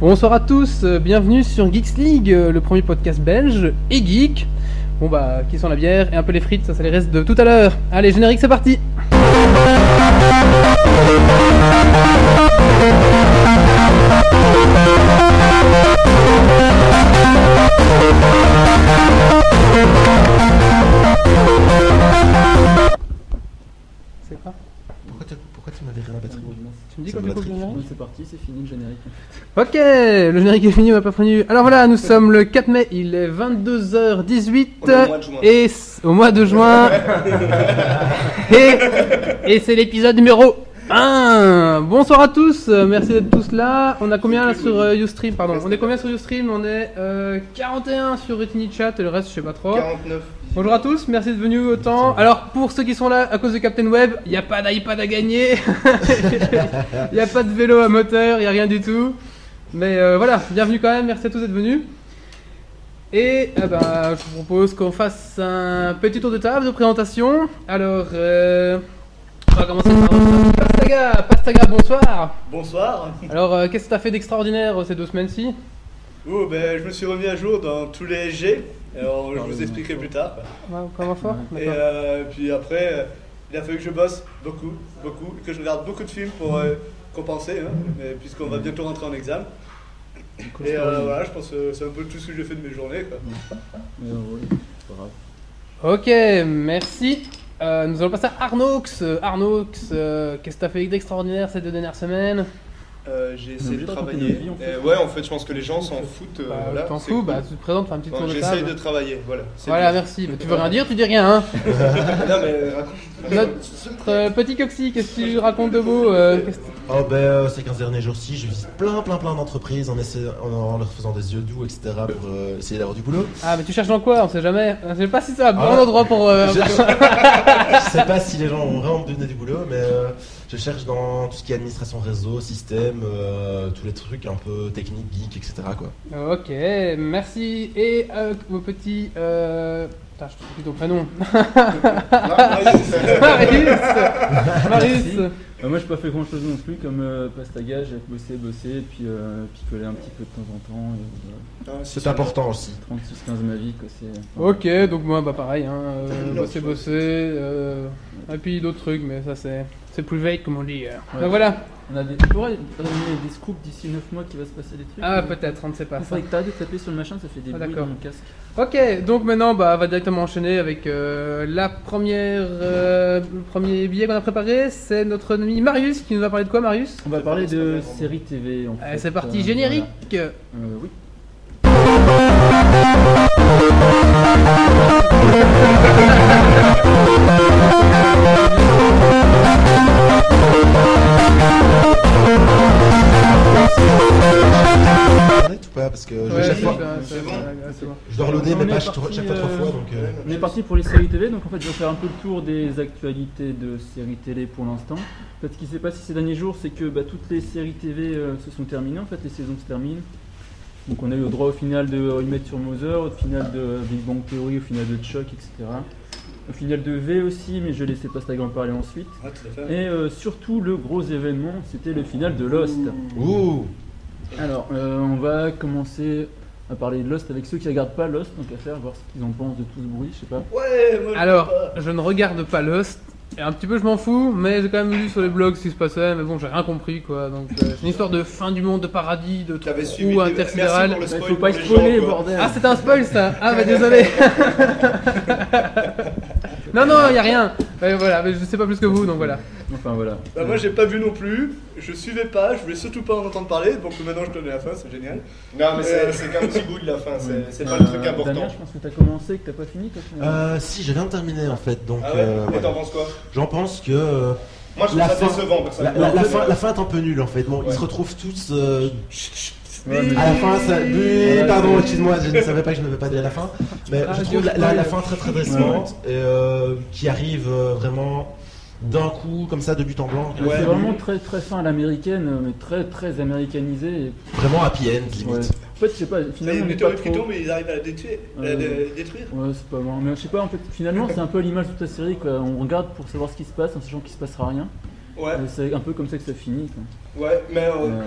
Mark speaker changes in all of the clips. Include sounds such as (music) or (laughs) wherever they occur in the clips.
Speaker 1: Bonsoir à tous, euh, bienvenue sur Geeks League, euh, le premier podcast belge et geek. Bon bah, qui sont la bière et un peu les frites, ça c'est les restes de tout à l'heure. Allez, générique, c'est parti C'est quoi
Speaker 2: Pourquoi tu, pourquoi tu m'as viré la batterie
Speaker 1: Tu me dis
Speaker 2: C'est
Speaker 1: quand tu
Speaker 2: le
Speaker 1: coupes le
Speaker 2: Patrick.
Speaker 1: générique
Speaker 3: C'est parti, c'est fini le générique.
Speaker 1: Ok, le générique est fini, on m'a pas prévenu. Alors voilà, nous sommes le 4 mai, il est 22h18
Speaker 2: On est au mois de juin.
Speaker 1: et c- au mois de juin. (laughs) et et c'est l'épisode numéro 1. Bonsoir à tous, euh, merci d'être tous là. On a combien là sur euh, Ustream Pardon, on est combien sur Ustream On est euh, 41 sur Retini Chat et le reste je sais pas trop.
Speaker 4: 49.
Speaker 1: Bonjour à tous, merci d'être venus autant. Alors pour ceux qui sont là à cause de Captain Web, il n'y a pas d'iPad à gagner, (laughs) il n'y a pas de vélo à moteur, il n'y a rien du tout. Mais euh, voilà, bienvenue quand même, merci à tous d'être venus. Et eh ben, je vous propose qu'on fasse un petit tour de table de présentation. Alors, euh, on va commencer par notre Pastaga. Pastaga, bonsoir.
Speaker 4: Bonsoir.
Speaker 1: Alors, euh, qu'est-ce que tu as fait d'extraordinaire euh, ces deux semaines-ci
Speaker 4: Oh, ben, je me suis remis à jour dans tous les SG. Alors, je vous expliquerai plus tard.
Speaker 1: Comment fort
Speaker 4: Et euh, puis après, euh, il a fallu que je bosse beaucoup, beaucoup, que je regarde beaucoup de films pour euh, compenser, hein, mais puisqu'on va bientôt rentrer en examen. Et euh, voilà, je pense que c'est un peu tout ce que j'ai fait de mes journées. quoi.
Speaker 3: Mais euh, ouais, c'est pas grave.
Speaker 1: Ok, merci. Euh, nous allons passer à Arnoux. Euh, Arnoux, euh, qu'est-ce que t'as fait d'extraordinaire ces deux dernières semaines
Speaker 5: Euh, j'ai essayé de
Speaker 3: obligé de raconter
Speaker 5: travailler.
Speaker 3: notre vie, en fait.
Speaker 5: Euh, ouais, en fait, je pense que les gens s'en foutent. euh,
Speaker 1: Bah,
Speaker 5: voilà,
Speaker 1: Je T'en
Speaker 5: c'est
Speaker 1: fous,
Speaker 5: cool.
Speaker 1: bah, tu te présentes, fais un petit
Speaker 5: Non,
Speaker 1: tour de
Speaker 5: J'essaye
Speaker 1: table.
Speaker 5: de travailler, voilà. c'est
Speaker 1: Voilà,
Speaker 5: bien.
Speaker 1: merci. Bah, tu veux rien dire, tu dis rien. Hein.
Speaker 5: Non, mais euh, raconte.
Speaker 1: Notre euh, petit Coxy, qu'est-ce que tu racontes de beau euh, qu'est-ce que-
Speaker 2: Oh ben euh, ces 15 derniers jours-ci, je visite plein plein plein d'entreprises en, essayant- en- en leur faisant des yeux doux, etc. pour euh, essayer d'avoir du boulot.
Speaker 1: Ah, mais tu cherches dans quoi On sait jamais. Je sais pas si c'est un bon
Speaker 2: Ah.
Speaker 1: endroit pour. euh,
Speaker 2: Je... (laughs) je sais pas si les gens vont vraiment me donner du boulot, mais euh, je cherche dans tout ce qui est administration réseau, système, euh, tous les trucs un peu techniques, geek, etc. Quoi.
Speaker 1: Ok, merci. Et euh, vos petits. Euh... Putain, je trouve plus ton
Speaker 5: (laughs)
Speaker 1: prénom. Marius Marius
Speaker 3: Euh, moi, j'ai pas fait grand chose non plus, comme euh, Pastaga, j'ai bossé, bossé, puis euh, picolé un petit peu de temps en temps. et,
Speaker 5: Non,
Speaker 2: C'est important aussi.
Speaker 3: voilà, 36-15 ma vie, quoi. C'est.
Speaker 1: Ok, donc moi, bah pareil, hein, euh, bosser, bosser, euh, et puis d'autres trucs, mais ça c'est c'est private comme on dit. euh.
Speaker 3: Ouais.
Speaker 1: Donc voilà,
Speaker 3: On a des. Tu pourrais donner des scoops d'ici 9 mois qui va se passer des trucs.
Speaker 1: ah
Speaker 3: mais-
Speaker 1: peut-être, on ne sait pas
Speaker 3: Il
Speaker 1: ça.
Speaker 3: faudrait que t'arrêtes de taper sur le machin, ça fait des
Speaker 1: Ah,
Speaker 3: bruits
Speaker 1: d'accord.
Speaker 3: dans mon casque.
Speaker 1: Ok, donc maintenant, bah, on va directement enchaîner avec euh, la première, euh, le premier billet qu'on a préparé, c'est notre ami Marius qui nous va parler de quoi, Marius
Speaker 3: On va parler de séries TV. en
Speaker 1: Euh,
Speaker 3: fait,
Speaker 1: C'est
Speaker 3: euh,
Speaker 1: parti, générique
Speaker 3: voilà. Euh, oui.
Speaker 2: Internet ou pas Parce que je,
Speaker 1: Ouais,
Speaker 2: chaque
Speaker 1: c'est
Speaker 2: fois,
Speaker 1: ça, c'est
Speaker 5: C'est bon.
Speaker 1: ça, c'est bon.
Speaker 2: je dois reloader
Speaker 3: On
Speaker 2: mes
Speaker 3: est
Speaker 2: pages
Speaker 3: parti,
Speaker 2: trois- chaque fois trois
Speaker 3: euh,
Speaker 2: fois, donc euh,
Speaker 3: On est parti pour les séries TV, donc en fait je vais faire un peu le tour des actualités de séries télé pour l'instant. En fait, ce qui s'est passé ces derniers jours, c'est que bah, toutes les séries TV euh, se sont terminées, en fait les saisons se terminent. Donc on a eu le droit au final de How I Met Your Mother, au final de Big Bang Theory, au final de Chuck, etc. Au final de V aussi, mais je laissais pas Stagram parler ensuite.
Speaker 4: Ah, tout à fait.
Speaker 3: Et euh, surtout le gros événement, c'était le final de Lost.
Speaker 2: ouh,
Speaker 3: Alors, euh, on va commencer à parler de Lost avec ceux qui regardent pas Lost, donc à faire, voir ce qu'ils en pensent de tout ce bruit, je sais pas.
Speaker 4: Ouais, moi, je
Speaker 1: Alors,
Speaker 4: sais pas.
Speaker 1: je ne regarde pas Lost. Et un petit peu, je m'en fous, mais j'ai quand même lu sur les blogs ce qui se passait, mais bon, j'ai rien compris quoi. Donc, euh, c'est une histoire de fin du monde, de paradis, de
Speaker 5: T'avais suivi.
Speaker 1: trou
Speaker 5: tes-
Speaker 1: intersidéral.
Speaker 5: Merci
Speaker 3: Il
Speaker 5: pour le
Speaker 3: Bah, faut pas
Speaker 5: spoil. pour les
Speaker 3: spoiler,
Speaker 5: gens, quoi.
Speaker 3: bordel
Speaker 1: Ah, c'est un spoil ça Ah, bah désolé (laughs) Non, non, y a rien Ouais, Voilà, mais je sais pas plus que vous, donc voilà.
Speaker 3: Enfin voilà.
Speaker 4: Bah, moi, j'ai pas vu non plus, je suivais pas, je voulais surtout pas en entendre parler, donc maintenant je connais la fin, c'est génial.
Speaker 5: Non, mais c'est-
Speaker 4: Euh,
Speaker 5: c'est qu'un petit bout de la fin, c'est c'est pas
Speaker 3: Euh,
Speaker 5: le truc important.
Speaker 3: Damien, je pense que t'as commencé et que t'as pas fini, toi. finalement.
Speaker 2: euh, si, je viens de terminer en fait, donc
Speaker 5: Ah ouais
Speaker 2: euh,
Speaker 5: Et t'en
Speaker 2: voilà.
Speaker 5: penses quoi
Speaker 2: j'en pense que. euh,
Speaker 5: Moi, je trouve
Speaker 2: La
Speaker 5: ça
Speaker 2: fin.
Speaker 5: décevant,
Speaker 2: La, la-
Speaker 5: personnellement.
Speaker 2: la fin, la fin est un peu nulle en fait. Bon,
Speaker 5: Ouais.
Speaker 2: ils se retrouvent tous. euh,
Speaker 3: Ouais, mais-
Speaker 2: à la fin, ça. Oui,
Speaker 3: Ouais,
Speaker 2: pardon,
Speaker 3: c'est-
Speaker 2: excuse-moi, je ne savais pas que je ne devais pas dire la fin. Mais
Speaker 1: Ah,
Speaker 2: je
Speaker 1: Dieu,
Speaker 2: trouve la, la- la fin très très décevante et euh, qui arrive euh, vraiment d'un coup, comme ça, de but en blanc.
Speaker 5: Euh,
Speaker 3: Ouais, c'est
Speaker 2: Ouais.
Speaker 3: vraiment très très fin à l'américaine, euh, mais très très américanisé. et-
Speaker 2: Vraiment happy end limite.
Speaker 3: ouais. En fait, je sais pas,
Speaker 4: Il y a
Speaker 3: finalement,
Speaker 4: une
Speaker 3: on est pas
Speaker 4: météorite qui
Speaker 3: trop...
Speaker 4: tombe et ils arrivent à la détruire. à la
Speaker 3: Euh.
Speaker 4: dé- détruire.
Speaker 3: Ouais, c'est pas marrant. Mais je sais pas, en fait, finalement, c'est un peu à l'image de toute la série, quoi. On regarde pour savoir ce qui se passe, en sachant qu'il se passera rien.
Speaker 5: Ouais,
Speaker 3: Euh, C'est un peu comme ça que ça finit. quoi.
Speaker 5: ouais, mais. euh,
Speaker 3: Euh,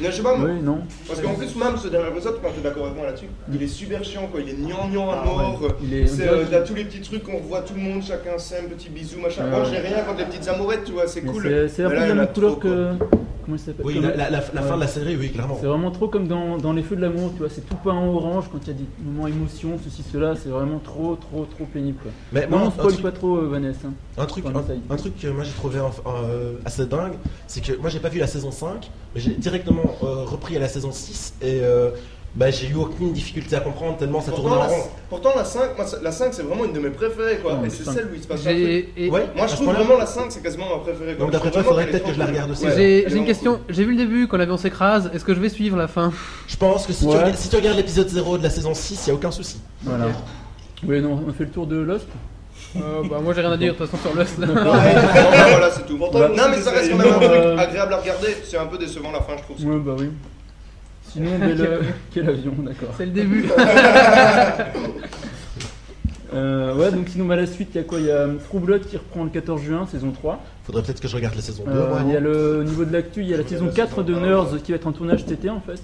Speaker 5: mais je sais pas, moi,
Speaker 3: oui, non.
Speaker 5: Parce qu'en plus, même ce dernier épisode, tu es d'accord avec moi là-dessus, il est super chiant quoi, il est gnangnan à
Speaker 3: Ah,
Speaker 5: mort.
Speaker 3: ouais. Il est-
Speaker 5: C'est, euh, T'as tous les petits trucs, on revoit tout le monde, chacun s'aime, petit bisou, machin.
Speaker 3: Ouais,
Speaker 5: Moi
Speaker 3: Ah, ouais.
Speaker 5: j'ai rien contre les petites amourettes, tu vois, c'est
Speaker 3: mais
Speaker 5: cool.
Speaker 3: c'est- C'est un
Speaker 5: Mais
Speaker 3: peu
Speaker 5: là, il
Speaker 3: la
Speaker 5: y en a
Speaker 3: même couleur
Speaker 5: trop, quoi.
Speaker 3: que. Comment il s'appelle
Speaker 2: Oui,
Speaker 3: Comme-
Speaker 2: la, la- la- la fin de la série, oui, clairement.
Speaker 3: C'est vraiment trop comme dans, dans les feux de l'amour, tu vois, c'est tout peint en orange quand il y a des moments émotion, ceci, cela, c'est vraiment trop, trop, trop pénible quoi.
Speaker 2: Mais
Speaker 3: Non,
Speaker 2: moi,
Speaker 3: on
Speaker 2: un
Speaker 3: spoil
Speaker 2: truc-
Speaker 3: pas trop euh, Vanessa. hein.
Speaker 2: Un truc,
Speaker 3: Pardon, ça y
Speaker 2: un, un truc que moi j'ai trouvé en- en- euh, assez dingue, c'est que moi j'ai pas vu la saison 5, mais j'ai directement euh, repris à la saison 6 et euh, bah, j'ai eu aucune difficulté à comprendre tellement ça tournait
Speaker 5: Pourtant,
Speaker 2: en
Speaker 5: la,
Speaker 2: rond.
Speaker 5: pourtant, la 5, moi, c'est- la 5 c'est vraiment une de mes préférées quoi,
Speaker 3: Non,
Speaker 5: et
Speaker 3: mais
Speaker 5: c'est
Speaker 3: cinq.
Speaker 5: celle où il se passe un truc.
Speaker 1: J'ai et-
Speaker 2: Ouais,
Speaker 5: Moi
Speaker 2: à
Speaker 5: je
Speaker 2: ce
Speaker 5: trouve
Speaker 2: point-là-
Speaker 5: vraiment la 5 c'est quasiment ma préférée. quoi.
Speaker 2: Donc, d'après
Speaker 5: Je trouve
Speaker 2: toi, faudrait
Speaker 5: vraiment qu'elle est
Speaker 2: peut-être
Speaker 5: trop
Speaker 2: que je la
Speaker 5: cool.
Speaker 2: regarde aussi.
Speaker 5: Ouais, elle est
Speaker 1: J'ai j'ai une
Speaker 5: vraiment
Speaker 1: question,
Speaker 5: cool.
Speaker 1: j'ai vu le début quand l'avion s'écrase, est-ce que je vais suivre la fin
Speaker 2: Je pense que si,
Speaker 3: Ouais.
Speaker 2: tu, regardes, si tu regardes l'épisode 0 de la saison 6, il a aucun souci.
Speaker 3: Voilà. Oui, non, on fait le tour de Lost.
Speaker 1: Euh, bah, Moi j'ai rien à dire de toute façon sur Lost.
Speaker 5: Non, ouais, voilà, voilà, c'est tout.
Speaker 4: Pourtant,
Speaker 5: Bah,
Speaker 4: vous
Speaker 5: non, mais
Speaker 4: êtes
Speaker 5: ça reste
Speaker 4: des
Speaker 5: quand même un
Speaker 3: animaux, euh.
Speaker 5: truc agréable à regarder. C'est un peu décevant la fin, je trouve.
Speaker 3: Ouais, bah oui. Sinon, dès le... (laughs) quel avion, d'accord.
Speaker 1: (laughs) C'est le début.
Speaker 3: Euh, ouais, donc sinon, bah, la suite, il y a quoi Il y a True Blood qui reprend le 14 juin, saison 3.
Speaker 2: Faudrait peut-être que je regarde la saison 2.
Speaker 3: Euh,
Speaker 2: moi,
Speaker 3: il y a
Speaker 2: non
Speaker 3: le au niveau de l'actu, il y a la
Speaker 5: Ouais,
Speaker 3: saison
Speaker 5: la
Speaker 3: 4 de
Speaker 5: saison un,
Speaker 3: Nerds qui va être en tournage cet été en fait.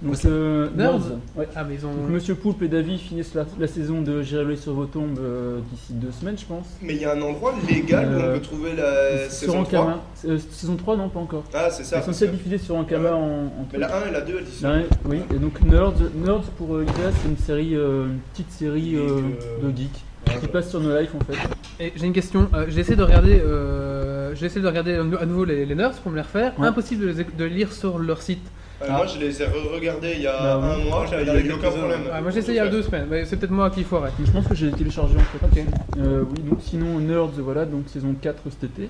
Speaker 3: Donc,
Speaker 2: c'est-
Speaker 3: euh,
Speaker 1: Nerds
Speaker 3: Nerds, ouais.
Speaker 1: Ah mais ils ont.
Speaker 3: Donc, Monsieur Poulpe et Davy finissent la, la saison de J'irai sur vos tombes euh, d'ici deux semaines, je pense.
Speaker 5: Mais il y a un endroit légal où
Speaker 3: Euh,
Speaker 5: on peut trouver la saison
Speaker 3: sur
Speaker 5: 3.
Speaker 3: Ankama. Euh, saison 3, non, pas encore.
Speaker 5: Ah, c'est ça.
Speaker 3: Ils sont censés diffuser sur Ankama
Speaker 5: Ouais.
Speaker 3: en, en
Speaker 5: Mais la 1 et la 2, elles y sont.
Speaker 3: Là, oui, et donc Nerds, Nerds pour euh, Ida, c'est une série, euh, une petite série euh, de geek qui passe sur nos lives en fait.
Speaker 1: Et j'ai une question. euh, j'ai essayé de regarder, euh, j'ai essayé de regarder à nou- à nouveau les, les nurses pour me les refaire.
Speaker 3: Ouais.
Speaker 1: Impossible de, les éc- de lire sur leur site.
Speaker 5: Euh, Moi, je les ai re-regardés il y a
Speaker 3: Bah, ouais.
Speaker 5: un mois,
Speaker 4: Moi, j'avais
Speaker 5: avec
Speaker 4: regardé
Speaker 5: aucun
Speaker 4: quelques-uns.
Speaker 5: problème.
Speaker 1: Ah, moi j'ai essayé il y a deux semaines, mais c'est peut-être moi qui foirais.
Speaker 3: Donc, je pense que j'ai téléchargé en fait.
Speaker 1: Ok.
Speaker 3: Euh, oui, donc sinon Nerds, voilà, donc saison 4 cet été.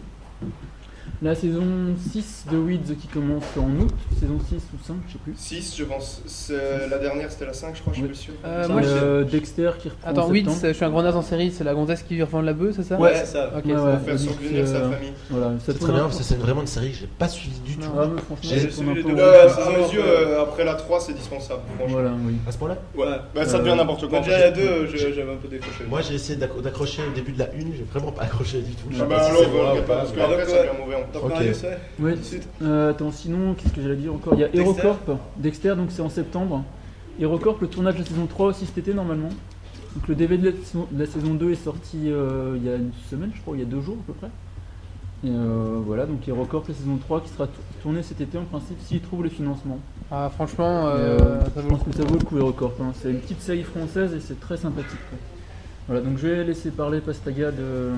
Speaker 3: La saison 6 de Weeds qui commence en août, saison 6 ou 5, je sais plus.
Speaker 5: 6, je pense. C'est- La dernière, c'était la 5, je crois, je suis
Speaker 3: Oui.
Speaker 5: plus sûr.
Speaker 1: Euh,
Speaker 5: Ça,
Speaker 1: moi,
Speaker 5: mais-
Speaker 3: Euh, Dexter qui reprend
Speaker 1: Attends,
Speaker 3: en
Speaker 1: oui,
Speaker 3: septembre.
Speaker 1: je suis un grand naze en série. C'est la gonzesse qui lui revend la bœuf, c'est ça
Speaker 5: Ouais, c'est ça.
Speaker 1: Ok.
Speaker 3: Ouais,
Speaker 1: ça
Speaker 3: ouais.
Speaker 1: va.
Speaker 5: Pour faire
Speaker 3: donc,
Speaker 5: survenir sa
Speaker 3: euh,
Speaker 5: famille.
Speaker 3: Voilà, ça
Speaker 2: C'est très bien parce que c'est vraiment une série que j'ai pas suivie du tout.
Speaker 1: Non.
Speaker 3: Ah, mais franchement,
Speaker 2: J'ai-
Speaker 3: ça tourne un
Speaker 4: j'ai
Speaker 3: peu
Speaker 4: les
Speaker 3: en-
Speaker 4: deux.
Speaker 5: Là,
Speaker 4: Ouais,
Speaker 5: à
Speaker 4: ouais,
Speaker 5: mes
Speaker 4: ouais.
Speaker 5: yeux, euh, après la 3, c'est dispensable, franchement.
Speaker 3: Voilà, oui.
Speaker 2: À ce point-là
Speaker 5: Ouais, bah, ça
Speaker 3: Euh,
Speaker 5: devient n'importe quoi.
Speaker 4: Moi, déjà, il y a deux, euh, je- j'avais un peu décroché.
Speaker 2: Moi j'ai essayé d'acc- d'accrocher au début de la 1, j'ai vraiment pas accroché du tout. Je sais
Speaker 5: Ah
Speaker 2: pas
Speaker 5: bah,
Speaker 2: si
Speaker 5: alors,
Speaker 2: c'est
Speaker 5: on
Speaker 2: moi
Speaker 5: va
Speaker 2: ou
Speaker 5: regarder
Speaker 2: pas,
Speaker 5: pas, parce
Speaker 2: mais-
Speaker 5: que
Speaker 4: Ouais.
Speaker 5: après, ça devient mauvais. on
Speaker 4: T'as
Speaker 5: tape.
Speaker 4: encore
Speaker 2: Ok.
Speaker 4: un news, ouais
Speaker 3: Ouais.
Speaker 4: Tout de suite.
Speaker 3: Euh, attends, sinon, qu'est-ce que j'allais dire encore Il y a
Speaker 5: Dexter.
Speaker 3: HeroCorp. Dexter, donc c'est en septembre. HeroCorp, le tournage de la saison 3 aussi cet été normalement. Donc le DVD de la saison, de la saison 2 est sorti euh, il y a une semaine, je crois, il y a deux jours à peu près. Et euh, voilà, donc HeroCorp, la saison 3 qui sera t- tournée cet été en principe s'ils trouvent les financements.
Speaker 1: Ah, franchement,
Speaker 3: Et,
Speaker 1: euh,
Speaker 3: euh,
Speaker 1: ça
Speaker 3: je
Speaker 1: vaut le
Speaker 3: pense
Speaker 1: coup.
Speaker 3: que ça vaut le coup HeroCorp. hein. C'est une petite série française et c'est très sympathique. quoi. Voilà, donc je vais laisser parler Pastaga de euh,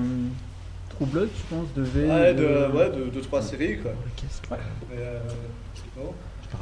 Speaker 3: True Blood, je pense, de V.
Speaker 4: Ouais,
Speaker 3: et
Speaker 4: de, ouais, de, de trois séries quoi. Mais, euh, bon,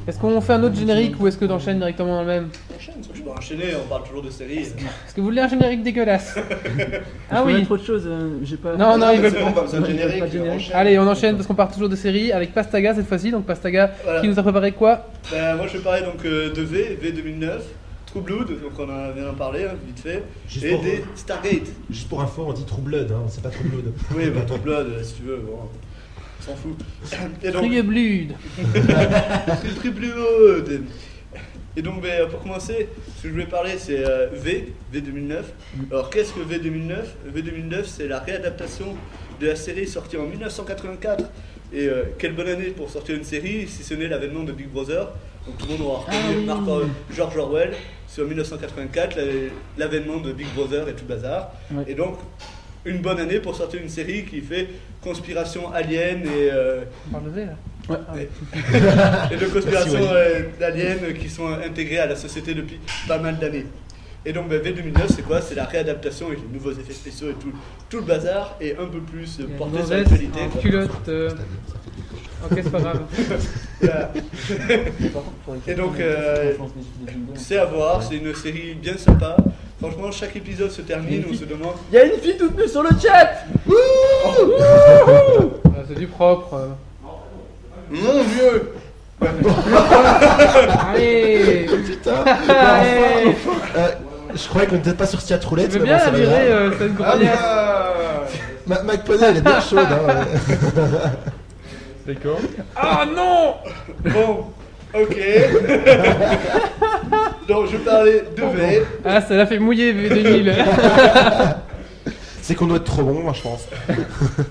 Speaker 1: Est-ce qu'on fait un autre générique ou est-ce que t'enchaînes directement dans le même
Speaker 4: on enchaîne, ça, je peux enchaîner, on parle toujours de séries.
Speaker 1: Est-ce que vous voulez un générique dégueulasse
Speaker 3: Je
Speaker 1: Ah
Speaker 3: peux
Speaker 1: oui.
Speaker 3: mettre autre chose, euh, j'ai pas.
Speaker 1: Non, non, ils
Speaker 5: C'est
Speaker 1: veulent
Speaker 5: bon,
Speaker 1: pas.
Speaker 5: pas besoin de
Speaker 3: Ils veulent
Speaker 5: générique,
Speaker 3: pas de générique.
Speaker 5: enchaîne.
Speaker 1: Allez, on enchaîne parce qu'on part toujours de série avec Pastaga cette fois-ci. Donc Pastaga
Speaker 4: Voilà.
Speaker 1: qui nous a préparé quoi
Speaker 4: Ben, moi je vais parler donc euh, de V, V 2009, True Blood, donc on en vient d'en parler hein, vite fait,
Speaker 2: Juste
Speaker 4: et
Speaker 2: pour-
Speaker 4: des Stargate.
Speaker 2: Juste pour info, on dit True Blood, hein, c'est pas True Blood.
Speaker 4: Oui, bah, True Blood euh, si tu veux, bon, on s'en fout. (coughs) Et donc,
Speaker 1: True Blood.
Speaker 4: (laughs) C'est très plus haut. Et donc, ben, pour commencer, ce que je voulais parler, c'est euh, V, V2009.
Speaker 1: Mm.
Speaker 4: Alors, qu'est-ce que V2009 V2009, c'est la réadaptation de la série sortie en 1984. Et euh, quelle bonne année pour sortir une série, si ce n'est l'avènement de Big Brother. Donc, tout le monde aura reconnu
Speaker 1: Ah oui.
Speaker 4: Mark- euh, George Orwell sur 1984, la- l'avènement de Big Brother et tout le bazar.
Speaker 3: Ouais.
Speaker 4: Et donc, une bonne année pour sortir une série qui fait conspiration alien et. euh,
Speaker 1: On parle de V, là.
Speaker 4: et de conspiration
Speaker 2: Merci,
Speaker 4: euh, d'aliens euh, qui sont intégrées à la société depuis pas mal d'années. Et donc ben, V2009, c'est quoi C'est la réadaptation avec les nouveaux effets spéciaux et tout, tout le bazar, et un peu plus euh,
Speaker 1: Il y a une
Speaker 4: porté sur
Speaker 1: gonzesse
Speaker 4: l'actualité.
Speaker 1: en culotte. euh, Ok, c'est pas grave.
Speaker 4: Voilà. Et donc, euh, C'est à voir, c'est une série bien sympa. Franchement, chaque épisode se termine, on se demande.
Speaker 3: Il y a une fille toute nue sur le chat
Speaker 1: Euh, c'est du propre. euh.
Speaker 5: Mon dieu
Speaker 1: Allez
Speaker 2: Putain
Speaker 1: Allez
Speaker 2: Euh, Je croyais qu'on n'était pas sur Stia Roulette,
Speaker 1: Je veux
Speaker 2: mais
Speaker 1: bien
Speaker 2: bon,
Speaker 1: la
Speaker 2: ça va
Speaker 1: virer,
Speaker 2: grave.
Speaker 1: euh, cette
Speaker 5: Ah
Speaker 1: grognasse.
Speaker 5: (laughs) bah
Speaker 2: Ma Mac Poney, elle
Speaker 1: (laughs)
Speaker 2: est bien chaude. Hein, ouais.
Speaker 3: D'accord.
Speaker 1: Ah non
Speaker 4: Bon, ok. donc je parlais de V.
Speaker 1: Ah, ça l'a fait mouiller, V2000.
Speaker 2: C'est qu'on doit être trop bon, moi, je pense.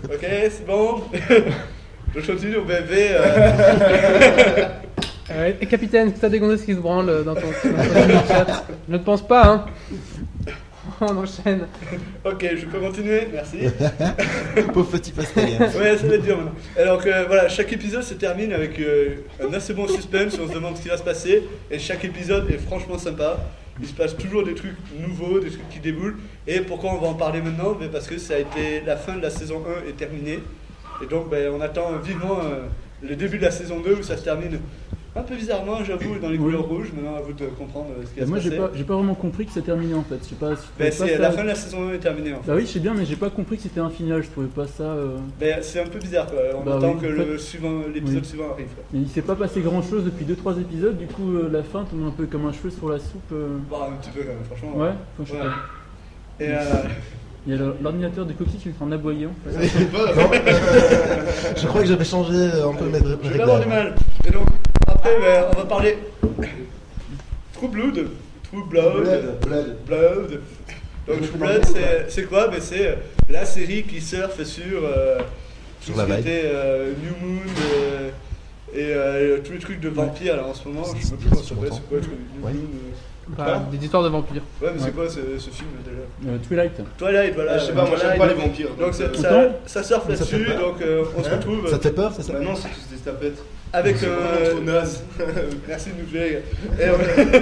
Speaker 4: Ok, c'est bon. (laughs) Je continue au BV. euh,
Speaker 1: (laughs) Euh, capitaine, est-ce que t'as des gonzesses qui se branlent euh, dans ton, dans ton (laughs) chat Je ne pense pas, hein. (laughs) On enchaîne.
Speaker 4: ok, je peux continuer, merci.
Speaker 2: (laughs) Pauvre petit pastelien.
Speaker 4: Ouais, ça va être dur maintenant. Alors que voilà, chaque épisode se termine avec euh, un assez bon suspense, on se demande ce qui va se passer, et chaque épisode est franchement sympa. Il se passe toujours des trucs nouveaux, des trucs qui déboulent. Et pourquoi on va en parler maintenant Ben, Parce que ça a été la fin de la saison 1 est terminée. Et donc ben, on attend vivement euh, le début de la saison 2 où ça se termine un peu bizarrement, j'avoue, dans les
Speaker 3: Oui.
Speaker 4: couleurs rouges. Maintenant, à vous de comprendre euh, ce qui
Speaker 3: Et
Speaker 4: va se
Speaker 3: moi, j'ai
Speaker 4: passer.
Speaker 3: pas, j'ai pas vraiment compris que ça terminait en fait. Je sais pas. je trouvais
Speaker 4: Ben,
Speaker 3: pas
Speaker 4: c'est-
Speaker 3: ça-
Speaker 4: la fin de la saison 1 est terminée. en fait.
Speaker 3: Bah oui, je sais bien, mais j'ai pas compris que c'était un final. Je trouvais pas ça. euh,
Speaker 4: Ben, c'est un peu bizarre, quoi. On
Speaker 3: Bah
Speaker 4: attend
Speaker 3: oui,
Speaker 4: que
Speaker 3: en
Speaker 4: le suivant- l'épisode
Speaker 3: Oui.
Speaker 4: suivant arrive. quoi.
Speaker 3: mais Il s'est pas passé grand chose depuis 2-3 épisodes. Du coup, euh, la fin tombe un peu comme un cheveu sur la soupe. euh.
Speaker 4: Bah, un petit peu quand même, franchement.
Speaker 3: Ouais, enfin, je sais
Speaker 4: Ouais.
Speaker 3: pas.
Speaker 4: Et euh,
Speaker 3: Il y a le- l'ordinateur de Coxy qui est en aboyant.
Speaker 2: Je crois que j'avais changé euh, un peu mes
Speaker 4: je vais avoir du mal. Et donc, après, ben, on va parler. True Blood. True Blood.
Speaker 5: Blood, blood.
Speaker 4: Blood. Donc, True Blood, c'est- c'est quoi ben, C'est euh, la série qui surfe sur. euh,
Speaker 2: Sur
Speaker 4: tout
Speaker 2: la
Speaker 4: ce qui
Speaker 2: vibe.
Speaker 4: était, euh, New Moon euh, et euh, tous les trucs de vampires là en ce moment. Je sais plus comment ça s'appelle. C'est quoi le truc New
Speaker 2: Ouais.
Speaker 4: Moon
Speaker 1: Enfin, des histoires de vampires.
Speaker 4: euh. Ouais, mais c'est
Speaker 3: Ouais.
Speaker 4: quoi ce, ce film déjà
Speaker 3: Euh, Twilight.
Speaker 4: Twilight, voilà.
Speaker 5: Ah, je sais pas, moi j'aime
Speaker 4: Twilight.
Speaker 5: pas les vampires.
Speaker 4: Donc ça,
Speaker 5: euh,
Speaker 4: ça, ça surfe
Speaker 2: Mais ça fait
Speaker 4: là-dessus,
Speaker 2: peur.
Speaker 4: donc euh, on se
Speaker 5: Hein
Speaker 4: retrouve
Speaker 2: Ça te fait peur, c'est ça
Speaker 5: Bah non, c'est tous des tapettes.
Speaker 4: avec
Speaker 5: C'est
Speaker 4: euh,
Speaker 5: vraiment trop naze.
Speaker 4: Merci de nous plaire. Et euh,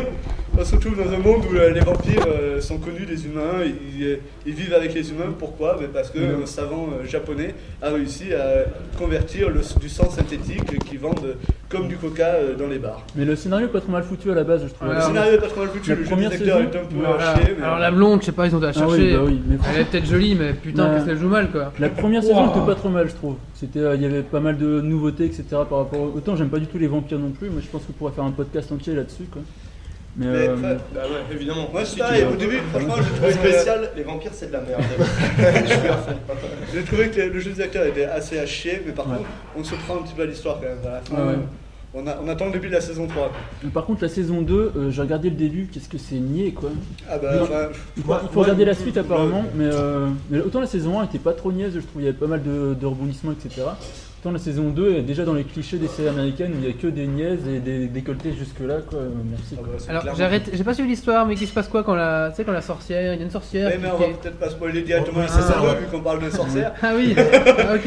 Speaker 4: on, on se retrouve dans un monde où euh, les vampires euh, sont connus des humains, ils, euh, ils vivent avec les humains. Pourquoi Ben, Parce qu'un savant euh, japonais a réussi à convertir le- du sang synthétique qu'ils vendent comme du coca euh, dans les bars.
Speaker 3: Mais le scénario est pas trop mal foutu à la base, je trouve. Ah
Speaker 4: le
Speaker 1: Alors,
Speaker 4: scénario est pas trop mal foutu,
Speaker 3: la
Speaker 4: le jeu des
Speaker 3: première
Speaker 4: acteurs
Speaker 3: saison,
Speaker 4: est un peu
Speaker 1: Voilà.
Speaker 4: à chier, mais-
Speaker 1: Alors la blonde, je sais pas, ils ont dû la
Speaker 3: Ah
Speaker 1: chercher.
Speaker 3: oui, bah oui, mais
Speaker 1: Elle est peut-être jolie, mais putain,
Speaker 3: Ouais.
Speaker 1: qu'est-ce qu'elle joue mal quoi.
Speaker 3: La première saison
Speaker 1: Ouah.
Speaker 3: était pas trop mal, je trouve. C'était, euh, il y avait pas mal de nouveautés, etc. Par rapport, au- autant j'aime pas du tout les vampires non plus. Moi, je pense qu'on pourrait faire un podcast entier là-dessus, quoi. Mais,
Speaker 4: Mais,
Speaker 3: euh,
Speaker 4: enfin,
Speaker 5: Bah ouais, évidemment.
Speaker 4: moi, c'est
Speaker 5: Si,
Speaker 4: pareil,
Speaker 5: tu veux.
Speaker 4: au début, franchement, j'ai
Speaker 5: Très
Speaker 4: trouvé que-
Speaker 5: spécial, les vampires c'est de la (laughs) merde. Je suis à fond.
Speaker 4: J'ai trouvé que le jeu des acteurs était assez à chier, mais par
Speaker 3: Ouais.
Speaker 4: contre, on se prend un petit peu à l'histoire quand même. À la fin,
Speaker 3: Ouais, ouais.
Speaker 4: On, a- on attend le début de la saison 3.
Speaker 3: mais par contre, la saison 2, euh, j'ai regardé le début. Qu'est-ce que c'est niais, quoi.
Speaker 4: Ah bah,
Speaker 3: Non.
Speaker 4: enfin,
Speaker 3: Il faut,
Speaker 2: Moi-
Speaker 3: il faut
Speaker 2: moi,
Speaker 3: regarder la
Speaker 2: je-
Speaker 3: suite
Speaker 2: je-
Speaker 3: apparemment, mais, euh, mais autant la saison 1 était pas trop niaise, je trouve, il y avait pas mal de, de rebondissements, etc. Autant la saison 2 est déjà dans les clichés des séries américaines où il y a que des niaises et des décolletés jusque-là, quoi. euh, Merci.
Speaker 4: ah
Speaker 3: quoi.
Speaker 4: bah, c'est
Speaker 1: Alors
Speaker 4: clairement-
Speaker 1: j'arrête, j'ai pas suivi l'histoire, mais qu'est-ce qui se passe quoi quand la, tu sais, quand la sorcière, il y a une sorcière.
Speaker 4: Ouais, Eh, mais on
Speaker 1: qui-
Speaker 4: va peut-être pas spoiler directement la
Speaker 2: Ah,
Speaker 4: saison
Speaker 2: ouais.
Speaker 4: 2 vu qu'on parle de sorcière.
Speaker 1: Ah oui, ok.
Speaker 2: Mais,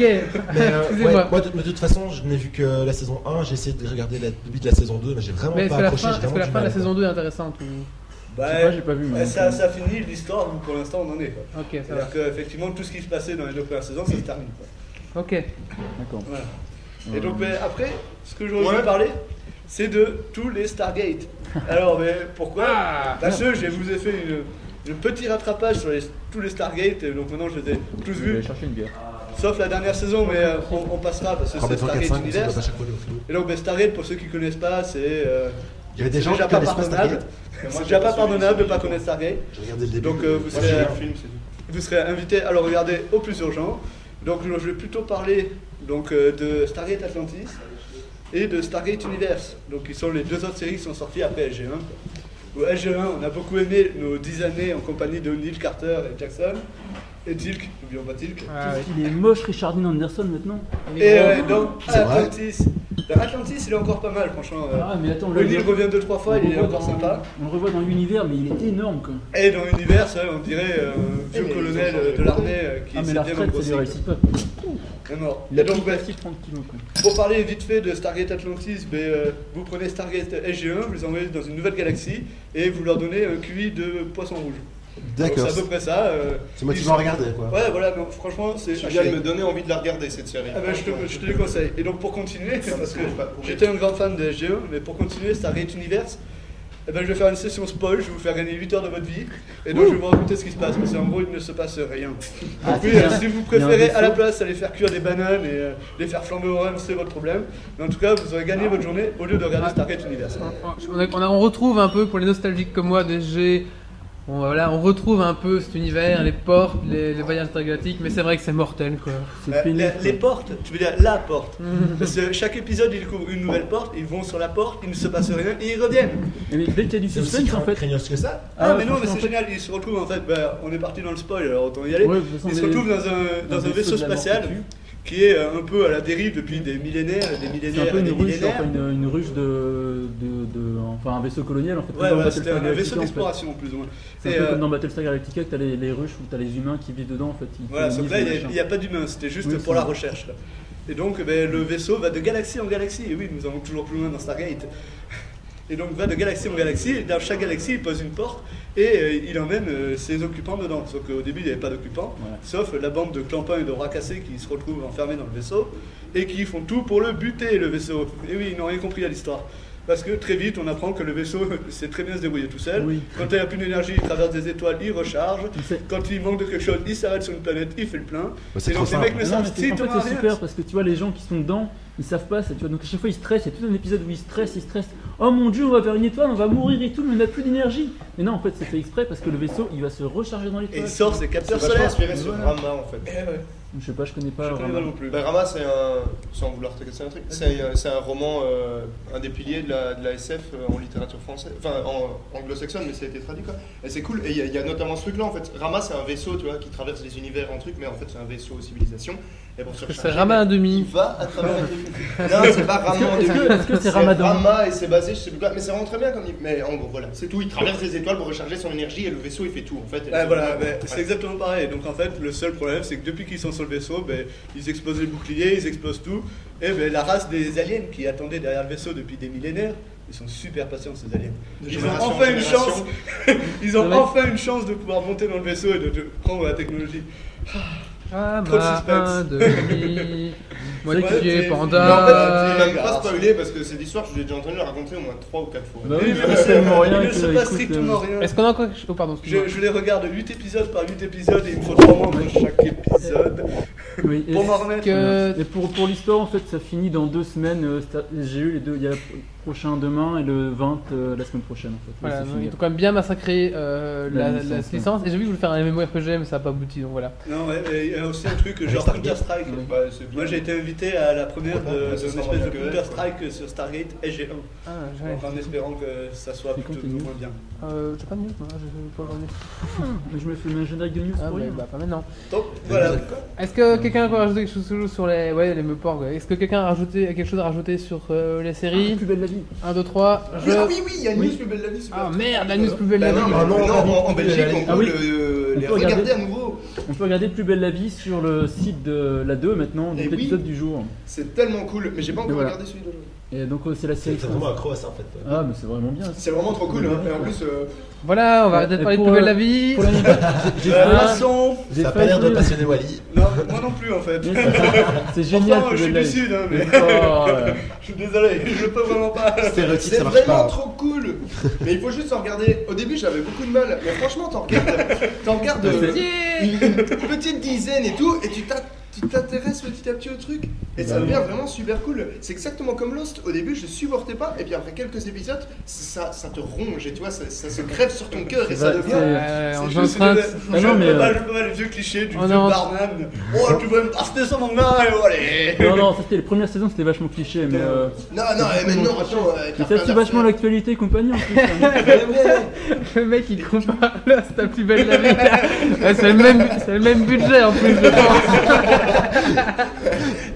Speaker 1: (laughs)
Speaker 2: euh,
Speaker 1: Excusez-moi.
Speaker 2: ouais, moi, de, mais de toute façon, je n'ai vu que la saison 1, j'ai essayé de regarder la début de la saison 2, mais j'ai vraiment
Speaker 1: Mais est-ce
Speaker 2: pas
Speaker 1: que la
Speaker 2: accroché.
Speaker 1: fin,
Speaker 2: j'ai
Speaker 1: est-ce
Speaker 2: vraiment
Speaker 1: que la
Speaker 2: du
Speaker 1: fin de la
Speaker 2: mal, quoi.
Speaker 1: saison 2 est intéressante ou...
Speaker 4: Bah,
Speaker 3: Je sais pas, j'ai pas vu. mais-
Speaker 4: ouais, ça, ça finit l'histoire où pour l'instant on en est. quoi.
Speaker 1: Ok, ça va.
Speaker 4: C'est-à-dire qu'effectivement, tout ce qui se passait dans les deux premières saisons, ça se termine. quoi.
Speaker 1: Ok.
Speaker 3: D'accord.
Speaker 4: Voilà.
Speaker 3: Euh,
Speaker 4: Et donc, mais après, ce que j'aurais voulu
Speaker 5: Ouais.
Speaker 4: parler, c'est de tous les Stargate. Alors, mais pourquoi
Speaker 1: Ah,
Speaker 4: Parce que je vous ai fait une, un petit rattrapage sur les- tous les Stargate, et donc maintenant je les ai
Speaker 3: Je
Speaker 4: tous
Speaker 3: vais
Speaker 4: vus,
Speaker 3: aller chercher une bière.
Speaker 4: sauf la dernière saison, mais euh, on, on passera parce que
Speaker 2: Ah, mais
Speaker 4: c'est
Speaker 2: faut quatre,
Speaker 4: Stargate
Speaker 2: cinq,
Speaker 4: Universe.
Speaker 2: c'est pas chaque fois le flou.
Speaker 4: Et donc, ben, Stargate, pour ceux qui connaissent pas, c'est euh,
Speaker 2: Il y avait des
Speaker 4: c'est
Speaker 2: gens qui
Speaker 4: déjà pas
Speaker 2: connaissent pas
Speaker 4: pardonnable.
Speaker 2: Stargate.
Speaker 5: Mais
Speaker 4: C'est
Speaker 5: moi,
Speaker 4: déjà
Speaker 5: j'ai
Speaker 4: pas
Speaker 5: pas
Speaker 4: pardonnable de
Speaker 5: suivi,
Speaker 4: pas
Speaker 5: j'ai
Speaker 4: connaître Stargate.
Speaker 2: J'ai regardé le début.
Speaker 4: Donc, euh, vous
Speaker 5: Moi
Speaker 4: serez-
Speaker 5: j'ai vu un film, c'est tout.
Speaker 4: vous serez invité à le regarder au plus urgent. Donc je vais plutôt parler donc, euh, de Stargate Atlantis et de Stargate Universe. Donc ils sont les deux autres séries qui sont sorties après LG1. Au LG1, on a beaucoup aimé nos 10 années en compagnie de Neil Carter et Jackson. Et Tilk, n'oublions pas Tilk.
Speaker 1: Ah, oui.
Speaker 3: Il est moche, Richard Dean Anderson maintenant.
Speaker 1: Il est
Speaker 4: Et
Speaker 1: gros,
Speaker 4: euh,
Speaker 1: hein.
Speaker 4: dans
Speaker 2: C'est vrai.
Speaker 4: Atlantis. Dans Atlantis, il est encore pas mal, franchement. euh.
Speaker 3: Ah, mais attends,
Speaker 4: le livre revient deux, trois fois,
Speaker 3: on
Speaker 4: il est
Speaker 3: revoit
Speaker 4: encore
Speaker 3: dans-
Speaker 4: sympa.
Speaker 3: On le revoit dans l'univers, mais il est énorme, quoi.
Speaker 4: Et dans l'univers, ouais, on dirait euh, un vieux
Speaker 5: Eh, mais ils ont
Speaker 4: colonel
Speaker 5: changé
Speaker 4: euh, de
Speaker 5: de
Speaker 4: l'armée euh, qui
Speaker 3: Ah, mais
Speaker 4: s'est
Speaker 3: la
Speaker 4: bien
Speaker 3: retraite, ça
Speaker 4: engrossé,
Speaker 3: lui
Speaker 4: quoi.
Speaker 3: réussit pas.
Speaker 4: Très mort.
Speaker 3: Il a
Speaker 4: Donc, Euh,
Speaker 3: pris
Speaker 4: bref,
Speaker 3: 30 kilos, quoi.
Speaker 4: Pour parler vite fait de Stargate Atlantis, ben, euh, vous prenez Stargate SG1, vous les envoyez dans une nouvelle galaxie et vous leur donnez un QI de poisson rouge. Donc,
Speaker 2: D'accord.
Speaker 4: C'est à peu près ça. euh,
Speaker 2: C'est moi qui
Speaker 4: ils
Speaker 2: vais
Speaker 4: sont-
Speaker 2: regarder, quoi.
Speaker 4: Ouais, voilà, donc, franchement, c'est.
Speaker 5: Tu viens de me donner envie de la regarder cette série.
Speaker 4: Ah ben, je, te, je te le conseille. Et donc pour continuer,
Speaker 5: Ça me
Speaker 4: parce que
Speaker 5: saoule pas pour
Speaker 4: j'étais un grand fan de SG1, mais pour continuer Stargate Universe, eh ben, je vais faire une session spoil, je vais vous faire gagner 8 heures de votre vie, et donc je vais vous raconter ce qui se passe, parce qu'en gros il ne se passe rien.
Speaker 3: Ah,
Speaker 4: Donc oui,
Speaker 3: c'est
Speaker 4: euh,
Speaker 3: bien.
Speaker 4: si vous
Speaker 3: Il y a un
Speaker 4: préférez à la
Speaker 3: vaisseau.
Speaker 4: place aller faire cuire des bananes et euh, les faire flamber au rhum, c'est votre problème, mais en tout cas vous aurez gagné
Speaker 3: Ah.
Speaker 4: votre journée au lieu de regarder Stargate Universe.
Speaker 1: On, a- on a- on retrouve un peu, pour les nostalgiques comme moi, DG, on, voilà, on retrouve un peu cet univers, les portes, les, les voyages intergalactiques, mais c'est vrai que c'est mortel quoi.
Speaker 3: C'est
Speaker 4: Euh,
Speaker 3: pénible.
Speaker 4: les,
Speaker 3: quoi.
Speaker 4: les portes, tu veux dire la
Speaker 3: (laughs)
Speaker 4: porte. Parce que chaque épisode, ils découvrent une nouvelle porte, ils vont sur la porte, il ne se passe rien et ils reviennent.
Speaker 3: Mais dès qu'il y a du
Speaker 2: C'est aussi
Speaker 3: suspense, en fait.
Speaker 2: craignos que ça
Speaker 4: Ah,
Speaker 3: Ah,
Speaker 4: mais non,
Speaker 3: franchement,
Speaker 4: mais c'est
Speaker 3: en fait-
Speaker 4: génial, ils se retrouvent en fait, bah, on est parti dans le spoil, alors autant y aller.
Speaker 3: Ouais, de toute façon,
Speaker 4: ils se
Speaker 3: on est-
Speaker 4: retrouvent dans un, dans un vaisseau
Speaker 3: de la mort
Speaker 4: spatial
Speaker 3: qui tue.
Speaker 4: qui est euh, un peu à la dérive depuis des millénaires, et des
Speaker 3: C'est un
Speaker 4: millénaires,
Speaker 3: peu
Speaker 4: et
Speaker 3: une
Speaker 4: des
Speaker 3: ruche,
Speaker 4: millénaires.
Speaker 3: enfin, une, une ruche de, de, de- Enfin, un vaisseau colonial en fait.
Speaker 4: Ouais,
Speaker 3: Comme dans
Speaker 4: ouais, c'était un
Speaker 3: Battlestar
Speaker 4: vaisseau
Speaker 3: Galactica, en fait.
Speaker 4: d'exploration plus ou moins.
Speaker 3: C'est
Speaker 4: Et,
Speaker 3: un peu
Speaker 4: euh,
Speaker 3: comme dans Battlestar Galactica que t'as les, les ruches où t'as les humains qui vivent dedans en fait. ils
Speaker 4: Voilà, sauf
Speaker 3: colonisent le
Speaker 4: que là, il n'y a,
Speaker 3: machin.
Speaker 4: il y a pas d'humain, c'était juste
Speaker 3: Oui,
Speaker 4: pour
Speaker 3: c'est
Speaker 4: la
Speaker 3: vrai.
Speaker 4: recherche. là. Et donc, ben, le vaisseau va de galaxie en galaxie. Et oui, nous allons toujours plus loin dans Stargate. Et donc, va de galaxie en galaxie. Et dans chaque galaxie, il pose une porte et euh, il emmène euh, ses occupants dedans. Sauf qu'au début, il n'y avait pas d'occupants,
Speaker 3: Voilà.
Speaker 4: sauf la bande de clampins et de rats cassés qui se retrouvent enfermés dans le vaisseau et qui font tout pour le buter, le vaisseau. Et oui, ils n'ont rien compris à l'histoire. Parce que très vite, on apprend que le vaisseau (laughs) sait très bien se débrouiller tout seul.
Speaker 3: Oui.
Speaker 4: Quand il n'a plus d'énergie, il traverse des étoiles, il recharge.
Speaker 3: Tu sais-
Speaker 4: Quand il manque de quelque chose, il s'arrête sur une planète, il fait le plein.
Speaker 2: Bah, c'est
Speaker 4: et
Speaker 2: trop
Speaker 4: donc les
Speaker 2: simple.
Speaker 4: mecs ne
Speaker 3: Non, mais
Speaker 4: savent
Speaker 3: c'est- en fait,
Speaker 4: strictement
Speaker 3: c'est
Speaker 4: rien.
Speaker 3: super parce que tu vois, les gens qui sont dedans, ils savent pas ça. Tu vois, donc à chaque fois, ils stressent. Il y a tout un épisode où ils stressent, ils stressent. Oh mon dieu, on va faire une étoile, on va mourir et tout, mais on n'a plus d'énergie. Mais non, en fait, c'est fait exprès parce que le vaisseau, il va se recharger dans
Speaker 4: Et
Speaker 3: l'étoile.
Speaker 4: il sort ses
Speaker 5: C'est
Speaker 4: capteurs
Speaker 5: vachement
Speaker 4: solaires.
Speaker 5: inspiré sur Rama en fait.
Speaker 4: Eh ouais,
Speaker 3: Je sais pas, je connais
Speaker 4: je
Speaker 3: pas.
Speaker 4: connais
Speaker 3: vraiment. Bah,
Speaker 4: pas non plus.
Speaker 5: Ben, Rama, c'est un. Sans vouloir te casser un truc, c'est euh, c'est un roman, euh, un des piliers de la, de la SF euh, en littérature française, enfin en anglo-saxonne, mais ça a été traduit quoi. Et c'est cool, et il y, a- il y a notamment ce truc-là en fait. Rama, c'est un vaisseau, tu vois, qui traverse les univers en truc, mais en fait, c'est un vaisseau aux civilisations. Et pour se
Speaker 1: Ça
Speaker 5: recharger,
Speaker 1: rama à
Speaker 5: il
Speaker 1: demi.
Speaker 5: va à travers les. Non, c'est pas Rama en
Speaker 3: Est-ce que- est-ce que c'est Ramadan
Speaker 5: Rama et c'est basé, je sais plus quoi, mais c'est vraiment très bien comme. Mais en gros, voilà, c'est tout. Il traverse les étoiles pour recharger son énergie et le vaisseau il fait tout en fait.
Speaker 4: Ouais, voilà,
Speaker 3: bah,
Speaker 4: ben,
Speaker 5: Ouais.
Speaker 4: c'est exactement pareil. Donc en fait, le seul problème, c'est que depuis qu'ils sont sur le vaisseau, ben, ils explosent les boucliers, ils explosent tout. Et ben, la race des aliens qui attendait derrière le vaisseau depuis des millénaires, ils sont super patients ces aliens.
Speaker 5: De
Speaker 4: Ils ont
Speaker 5: génération en
Speaker 4: enfin une
Speaker 5: génération.
Speaker 4: chance. Ils ont
Speaker 1: Ouais.
Speaker 4: enfin une chance de pouvoir monter dans le vaisseau et de, de prendre la technologie. Trop de
Speaker 1: Rama
Speaker 4: suspense.
Speaker 1: à demi.
Speaker 4: Ouais,
Speaker 1: Moitié
Speaker 4: c'est-
Speaker 5: Euh, Mais en fait,
Speaker 1: panda.
Speaker 5: je ne même pas spoilé parce que cette histoire, je l'ai déjà entendu la raconter au moins 3 ou 4 fois.
Speaker 3: Bah oui,
Speaker 4: Et
Speaker 3: mais
Speaker 4: ben,
Speaker 3: c'est tellement
Speaker 4: il
Speaker 3: rien
Speaker 4: ne
Speaker 3: que,
Speaker 4: se passe
Speaker 3: écoute,
Speaker 4: strictement
Speaker 3: euh,
Speaker 4: rien.
Speaker 1: Est-ce qu'on a encore. Oh, pardon, excuse-moi.
Speaker 4: Je, je les regarde 8 épisodes par 8 épisodes et il me faut 3 mois pour chaque épisode.
Speaker 3: Oui, et-
Speaker 4: Pour m'en remettre.
Speaker 1: Que-
Speaker 3: Et pour, pour l'histoire, en fait, ça finit dans deux semaines. euh, c'est- J'ai eu les deux. Il y a le prochain demain et le 20 euh, la semaine prochaine. En fait.
Speaker 1: Voilà,
Speaker 3: Ouais, c'est
Speaker 1: donc
Speaker 3: fini.
Speaker 1: ils ont quand même bien massacré euh,
Speaker 3: La
Speaker 1: la, la
Speaker 3: licence, ouais.
Speaker 1: licence. Et j'ai vu que je voulais faire un MMO RPG, mais ça n'a pas abouti, donc voilà.
Speaker 4: Non, ouais, mais il y a aussi un truc genre Counter-Strike.
Speaker 5: Bah, c'est bien.
Speaker 4: Moi j'ai été invité à la première
Speaker 5: Ouais,
Speaker 4: de,
Speaker 5: ouais,
Speaker 4: de
Speaker 5: ça
Speaker 4: une
Speaker 5: sent
Speaker 4: espèce de
Speaker 5: vraiment que-
Speaker 4: Counter-Strike sur Stargate SG1.
Speaker 1: Ah,
Speaker 4: Donc, en espérant que ça soit
Speaker 3: C'est
Speaker 4: plutôt
Speaker 3: continu.
Speaker 4: moins bien.
Speaker 1: Euh, j'ai pas de news, moi, j'ai pas de news.
Speaker 3: Mais je me fais un générique de news
Speaker 1: Ah,
Speaker 3: pour
Speaker 1: mais
Speaker 3: rien.
Speaker 1: bah, pas maintenant.
Speaker 4: Donc voilà.
Speaker 1: Est-ce que quelqu'un a encore rajouté quelque chose toujours sur les. Ouais, les meporgs. ouais. Est-ce que quelqu'un a rajouté a quelque chose à rajouter sur euh, les séries
Speaker 3: Ah, Plus belle la vie.
Speaker 1: 1, 2, 3. Je.
Speaker 5: Ah oui, oui, il y a une
Speaker 3: Oui.
Speaker 5: news plus belle la vie. super.
Speaker 1: Ah merde, la news plus belle
Speaker 5: Bah
Speaker 1: la
Speaker 5: non,
Speaker 1: vie.
Speaker 5: mais
Speaker 2: Ah non,
Speaker 5: non,
Speaker 2: non,
Speaker 5: en, en
Speaker 2: non,
Speaker 5: Belgique,
Speaker 2: non,
Speaker 5: on peut
Speaker 3: ah oui.
Speaker 5: le-
Speaker 3: On
Speaker 5: les
Speaker 3: peut
Speaker 5: regarder.
Speaker 3: regarder.
Speaker 5: à nouveau.
Speaker 3: On peut regarder Plus belle la vie sur le site de la 2 maintenant, donc
Speaker 5: Eh oui.
Speaker 3: l'épisode du jour.
Speaker 5: C'est tellement cool, mais j'ai pas encore
Speaker 3: Voilà.
Speaker 5: regardé celui d'aujourd'hui.
Speaker 3: Et donc euh, c'est la
Speaker 2: C'est
Speaker 3: série.
Speaker 2: c'est vraiment accro à ça en fait.
Speaker 3: Ah mais c'est vraiment bien.
Speaker 5: C'est vraiment trop cool, hein. et en plus, euh,
Speaker 1: Voilà, on va arrêter de
Speaker 3: Et
Speaker 1: parler de
Speaker 3: pour,
Speaker 1: plus belle
Speaker 3: euh,
Speaker 1: la vie.
Speaker 3: Pour l'anecdote, Ah, j'ai- j'ai
Speaker 4: Euh,
Speaker 3: failli-
Speaker 4: Vincent,
Speaker 3: j'ai
Speaker 2: Ça a pas
Speaker 3: failli
Speaker 2: l'air de
Speaker 3: (laughs) dire-
Speaker 2: passionner Wally.
Speaker 4: non, moi non plus en fait.
Speaker 3: Mais c'est- C'est génial.
Speaker 4: Pourtant,
Speaker 3: Plus
Speaker 4: je suis
Speaker 3: belle
Speaker 4: du
Speaker 3: la vie.
Speaker 4: sud, hein, mais
Speaker 3: Oh, ouais.
Speaker 4: je suis désolé, (laughs) je peux vraiment pas.
Speaker 2: Stéréotype,
Speaker 5: c'est
Speaker 2: ça marche
Speaker 5: vraiment
Speaker 2: pas.
Speaker 5: trop cool. Mais il faut juste en regarder. Au début, j'avais beaucoup de mal, mais franchement, t'en regardes, t'en regardes euh, une une petite dizaine et tout, et tu t'as- tu t'intéresses petit à petit au truc, et ça
Speaker 3: Bah oui.
Speaker 5: devient vraiment super cool. C'est exactement comme Lost. Au début, je supportais pas, et puis après quelques épisodes, ça, ça te ronge, et tu vois, ça, ça se crève sur ton cœur, et ça
Speaker 3: C'est vrai,
Speaker 5: devient.
Speaker 1: Ouais, on
Speaker 4: Je
Speaker 1: est
Speaker 4: suis
Speaker 1: en train de-
Speaker 4: désolé.
Speaker 3: Ah
Speaker 4: Je
Speaker 3: non, mais,
Speaker 4: peux pas-
Speaker 3: euh,
Speaker 4: je peux pas les vieux clichés du
Speaker 1: on
Speaker 4: vieux
Speaker 1: est en-
Speaker 4: barman. Oh, tu veux me passer sur mon gars et allez
Speaker 3: Non non, ça, c'était les premières saisons, c'était vachement cliché, mais. euh,
Speaker 5: Non, non, et maintenant, attends. euh,
Speaker 3: Mais
Speaker 5: t'as
Speaker 3: ça
Speaker 5: plein
Speaker 3: suit vachement
Speaker 5: d'affaires.
Speaker 3: l'actualité et compagnie en plus. hein.
Speaker 5: Ouais, ouais.
Speaker 1: Le mec il compare là, c'est ta plus belle la vie. Ouais, c'est, le même, c'est le même budget en plus, je pense.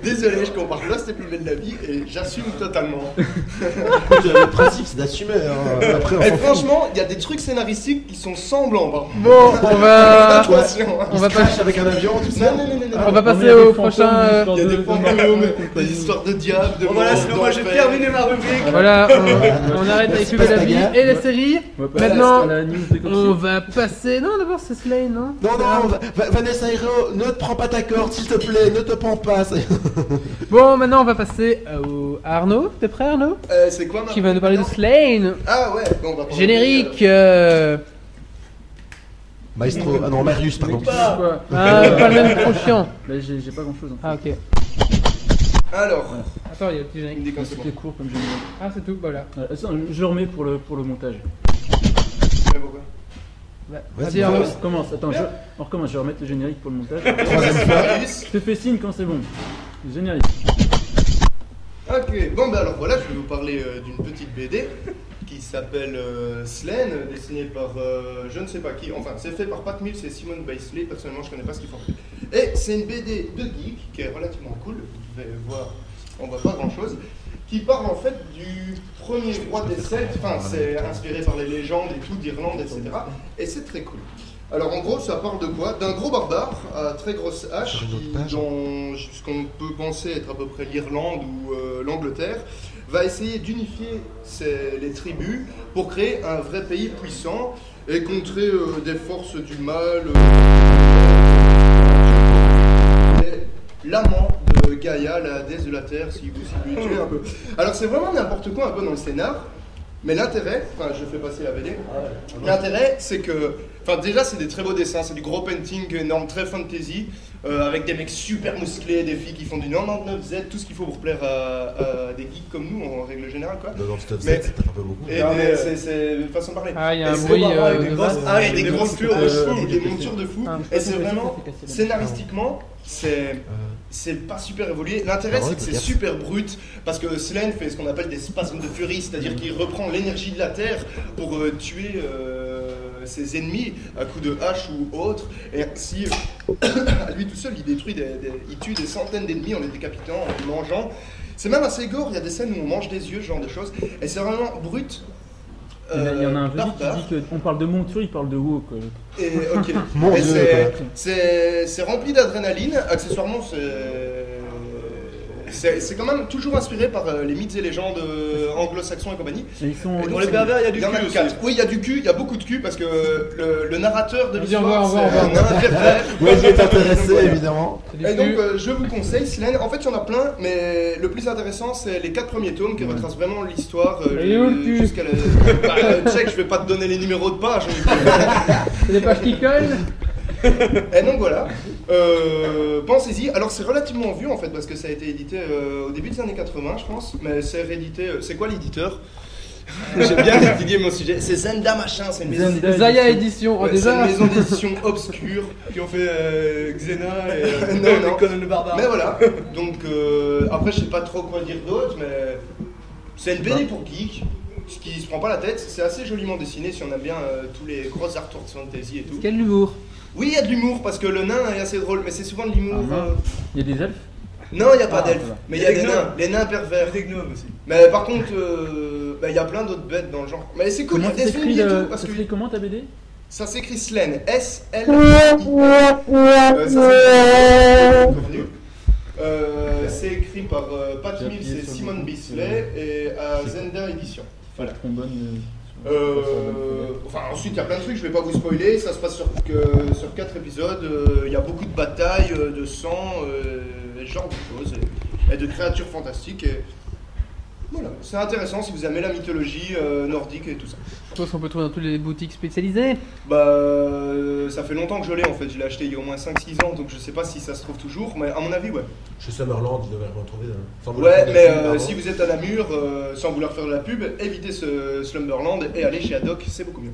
Speaker 5: Désolé, je compare Lost et Plus Belle la Vie, et j'assume totalement.
Speaker 2: Écoute, euh, Le principe c'est d'assumer. hein. (laughs) Après, on s'en
Speaker 5: Et
Speaker 2: fout.
Speaker 5: Eh, franchement, il y a des trucs scénaristiques qui sont semblants, par contre.
Speaker 1: Bon, on va.
Speaker 5: (laughs) Attention, hein.
Speaker 1: On va, pas-
Speaker 2: Crash avec un avion, tout ça. Ah, bah.
Speaker 5: Non, non, non, non, non.
Speaker 1: on va
Speaker 3: Non, mais
Speaker 1: passer
Speaker 3: y a des
Speaker 1: au
Speaker 3: fantômes,
Speaker 1: prochain.
Speaker 3: des
Speaker 1: euh,
Speaker 5: Il y a des
Speaker 3: histoires de-
Speaker 5: fantômes, des histoires de diable, de
Speaker 4: Bon voilà,
Speaker 5: morts,
Speaker 4: sinon moi j'ai
Speaker 5: d'enfer.
Speaker 4: terminé ma rubrique.
Speaker 1: Voilà, on, on arrête avec
Speaker 2: Merci
Speaker 1: plus belle la vie
Speaker 2: Pastaga.
Speaker 1: et la série.
Speaker 3: On va passer
Speaker 1: Maintenant,
Speaker 3: à la news des
Speaker 1: on
Speaker 3: coachs.
Speaker 1: va passer. Non, d'abord c'est Slay, non
Speaker 2: Non, non, Va- Va- Vanessa Hero, ne te prends pas ta corde, s'il te plaît, ne te prends pas. c'est- (laughs)
Speaker 1: Bon, maintenant on va passer euh, au à Arnaud. T'es prêt, Arnaud
Speaker 5: Euh, C'est quoi ma-
Speaker 1: Qui va nous parler de Slane.
Speaker 5: Ah ouais, bon, on va prendre-
Speaker 1: Générique.
Speaker 5: (laughs)
Speaker 1: euh,
Speaker 2: Maestro, ah non, Marius, pardon.
Speaker 4: Pas.
Speaker 3: Quoi
Speaker 1: Ah, pas le même trop chiant.
Speaker 3: Là j'ai j'ai pas grand chose.
Speaker 1: Ah, ok.
Speaker 5: Alors,
Speaker 1: Attends, il y a le petit
Speaker 5: il me
Speaker 1: générique.
Speaker 5: dit quand c'est bon.
Speaker 3: C'était court comme j'ai dit.
Speaker 1: Ah, c'est tout, voilà.
Speaker 3: Euh, attends, je le remets pour le, pour le montage.
Speaker 5: Mais pourquoi
Speaker 1: Bah,
Speaker 2: Vas-y,
Speaker 1: vas-y,
Speaker 3: On
Speaker 1: Arnaud.
Speaker 3: recommence, attends, je, on recommence, je vais remettre le générique pour le montage.
Speaker 5: C'est Marius.
Speaker 3: je te fais signe quand c'est bon. Le générique.
Speaker 5: Ok, bon bah alors voilà, je vais vous parler euh, d'une petite BD qui s'appelle euh, Slane, dessinée par euh, je ne sais pas qui, enfin c'est fait par Pat Mills et Simone Beisley, personnellement je connais pas ce qu'ils font. Et c'est une BD de geek qui est relativement cool. Vous pouvez voir, on voit pas grand chose. Qui parle en fait du premier roi des Celtes. Enfin, c'est inspiré par les légendes et tout d'Irlande, etc. Et c'est très cool. Alors en gros, ça parle de quoi D'un gros barbare à très grosse hache,
Speaker 2: Sur une autre
Speaker 5: qui,
Speaker 2: page.
Speaker 5: dans ce qu'on peut penser être à peu près l'Irlande ou euh, l'Angleterre, va essayer d'unifier ses- les tribus pour créer un vrai pays puissant et contrer euh, des forces du mal. euh, et L'amant de Gaïa, la déesse de la terre, si vous situez un peu. Alors c'est vraiment n'importe quoi un peu dans le scénar, mais l'intérêt, enfin je fais passer la BD, L'intérêt, c'est que. Enfin, déjà, c'est des très beaux dessins, c'est du gros painting énorme, très fantasy, euh, avec des mecs super musclés, des filles qui font du 99Z, tout ce qu'il faut pour plaire à, à des geeks comme nous, en règle générale, quoi.
Speaker 2: Non, non, stop,
Speaker 5: Mais-
Speaker 2: c'est c'est un peu beaucoup.
Speaker 5: Et
Speaker 4: Non,
Speaker 5: des-
Speaker 4: mais-
Speaker 5: c'est- c'est une façon de parler.
Speaker 1: Ah, il y a
Speaker 5: Et
Speaker 1: un
Speaker 5: c'est
Speaker 1: bruit
Speaker 5: marrant,
Speaker 1: euh,
Speaker 5: avec des
Speaker 1: de
Speaker 5: grosses-
Speaker 1: base.
Speaker 5: ah, et des
Speaker 4: Des
Speaker 5: grosses
Speaker 4: grosses
Speaker 5: montures de
Speaker 4: euh,
Speaker 5: fou, et des montures de fou.
Speaker 1: Ah, je
Speaker 5: Et
Speaker 1: pense
Speaker 5: c'est
Speaker 1: que
Speaker 5: vraiment,
Speaker 1: c'est cassé, là.
Speaker 5: scénaristiquement, c'est
Speaker 2: Euh,
Speaker 5: c'est pas super évolué. L'intérêt,
Speaker 2: Ah ouais,
Speaker 5: c'est que c'est
Speaker 2: peut-être.
Speaker 5: super brut, parce que Slane fait ce qu'on appelle des spasmes de furie, c'est-à-dire qu'il reprend l'énergie de la Terre pour euh, tuer euh, ses ennemis à coups de hache ou autre. Et si, (coughs) à lui tout seul, il détruit, des, des- il tue des centaines d'ennemis en les décapitant, en les mangeant. C'est même assez gore, il y a des scènes où on mange des yeux, ce genre de choses. Et c'est vraiment brut.
Speaker 3: Il y en a- il y en a un
Speaker 5: euh,
Speaker 3: Reddit
Speaker 5: barbare.
Speaker 3: qui dit qu'on parle de monture, il parle de euh, WoW. quoi.
Speaker 5: Et,
Speaker 2: (laughs)
Speaker 5: ok.
Speaker 2: Mon
Speaker 5: Et
Speaker 2: Dieu,
Speaker 5: c'est-
Speaker 2: quoi.
Speaker 5: c'est c'est rempli d'adrénaline. Accessoirement, c'est- c'est c'est quand même toujours inspiré par euh, les mythes et légendes euh, anglo-saxons et compagnie.
Speaker 3: Et ils sont.
Speaker 5: Et
Speaker 4: Dans
Speaker 5: donc,
Speaker 4: les
Speaker 5: c'est-
Speaker 4: pervers, il y a du
Speaker 5: en
Speaker 4: cul aussi.
Speaker 5: quatre. Oui, il y a du cul, il y a beaucoup de cul parce que le, le narrateur de
Speaker 1: Vas-y, au revoir,
Speaker 5: l'histoire,
Speaker 1: au revoir,
Speaker 5: c'est
Speaker 1: au revoir.
Speaker 5: un pervers.
Speaker 2: (laughs) Moi, j'y ai été intéressé,
Speaker 5: Voilà.
Speaker 2: évidemment.
Speaker 1: C'est du
Speaker 5: Et donc,
Speaker 1: cul.
Speaker 5: euh, je vous conseille Silène. En fait, il y en a plein, mais le plus intéressant, c'est les quatre premiers tomes qui retracent vraiment l'histoire euh,
Speaker 1: Et où le cul
Speaker 5: jusqu'à la. Bah, euh, check, je vais pas te donner les numéros de page. hein,
Speaker 1: C'est des pages qui
Speaker 5: (laughs)
Speaker 1: collent.
Speaker 5: Et Eh, donc voilà, Euh, pensez-y. Alors c'est relativement vieux en fait parce que ça a été édité euh, au début des années 80 je pense, mais c'est réédité. euh, c'est quoi (laughs) l'éditeur J'ai bien étudié mon sujet. C'est Zenda machin, c'est une maison d'édition.
Speaker 1: Zaya édition. Oh,
Speaker 5: Ouais, c'est
Speaker 1: déjà.
Speaker 5: une maison d'édition obscure.
Speaker 4: Qui ont fait euh,
Speaker 5: (laughs)
Speaker 4: Xena et
Speaker 5: Non,
Speaker 4: euh,
Speaker 5: non.
Speaker 4: Conan le barbare.
Speaker 5: Mais voilà, donc euh, après je sais pas trop quoi dire d'autre, mais c'est une BD pour geek, ce qui se prend pas la tête, c'est assez joliment dessiné si on aime bien euh, tous les grosses artworks fantasy et tout.
Speaker 1: Quel humour.
Speaker 5: Oui il y a de l'humour parce que le nain est assez drôle, mais c'est souvent de l'humour...
Speaker 3: Ah, mince.
Speaker 5: euh,
Speaker 3: Il y a des elfes
Speaker 5: Non, il n'y a pas
Speaker 3: Ah,
Speaker 5: d'elfes,
Speaker 3: voilà.
Speaker 5: mais il y a des
Speaker 4: gnomes.
Speaker 5: nains, les nains pervers.
Speaker 4: Et des gnomes aussi.
Speaker 5: Mais par contre, euh, bah, il y a plein d'autres bêtes dans le genre. Mais c'est cool, il y
Speaker 3: Comment
Speaker 5: a
Speaker 3: ça
Speaker 5: des
Speaker 3: s'écrit
Speaker 5: films et
Speaker 3: le-
Speaker 5: tout, parce
Speaker 3: ça
Speaker 5: que
Speaker 3: s'écrit comment ta BD
Speaker 5: ça s'écrit Slen, S-L-I. Euh, ça, c'est- Convenu. Euh, c'est écrit par euh, Pat
Speaker 3: J'ai
Speaker 5: Mills
Speaker 3: appuyé
Speaker 5: et
Speaker 3: sur le
Speaker 5: Simon
Speaker 3: bouton.
Speaker 5: Bisley et à Zenda Edition.
Speaker 3: Voilà. Trombone. euh,
Speaker 5: Euh, enfin, ensuite, il y a plein de trucs, je vais pas vous spoiler. Ça se passe sur, que- sur 4 épisodes. euh, Il y a beaucoup de batailles, euh, de sang, euh, et ce genre de choses, et, et de créatures fantastiques. Et... Voilà, c'est intéressant si vous aimez la mythologie euh, nordique et tout ça.
Speaker 1: Je pense qu'on peut trouver dans toutes les boutiques spécialisées.
Speaker 5: Bah, euh, ça fait longtemps que je l'ai en fait. Je l'ai acheté il y a au moins 5-6 ans, donc je sais pas si ça se trouve toujours, mais à mon avis, ouais.
Speaker 2: Chez Summerland, il devait le retrouver. hein. Sans me
Speaker 5: Ouais,
Speaker 2: le
Speaker 5: mais
Speaker 2: faire,
Speaker 5: euh,
Speaker 2: pardon.
Speaker 5: si vous êtes à Namur, euh, sans vouloir faire de la pub, évitez ce Slumberland et allez chez Adoc, c'est beaucoup mieux.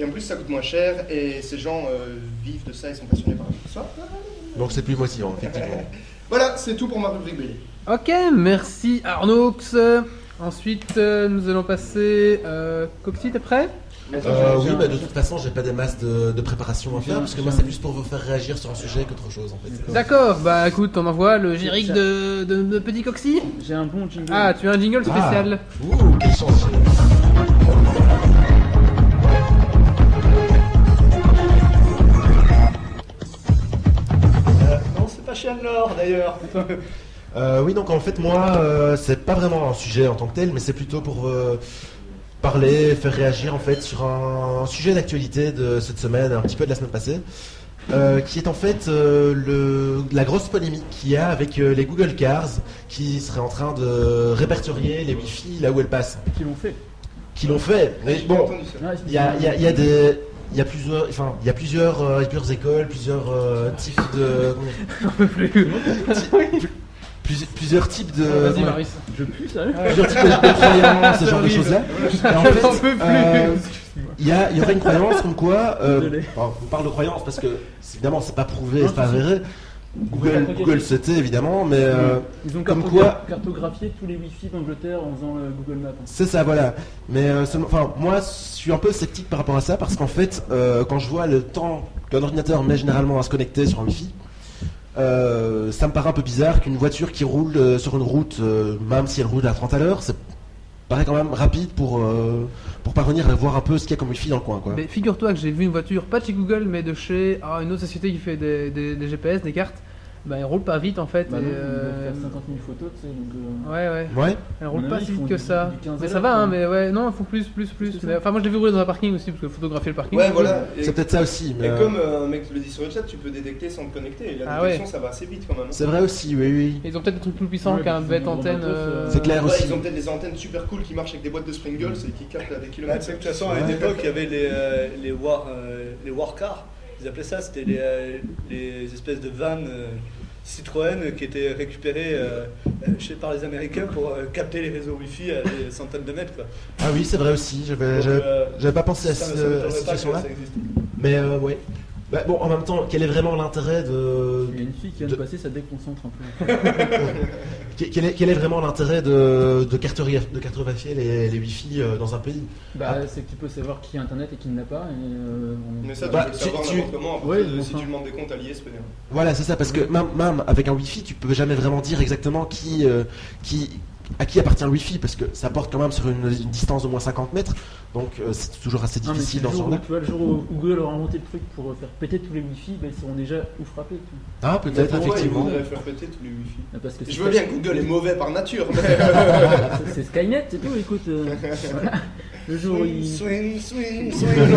Speaker 5: Et en plus, ça coûte moins cher et ces gens euh, vivent de ça et sont passionnés par ça.
Speaker 2: Donc c'est plus motivant, effectivement.
Speaker 5: Voilà, c'est tout pour ma rubrique BD.
Speaker 1: Ok, merci Arnoux. Ensuite, euh, nous allons passer. Euh, Coxy, t'es prêt
Speaker 2: Euh, oui, bah, de toute façon, j'ai pas des masses de, de préparation à faire, parce que moi, c'est plus pour vous faire réagir sur un sujet qu'autre chose, en fait.
Speaker 1: D'accord, bah écoute, on envoie le générique de, de, de Petit Coxy.
Speaker 3: J'ai un bon jingle.
Speaker 1: Ah, tu as un jingle spécial.
Speaker 2: Ouh, quelle chance j'ai.
Speaker 4: Euh, non, c'est pas Chien Lord d'ailleurs.
Speaker 2: (laughs) Euh, oui, donc en fait, moi, euh, c'est pas vraiment un sujet en tant que tel, mais c'est plutôt pour euh, parler, faire réagir en fait sur un sujet d'actualité de cette semaine, un petit peu de la semaine passée, euh, qui est en fait euh, le, la grosse polémique qu'il y a avec euh, les Google Cars qui seraient en train de répertorier les Wi-Fi là où elles passent.
Speaker 3: Qui l'ont fait
Speaker 2: Qui l'ont fait, mais
Speaker 5: J'ai
Speaker 2: bon,
Speaker 5: entendu ça.
Speaker 3: Ah,
Speaker 2: il y a, il y a- il y a des. Il y a plusieurs, enfin, il y a plusieurs, euh, plusieurs écoles, plusieurs euh, types
Speaker 3: (laughs)
Speaker 2: de, Ti- plus- plusieurs types de,
Speaker 1: Vas-y, Marius.
Speaker 3: Je pue, sérieux
Speaker 2: plusieurs types de, de croyances, ce genre de
Speaker 1: Horrible.
Speaker 2: choses-là. Et
Speaker 3: (laughs)
Speaker 2: en
Speaker 1: J'en peux plus.
Speaker 2: fait, euh, il y, a- il y aurait une croyance comme quoi, euh,
Speaker 3: Désolé.
Speaker 2: enfin, on parle de croyance parce que c'est- évidemment c'est pas prouvé,
Speaker 3: Non,
Speaker 2: c'est pas
Speaker 3: si, si.
Speaker 2: avéré. Google,
Speaker 3: Ok. Mm.
Speaker 2: Google se tait évidemment, mais euh,
Speaker 3: Ils ont
Speaker 2: comme
Speaker 3: cartogra-
Speaker 2: quoi-
Speaker 3: cartographié tous les Wi-Fi d'Angleterre en faisant le Google Maps.
Speaker 2: c'est ça, voilà. Mais euh, seulement- enfin, moi, je suis un peu sceptique par rapport à ça parce qu'en fait, euh, quand je vois le temps qu'un ordinateur met généralement à se connecter sur un Wi-Fi, Euh, ça me paraît un peu bizarre qu'une voiture qui roule euh, sur une route, euh, même si elle roule à 30 à l'heure, ça paraît quand même rapide pour, euh, pour parvenir à voir un peu ce qu'il y a comme wifi dans le coin. Quoi.
Speaker 1: Mais figure-toi que j'ai vu une voiture, pas de chez Google, mais de chez ah, une autre société qui fait des, des- des GPS, des cartes. Bah, elle roule pas vite en fait.
Speaker 3: Bah
Speaker 1: et,
Speaker 3: non,
Speaker 1: euh,
Speaker 3: il va faire 50 000 photos, tu sais, donc. euh,
Speaker 1: Ouais, ouais.
Speaker 2: Ouais,
Speaker 1: Elle roule
Speaker 3: Mais
Speaker 1: pas
Speaker 3: ils
Speaker 1: si
Speaker 3: font
Speaker 1: vite que
Speaker 3: du-
Speaker 1: ça.
Speaker 3: du 15
Speaker 1: Mais
Speaker 3: à
Speaker 1: ça va, hein,
Speaker 3: l'heure,
Speaker 1: mais ouais, non, il faut plus, plus, plus.
Speaker 3: C'est ça.
Speaker 1: Mais, enfin, moi je l'ai vu rouler dans un parking aussi, parce que photographier le parking.
Speaker 5: Ouais, voilà. Et,
Speaker 2: c'est peut-être ça aussi. Mais,
Speaker 5: et
Speaker 2: euh,
Speaker 5: comme euh, un mec le dit sur le chat, tu peux détecter sans te connecter. Et la
Speaker 1: Ah
Speaker 5: détection,
Speaker 1: ouais.
Speaker 5: ça va assez vite quand même. hein.
Speaker 2: C'est vrai aussi, oui, oui.
Speaker 1: Ils ont peut-être des trucs plus puissants
Speaker 3: Ouais,
Speaker 1: qu'un
Speaker 3: parce
Speaker 1: bête
Speaker 3: qu'ils ont des
Speaker 1: antenne.
Speaker 3: gros matos,
Speaker 1: euh,
Speaker 3: euh,
Speaker 2: C'est clair
Speaker 5: Ouais,
Speaker 2: aussi.
Speaker 5: ils ont peut-être des antennes super cool qui marchent avec des boîtes de Springle et qui captent à des
Speaker 4: Là,
Speaker 5: kilomètres.
Speaker 4: tu sais, de toute façon, à une époque, il y avait les, euh, les, war, euh, les war cars. Ils appelaient ça, c'était les, euh, les espèces de vannes euh, Citroën qui étaient récupérées euh, chez- par les Américains pour euh, capter les réseaux Wi-Fi à des centaines de mètres. Quoi.
Speaker 2: Ah oui, c'est vrai aussi. J'avais
Speaker 4: Donc,
Speaker 2: j'avais-
Speaker 4: euh,
Speaker 2: j'avais pas pensé à,
Speaker 4: ça,
Speaker 2: ce-
Speaker 4: ça m'étonnerait
Speaker 2: à cette
Speaker 4: pas que
Speaker 2: situation-là.
Speaker 4: ça existe.
Speaker 2: Mais euh, ouais. Bah, bon, en même temps, quel est vraiment l'intérêt Ah, de.
Speaker 3: Il y a une fille qui vient de passer, ça déconcentre un
Speaker 2: (laughs)
Speaker 3: peu.
Speaker 2: que- Quel est, quel est vraiment l'intérêt de, de, cartographier, de cartographier les, les Wi-Fi euh, dans un pays
Speaker 3: Bah, c'est que tu peux savoir qui a internet et qui ne l'a pas. Et, euh, on-
Speaker 5: Mais ça, tu
Speaker 2: Bah,
Speaker 5: peux le
Speaker 2: tu-
Speaker 5: savoir
Speaker 2: tu-
Speaker 5: n'importe comment. à partir
Speaker 3: Ouais,
Speaker 5: de- Si
Speaker 3: enfin.
Speaker 5: tu demandes des comptes à l'ISP. hein.
Speaker 2: Voilà, c'est ça, parce que même, même avec un Wi-Fi, tu peux jamais vraiment dire exactement qui, euh, qui, à qui appartient le Wi-Fi, parce que ça porte quand même sur une, une distance d'au moins 50 mètres, donc euh, c'est toujours assez
Speaker 3: Non, mais
Speaker 2: difficile
Speaker 3: c'est hein. le
Speaker 2: dans ce
Speaker 3: jour où,
Speaker 2: genre-là.
Speaker 3: Tu vois, le jour où Google aura inventé le truc pour euh, faire péter tous les Wi-Fi, bah, ils seront déjà ou frappés. tu vois.
Speaker 2: Ah, peut-être,
Speaker 3: Mais pourquoi
Speaker 2: effectivement.
Speaker 5: Ils voudraient faire péter tous les wifi.
Speaker 3: Ah, Parce que c'est
Speaker 5: Je veux bien que Google est mauvais par nature. (laughs) mais-
Speaker 3: c'est- C'est Skynet, c'est tout, écoute.
Speaker 5: (laughs)
Speaker 3: euh, voilà. Le jour où ils.
Speaker 4: Swing, swing, swing.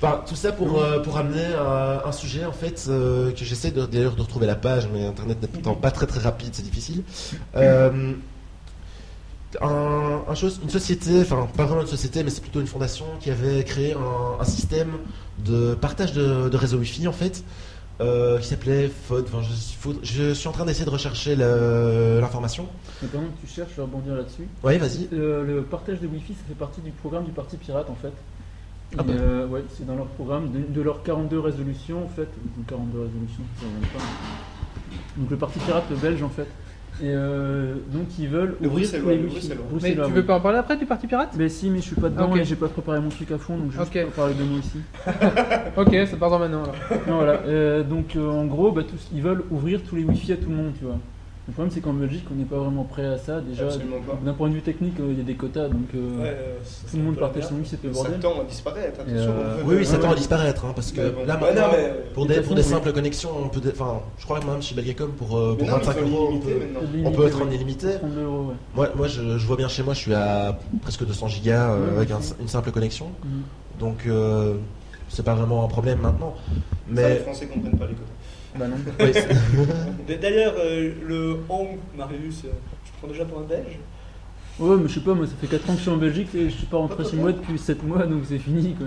Speaker 2: Enfin, tout ça pour, euh, pour amener un, un sujet en fait euh, que j'essaie de- d'ailleurs de retrouver la page, mais internet n'étant pas très très rapide, c'est difficile. Euh, un- un chose- une société, enfin pas vraiment une société, mais c'est plutôt une fondation qui avait créé un, un système de partage de, de réseau Wi-Fi en fait, euh, qui s'appelait FOD. Enfin, je, faut- je suis en train d'essayer de rechercher le- l'information.
Speaker 3: Mais pendant que tu cherches, je vais rebondir là-dessus.
Speaker 2: Oui, vas-y.
Speaker 3: Euh, le partage de Wi-Fi, ça fait partie du programme du Parti Pirate en fait.
Speaker 2: Ah
Speaker 3: Et,
Speaker 2: bah.
Speaker 3: euh, ouais, c'est dans leur programme, de, de leurs 42 résolutions en fait. ou 42 résolutions, ça va même pas. Donc le Parti Pirate, le belge en fait. Et euh, donc ils veulent
Speaker 5: Le
Speaker 3: ouvrir tous
Speaker 5: bruxellois,
Speaker 3: les
Speaker 5: le
Speaker 3: Wi-Fi.
Speaker 5: bruxellois.
Speaker 1: Mais
Speaker 3: Bruxellois,
Speaker 1: tu
Speaker 3: oui.
Speaker 1: veux pas en parler après du Parti Pirate
Speaker 3: Mais si, mais je suis pas dedans
Speaker 1: Ok.
Speaker 3: et j'ai pas préparé mon truc à fond, donc je vais
Speaker 1: Ok.
Speaker 3: juste parler de moi aussi.
Speaker 1: Ok, ça part dans maintenant alors.
Speaker 3: Non, voilà. Euh, donc euh, en gros, bah, tous, ils veulent ouvrir tous les Wi-Fi à tout le monde, tu vois. Le problème, c'est qu'en Belgique, on n'est pas vraiment prêt à ça. Déjà,
Speaker 5: Absolument pas.
Speaker 3: d'un point de vue technique, euh, il y a des quotas, donc euh,
Speaker 4: Ouais, euh, c'est
Speaker 3: tout le monde
Speaker 4: un peu la
Speaker 3: partage son Wi-Fi, c'est le
Speaker 5: Ça
Speaker 3: bordel.
Speaker 5: tend à disparaître.
Speaker 3: Et,
Speaker 5: Attention.
Speaker 3: euh,
Speaker 5: on veut-
Speaker 2: Oui, oui, ça
Speaker 5: Ouais,
Speaker 2: tend à
Speaker 5: ouais.
Speaker 2: disparaître, hein, parce que
Speaker 5: Ouais, bon.
Speaker 2: là
Speaker 5: Ouais,
Speaker 2: maintenant, euh,
Speaker 5: non, mais-
Speaker 2: pour
Speaker 3: De
Speaker 2: des
Speaker 3: toute
Speaker 2: pour des
Speaker 3: façon,
Speaker 2: simples connexions, on peut, dé- enfin, je crois que même chez Belgacom pour euh,
Speaker 5: Mais
Speaker 2: pour euh,
Speaker 5: non, mais il
Speaker 2: 25
Speaker 5: faut
Speaker 2: euros, on
Speaker 5: limiter
Speaker 2: peut-
Speaker 5: maintenant.
Speaker 2: On peut être en
Speaker 3: illimité.
Speaker 2: illimité.
Speaker 3: 32 euros, ouais.
Speaker 2: Moi, moi je, je vois bien chez moi, je suis à presque 200 gigas euh,
Speaker 3: Ouais,
Speaker 2: avec
Speaker 3: ouais.
Speaker 2: un- une simple connexion.
Speaker 3: Mhm.
Speaker 2: Donc, euh, c'est pas vraiment un problème maintenant.
Speaker 5: Ça, les
Speaker 2: Mais.
Speaker 5: Français comprennent pas les quotas.
Speaker 3: Bah non.
Speaker 2: (laughs) Oui, c'est-
Speaker 4: Mais D'ailleurs, euh, le Hong Marius, euh, tu prends déjà pour un belge
Speaker 3: Ouais, mais je sais pas, moi, ça fait 4 ans que je suis en Belgique et je suis pas rentré chez moi depuis 7 mois, donc c'est fini, quoi.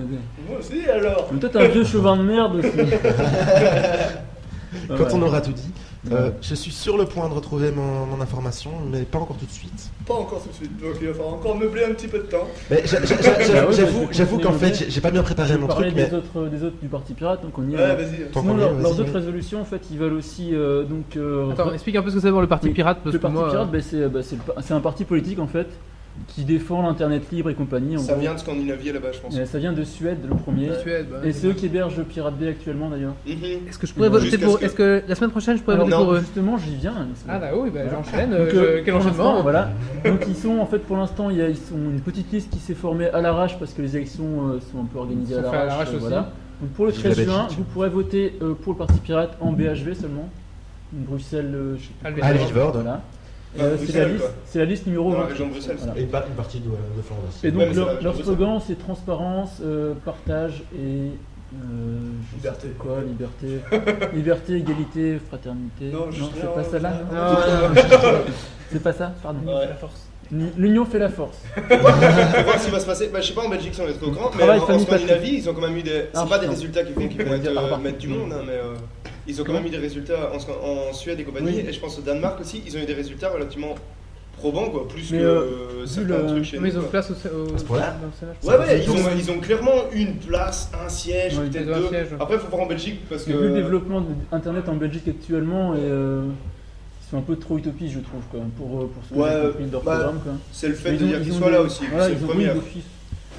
Speaker 4: Moi aussi, alors
Speaker 3: Mais toi, t'es un vieux chauvin de merde
Speaker 2: (laughs)
Speaker 3: aussi. Bah
Speaker 2: Quand on aura tout dit, euh, je suis sur le point de retrouver mon, mon information, mais pas encore tout de suite.
Speaker 4: Pas encore tout de suite, donc il va falloir encore meubler un petit peu de temps.
Speaker 2: Mais j'a- j'a-
Speaker 3: Bah
Speaker 2: j'a-
Speaker 3: ouais,
Speaker 2: j'a-
Speaker 3: bah,
Speaker 2: j'avoue,
Speaker 3: je-
Speaker 2: j'avoue qu'en
Speaker 3: mais-
Speaker 2: fait, j'ai- j'ai pas bien préparé
Speaker 3: on
Speaker 2: mon
Speaker 3: parlait
Speaker 2: truc, mais
Speaker 3: des, autres, des autres du Parti Pirate, donc on y est.
Speaker 4: Ouais,
Speaker 3: hein.
Speaker 4: vas-y.
Speaker 2: Tant
Speaker 3: Sinon,
Speaker 2: qu'on y
Speaker 3: leur-
Speaker 2: est,
Speaker 3: leurs
Speaker 2: vas-y,
Speaker 3: autres
Speaker 2: oui.
Speaker 3: résolutions, en fait, ils veulent aussi euh, donc. euh,
Speaker 1: Attends, explique un peu ce que c'est pour le Parti
Speaker 3: Oui.
Speaker 1: Pirate, parce
Speaker 3: le
Speaker 1: que
Speaker 3: parti
Speaker 1: moi.
Speaker 3: pirate, bah, c'est bah, c'est le pa- c'est un parti politique en fait qui défend l'internet libre et compagnie. en
Speaker 5: Ça
Speaker 3: gros.
Speaker 5: vient de Scandinavie là-bas, je pense.
Speaker 3: Euh, ça vient de Suède le premier.
Speaker 1: euh, Suède, bah,
Speaker 3: Et c'est eux qui hébergent Pirate Bay actuellement d'ailleurs.
Speaker 5: Mhm.
Speaker 1: Est-ce que je pourrais
Speaker 5: Jusqu'à
Speaker 1: voter
Speaker 5: ce
Speaker 1: pour.
Speaker 5: que-
Speaker 1: Est-ce que la semaine prochaine je pourrais
Speaker 3: Alors,
Speaker 1: voter pour eux
Speaker 3: justement, j'y viens.
Speaker 1: Ah bah oui, bah,
Speaker 3: Voilà.
Speaker 1: j'enchaîne.
Speaker 3: Donc,
Speaker 1: euh,
Speaker 3: euh,
Speaker 1: je- Quel
Speaker 3: pour l'instant,
Speaker 1: enchaînement
Speaker 3: Voilà. (laughs) Donc ils sont en fait pour l'instant il y a ils sont une petite liste qui s'est formée à l'arrache parce que les élections euh, sont un peu organisées
Speaker 1: Sont
Speaker 3: à
Speaker 1: faites à
Speaker 3: l'arrache.
Speaker 1: l'arrache
Speaker 3: euh,
Speaker 1: aussi.
Speaker 3: voilà. Donc pour le
Speaker 2: Vive la
Speaker 3: 13 juin,
Speaker 2: Belgique.
Speaker 3: vous pourrez voter euh, pour le Parti pirate en BHV seulement. Bruxelles, euh, je sais plus
Speaker 1: Ah, le
Speaker 3: quoi.
Speaker 1: Belgique.
Speaker 2: Alvivord.
Speaker 3: Voilà.
Speaker 5: Enfin,
Speaker 3: Euh, c'est la
Speaker 5: Bah, Bruxelles,
Speaker 3: liste-
Speaker 5: quoi.
Speaker 3: c'est la liste numéro
Speaker 5: Dans la
Speaker 3: 20.
Speaker 5: région de Bruxelles.
Speaker 3: Voilà.
Speaker 2: Et pas une partie de, de Flandre aussi.
Speaker 3: Et
Speaker 5: Ouais,
Speaker 3: donc
Speaker 5: mais ça
Speaker 3: leur,
Speaker 5: va,
Speaker 3: leur
Speaker 5: je trouve ça.
Speaker 3: slogan c'est transparence, euh, partage et euh, je sais
Speaker 4: Liberté.
Speaker 3: plus quoi, liberté, liberté, (laughs) égalité, fraternité.
Speaker 4: Non, je-
Speaker 3: c'est
Speaker 4: non,
Speaker 3: pas celle-là.
Speaker 4: non,
Speaker 3: non C'est pas ça, pardon.
Speaker 5: Ouais.
Speaker 3: Ni- L'union fait la force.
Speaker 5: Faut voir ce qui va se passer. Bah, je sais pas en Belgique si on est trop grand, mais
Speaker 3: Travail,
Speaker 5: en, en
Speaker 3: famille,
Speaker 5: Scandinavie, ils ont quand même eu des.
Speaker 3: Ah,
Speaker 5: C'est pas des
Speaker 3: putain.
Speaker 5: résultats qui vont, qui
Speaker 3: On
Speaker 5: vont
Speaker 3: va
Speaker 5: être,
Speaker 3: dire,
Speaker 5: euh,
Speaker 3: ah, pardon.
Speaker 5: mettre du monde, hein, mais euh, ils ont quand même eu des résultats en, Sc- en Suède et compagnie,
Speaker 3: Oui.
Speaker 5: et je pense au Danemark aussi, ils ont eu des résultats relativement probants, quoi, plus
Speaker 3: Mais,
Speaker 5: que
Speaker 3: euh,
Speaker 5: euh,
Speaker 3: vu
Speaker 5: certains
Speaker 3: le-
Speaker 5: trucs chez
Speaker 1: Mais ils
Speaker 5: nous.
Speaker 1: ont
Speaker 5: quoi.
Speaker 1: place au. au-
Speaker 2: À ce point-là
Speaker 1: dans le Sénat, je
Speaker 5: Ouais,
Speaker 1: crois.
Speaker 5: ouais, ils ont, ils ont clairement une place, un siège,
Speaker 3: Ouais,
Speaker 5: peut-être
Speaker 1: ils ont un
Speaker 5: deux. Euh.
Speaker 1: siège, ouais.
Speaker 5: Après, faut voir en Belgique parce que.
Speaker 3: Vu le développement d'Internet en Belgique actuellement, et, euh, ils sont un peu trop utopistes, je trouve, quoi, pour, euh, pour ce que
Speaker 5: Ouais,
Speaker 3: j'ai compris de leur
Speaker 5: bah,
Speaker 3: programme. Quoi.
Speaker 5: C'est le fait
Speaker 3: Mais
Speaker 5: de dire
Speaker 3: ils
Speaker 5: qu'ils
Speaker 3: ont
Speaker 5: soient
Speaker 3: des-
Speaker 5: là aussi,
Speaker 3: voilà,
Speaker 5: c'est
Speaker 3: ils
Speaker 5: le
Speaker 3: ont-
Speaker 5: premier.
Speaker 3: oui, d'office.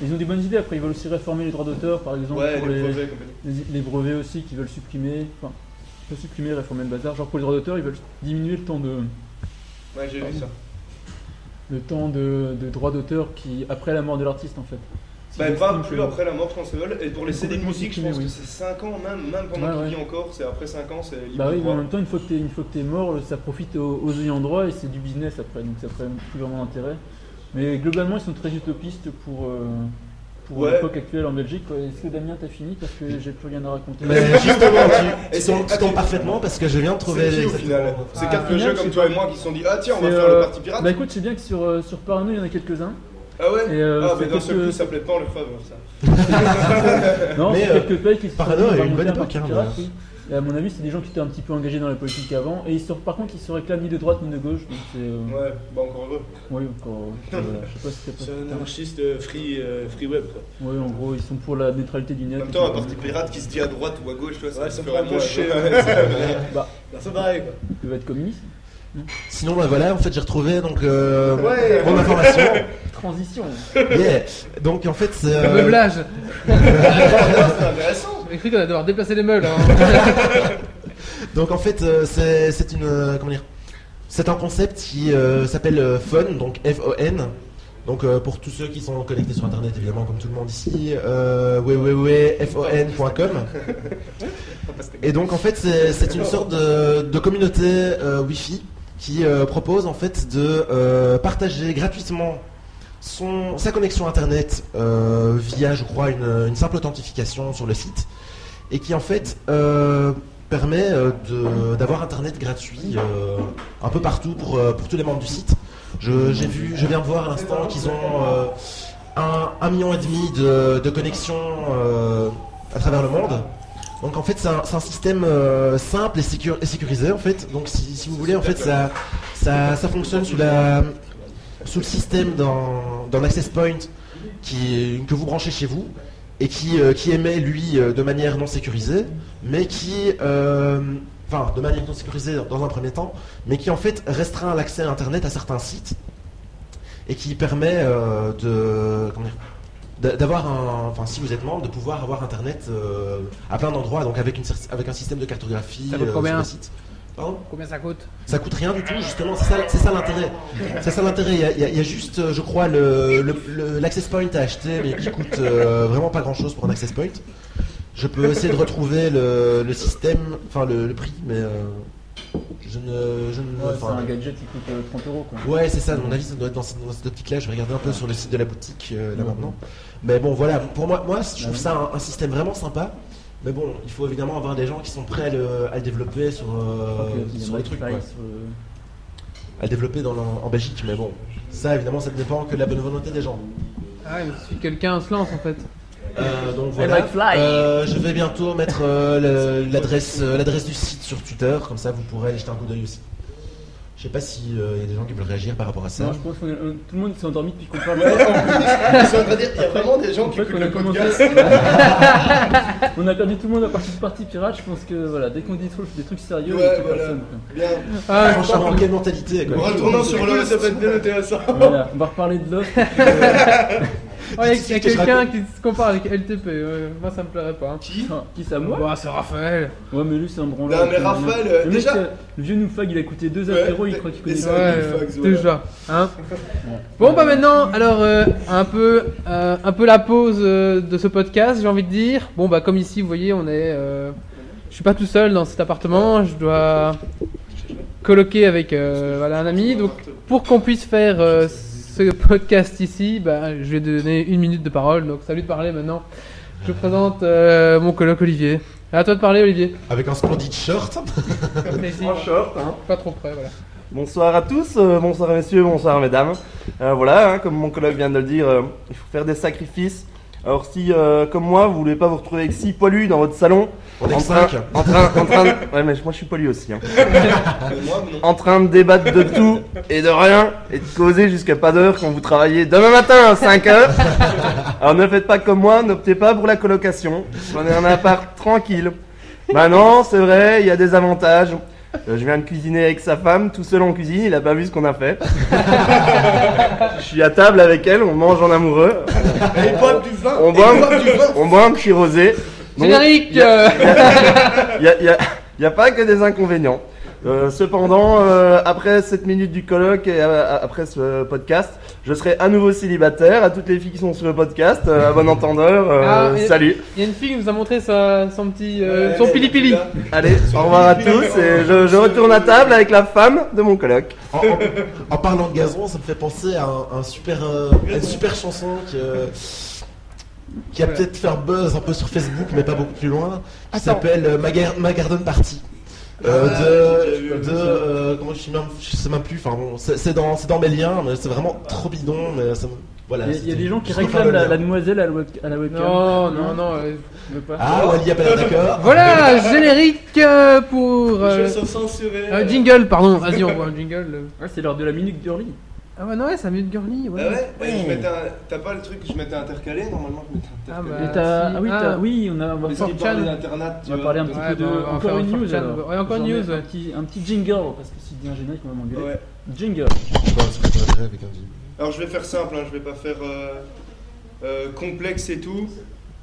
Speaker 3: Ils ont des bonnes idées après, ils veulent aussi réformer les droits d'auteur, par exemple,
Speaker 5: Ouais,
Speaker 3: pour
Speaker 5: les
Speaker 3: les,
Speaker 5: brevets, complètement.
Speaker 3: les- les brevets aussi qu'ils veulent supprimer. Enfin, pas supprimer, réformer le bazar. Genre pour les droits d'auteur, ils veulent diminuer le temps de,
Speaker 5: Ouais, j'ai vu ça.
Speaker 3: le temps de, de droits d'auteur qui après la mort de l'artiste en fait. Si
Speaker 5: Bah,
Speaker 3: ils
Speaker 5: pas
Speaker 3: estiment
Speaker 5: plus
Speaker 3: que-
Speaker 5: après la mort transversale. Et pour les CD de
Speaker 3: Complètement
Speaker 5: musique, je pense
Speaker 3: supprimé,
Speaker 5: que
Speaker 3: oui.
Speaker 5: c'est 5 ans, même, même pendant
Speaker 3: Ouais,
Speaker 5: qu'il
Speaker 3: ouais.
Speaker 5: vit encore, c'est après 5 ans, c'est libre
Speaker 3: Bah
Speaker 5: de
Speaker 3: oui, mais
Speaker 5: droit.
Speaker 3: en même temps, une fois que t'es, une fois que t'es mort, ça profite aux, aux ayants droit et c'est du business après, donc ça ferait plus vraiment d'intérêt. Mais globalement, ils sont très utopistes pour, euh, pour
Speaker 5: Ouais.
Speaker 3: l'époque actuelle en Belgique. quoi. Est-ce que Damien, t'as fini Parce que j'ai plus rien à raconter.
Speaker 5: Bah,
Speaker 2: Mais justement, tu,
Speaker 5: Et
Speaker 2: tu tombes-
Speaker 5: c'est-
Speaker 2: tu tombes parfaitement parce que je viens de trouver.
Speaker 5: C'est qui, au
Speaker 2: exactement-
Speaker 5: final C'est
Speaker 3: Ah,
Speaker 5: quatre
Speaker 3: final,
Speaker 5: jeux
Speaker 3: je
Speaker 5: comme
Speaker 3: sais
Speaker 5: toi et
Speaker 3: pas.
Speaker 5: moi qui se sont dit Ah tiens, on va
Speaker 3: C'est,
Speaker 5: faire le
Speaker 3: euh,
Speaker 5: parti pirate.
Speaker 3: Bah écoute, c'est bien que sur, euh, sur Parano, il y en a quelques-uns.
Speaker 5: Ah ouais
Speaker 3: Et, euh,
Speaker 5: Ah,
Speaker 3: c'est
Speaker 5: mais d'un seul
Speaker 3: quelques-
Speaker 5: coup, ça plaît pas en le faveur, ça.
Speaker 3: Non,
Speaker 2: Mais,
Speaker 3: c'est
Speaker 2: euh,
Speaker 3: quelques pays qui se
Speaker 2: Parano
Speaker 3: sont dit,
Speaker 2: a eu
Speaker 3: bah,
Speaker 2: une
Speaker 3: on
Speaker 2: bonne
Speaker 3: fait un
Speaker 2: époque,
Speaker 3: parti
Speaker 2: hein,
Speaker 3: pirate,
Speaker 2: mais-
Speaker 3: oui. Et à mon avis, c'est des gens qui étaient un petit peu engagés dans la politique avant. Et ils se, par contre, ils se réclament ni de droite ni de gauche. Donc c'est. euh,
Speaker 5: Ouais, bah encore heureux.
Speaker 3: Oui, encore. voilà. Je sais pas si c'est pas-
Speaker 4: C'est un anarchiste euh, free, euh, free web quoi.
Speaker 3: Ouais, en gros, ils sont pour la neutralité du euh, net.
Speaker 5: En même temps, un parti pirate qui se dit à droite ou à gauche, tu vois,
Speaker 4: Ouais,
Speaker 5: ça
Speaker 4: ça
Speaker 5: me
Speaker 4: me
Speaker 5: ferait
Speaker 4: fait un peu chier,
Speaker 5: un
Speaker 3: (laughs)
Speaker 4: (laughs)
Speaker 3: Bah,
Speaker 4: C'est pareil quoi.
Speaker 3: ils peuvent être communistes.
Speaker 2: Sinon, bah voilà, en fait, j'ai retrouvé donc euh,
Speaker 5: Ouais.
Speaker 2: mon information.
Speaker 3: Transition.
Speaker 2: Yeah. Donc en fait, c'est,
Speaker 1: Le
Speaker 2: euh,
Speaker 1: meublage
Speaker 5: C'est intéressant.
Speaker 1: J'avais cru qu'on allait devoir déplacer les meubles. hein.
Speaker 2: donc en fait, euh, c'est c'est une euh, comment dire C'est un concept qui euh, s'appelle euh, Fon, donc F-O-N. Donc euh, pour tous ceux qui sont connectés sur internet, évidemment, comme tout le monde ici, euh, www.fon.com. Et donc en fait, c'est c'est une sorte de, de communauté euh, Wi-Fi qui euh, propose en fait de euh, partager gratuitement son, sa connexion internet euh, via, je crois, une, une simple authentification sur le site et qui en fait euh, permet euh, de- d'avoir internet gratuit euh, un peu partout pour, euh, pour tous les membres du site. Je, j'ai vu, je viens de voir à l'instant qu'ils ont euh, un, un million et demi de, de connexions euh, à travers le monde. Donc en fait c'est un, c'est un système euh, simple et, sécu- et sécurisé en fait. Donc si, si vous voulez en fait ça, ça, ça fonctionne sous, la, sous le système d'un d'un access point qui, est- que vous branchez chez vous et qui, euh, qui émet lui euh, de manière non sécurisée mais qui euh, enfin de manière non sécurisée dans un premier temps mais qui en fait restreint l'accès à internet à certains sites et qui permet euh, de comment dire, d'a- d'avoir un enfin si vous êtes membre de pouvoir avoir internet euh, à plein d'endroits donc avec une cer- avec un système de cartographie
Speaker 1: Ça coûte
Speaker 2: euh,
Speaker 1: combien
Speaker 2: sur le site Pardon
Speaker 1: Combien ça coûte
Speaker 2: ça coûte rien du tout, justement, c'est ça, c'est ça l'intérêt. C'est ça l'intérêt. Il y a- il y, a- il y a juste, euh, je crois, le- le- le- l'access point à acheter, mais qui coûte euh, vraiment pas grand chose pour un access point. Je peux essayer de retrouver le, le système, enfin le, le prix, mais euh, je ne. Je ne
Speaker 3: Ouais, c'est
Speaker 2: enfin,
Speaker 3: un gadget qui coûte euh, 30 euros quoi.
Speaker 2: ouais, c'est ça, à mon avis, ça doit être dans cette, dans cette optique-là. Je vais regarder un peu sur le site de la boutique euh, là maintenant. Mais bon, voilà, pour moi, moi je trouve ça un, un système vraiment sympa. Mais bon, il faut évidemment avoir des gens qui sont prêts à le, à le développer sur,
Speaker 3: Je crois
Speaker 2: euh, sur
Speaker 3: que
Speaker 2: les
Speaker 3: Dynamite,
Speaker 2: trucs.
Speaker 3: pareil,
Speaker 2: quoi
Speaker 3: sur le-
Speaker 2: à développer dans le- en Belgique, mais bon, ça évidemment ça ne dépend que de la bonne volonté des gens.
Speaker 1: Ah ouais, mais si quelqu'un se lance en fait.
Speaker 2: Euh, donc voilà,
Speaker 3: McFly.
Speaker 2: Euh, je vais bientôt mettre euh, le- l'adresse euh, l'adresse du site sur Twitter, comme ça vous pourrez y jeter un coup d'œil aussi. Je sais pas si euh, il y a des gens qui veulent réagir par rapport à ça.
Speaker 3: Non, je pense que tout le monde s'est endormi depuis qu'on parle.
Speaker 5: Je suis en train de dire, il y a vraiment des gens
Speaker 3: En
Speaker 5: qui
Speaker 3: fait,
Speaker 5: écoutent
Speaker 3: on a
Speaker 5: le podcast.
Speaker 3: commencé. (laughs) on a perdu tout le monde à partir du parti pirate. Je pense que voilà, dès qu'on dit des trucs sérieux, il y a
Speaker 5: Ouais,
Speaker 3: plus
Speaker 5: voilà.
Speaker 3: personne, quoi.
Speaker 5: Bien.
Speaker 1: Ah, je
Speaker 2: Franchement, quelle mentalité
Speaker 5: En
Speaker 2: quoi.
Speaker 5: retournant sur
Speaker 4: le
Speaker 5: le.
Speaker 4: ça peut être bien intéressant.
Speaker 3: Voilà, on va reparler de l'offre.
Speaker 1: Oh, il y a- il y a
Speaker 2: Qu'est-ce que je
Speaker 1: quelqu'un
Speaker 2: raconte
Speaker 1: qui se compare avec LTP. ouais, moi ça me plairait pas. hein.
Speaker 5: Qui
Speaker 3: Enfin, Qui ça, moi
Speaker 1: Bah, c'est Raphaël.
Speaker 3: Ouais, mais lui, c'est un branleur.
Speaker 5: Non, mais Raphaël, euh,
Speaker 3: le mec,
Speaker 5: déjà-
Speaker 3: euh, le vieux Noufag, il a coûté 2
Speaker 5: Ouais,
Speaker 3: apéros, il
Speaker 5: t'es-
Speaker 3: croit qu'il
Speaker 5: t'es
Speaker 3: connaît
Speaker 5: sûr.
Speaker 1: Ouais,
Speaker 3: ça.
Speaker 1: euh,
Speaker 5: fax, voilà.
Speaker 1: déjà. Hein bon, bah maintenant, alors euh, un peu, euh, un peu la pause euh, de ce podcast, j'ai envie de dire. Bon, bah comme ici, vous voyez, on est. euh, je suis pas tout seul dans cet appartement. Je dois colloquer avec euh, voilà un ami. Donc, pour qu'on puisse faire euh, ce podcast ici, bah, je vais donner une minute de parole. Donc, salut de parler maintenant. Je présente euh, mon colloque Olivier. À toi de parler,
Speaker 6: (laughs)
Speaker 1: Olivier.
Speaker 2: Avec un splendide short.
Speaker 6: En short, hein.
Speaker 1: Pas trop près, voilà.
Speaker 6: Bonsoir à tous, euh, bonsoir messieurs, bonsoir mesdames. Euh, voilà, hein, comme mon collègue vient de le dire, euh, il faut faire des sacrifices. Alors si, euh, comme moi, vous voulez pas vous retrouver avec six poilus dans votre salon,
Speaker 2: On est
Speaker 6: en
Speaker 2: que
Speaker 6: train,
Speaker 2: cinq.
Speaker 6: en train, en train, de- ouais mais moi je suis poilu aussi, hein.
Speaker 5: Mais moi, non.
Speaker 6: en train de débattre de tout et de rien et de causer jusqu'à pas d'heure quand vous travaillez demain matin à 5 heures. Alors ne faites pas comme moi, n'optez pas pour la colocation. Prenez un appart tranquille. Maintenant, c'est vrai, il y a des avantages. Euh, Je viens de cuisiner avec sa femme, tout seul en cuisine, il a pas vu ce qu'on a fait. Je suis à table avec elle, on mange en amoureux,
Speaker 5: Et ils boivent du vin.
Speaker 6: On
Speaker 5: et ils
Speaker 6: boit-
Speaker 5: boivent du vin.
Speaker 6: on boit un petit rosé. Donc,
Speaker 1: Générique
Speaker 6: il y a-
Speaker 1: euh,
Speaker 6: il y a- il y a- il n'y a pas que des inconvénients. Euh, cependant, euh, après cette minute du colloque et euh, après ce podcast, je serai à nouveau célibataire. À toutes les filles qui sont sur le podcast, euh, à bon entendeur, euh,
Speaker 1: Ah, et-
Speaker 6: salut.
Speaker 1: Il y a une fille qui nous a montré sa- son petit. euh,
Speaker 4: Ouais,
Speaker 1: son
Speaker 4: ouais,
Speaker 1: pilipili.
Speaker 4: là.
Speaker 6: Allez, au revoir à tous et je, je retourne à table avec la femme de mon colloque.
Speaker 2: En, en- en parlant de gazon, ça me fait penser à un, un super, euh, à une super chanson qui, euh, qui a
Speaker 1: Ouais.
Speaker 2: peut-être faire buzz un peu sur Facebook, mais pas beaucoup plus loin, qui
Speaker 1: Attends.
Speaker 2: s'appelle euh, Ma, Gar- Ma Garden Party. Euh,
Speaker 5: Ah, j'ai
Speaker 2: de,
Speaker 5: déjà vu,
Speaker 2: de
Speaker 5: ça.
Speaker 2: euh, comment je, sais même, je sais même plus. Enfin bon, c'est c'est dans, c'est dans mes liens, mais c'est vraiment trop bidon. Mais ça me- voilà.
Speaker 3: Il y a- il y a
Speaker 2: c'était-
Speaker 3: des gens qui
Speaker 2: je préfère le
Speaker 3: réclament la,
Speaker 2: lien.
Speaker 3: la demoiselle à la, web- à la webcam.
Speaker 1: Non, non, non, euh, je veux pas.
Speaker 2: Ah, Wally appelle
Speaker 3: (laughs)
Speaker 2: d'accord.
Speaker 1: Voilà,
Speaker 5: (laughs)
Speaker 1: générique euh, pour.
Speaker 4: Je
Speaker 1: euh,
Speaker 4: suis censuré.
Speaker 3: Ah
Speaker 1: euh, jingle, pardon, vas-y, on voit un jingle. euh.
Speaker 3: Ouais, c'est l'heure de la minute girly.
Speaker 1: Ah, bah non, ouais, ça mute Gurly, ouais.
Speaker 5: Ah ouais, ouais, je m'étais un- T'as pas le truc, je m'étais intercalé normalement, je m'étais intercalé.
Speaker 1: Ah
Speaker 3: Et
Speaker 1: bah,
Speaker 3: t'as-
Speaker 1: si.
Speaker 3: ah oui,
Speaker 1: Ah.
Speaker 3: t'as- oui, on a on va
Speaker 5: Mais
Speaker 3: faire-
Speaker 5: si
Speaker 1: 4chan.
Speaker 5: parler d'internat, tu
Speaker 3: On va
Speaker 5: vois,
Speaker 3: parler un
Speaker 5: de-
Speaker 3: petit
Speaker 1: Ouais,
Speaker 3: peu de.
Speaker 1: bah, on va faire
Speaker 3: encore une
Speaker 1: un
Speaker 3: news
Speaker 1: 4chan.
Speaker 3: alors.
Speaker 1: Ouais, encore une
Speaker 3: J'en ai
Speaker 1: news,
Speaker 3: Un
Speaker 1: ouais.
Speaker 3: petit, un petit jingle, parce que si dit un générique, on va m'engueuler.
Speaker 5: Ouais.
Speaker 3: Jingle. Euh,
Speaker 5: Alors je vais faire simple, hein, je vais pas faire euh, euh, complexe et tout.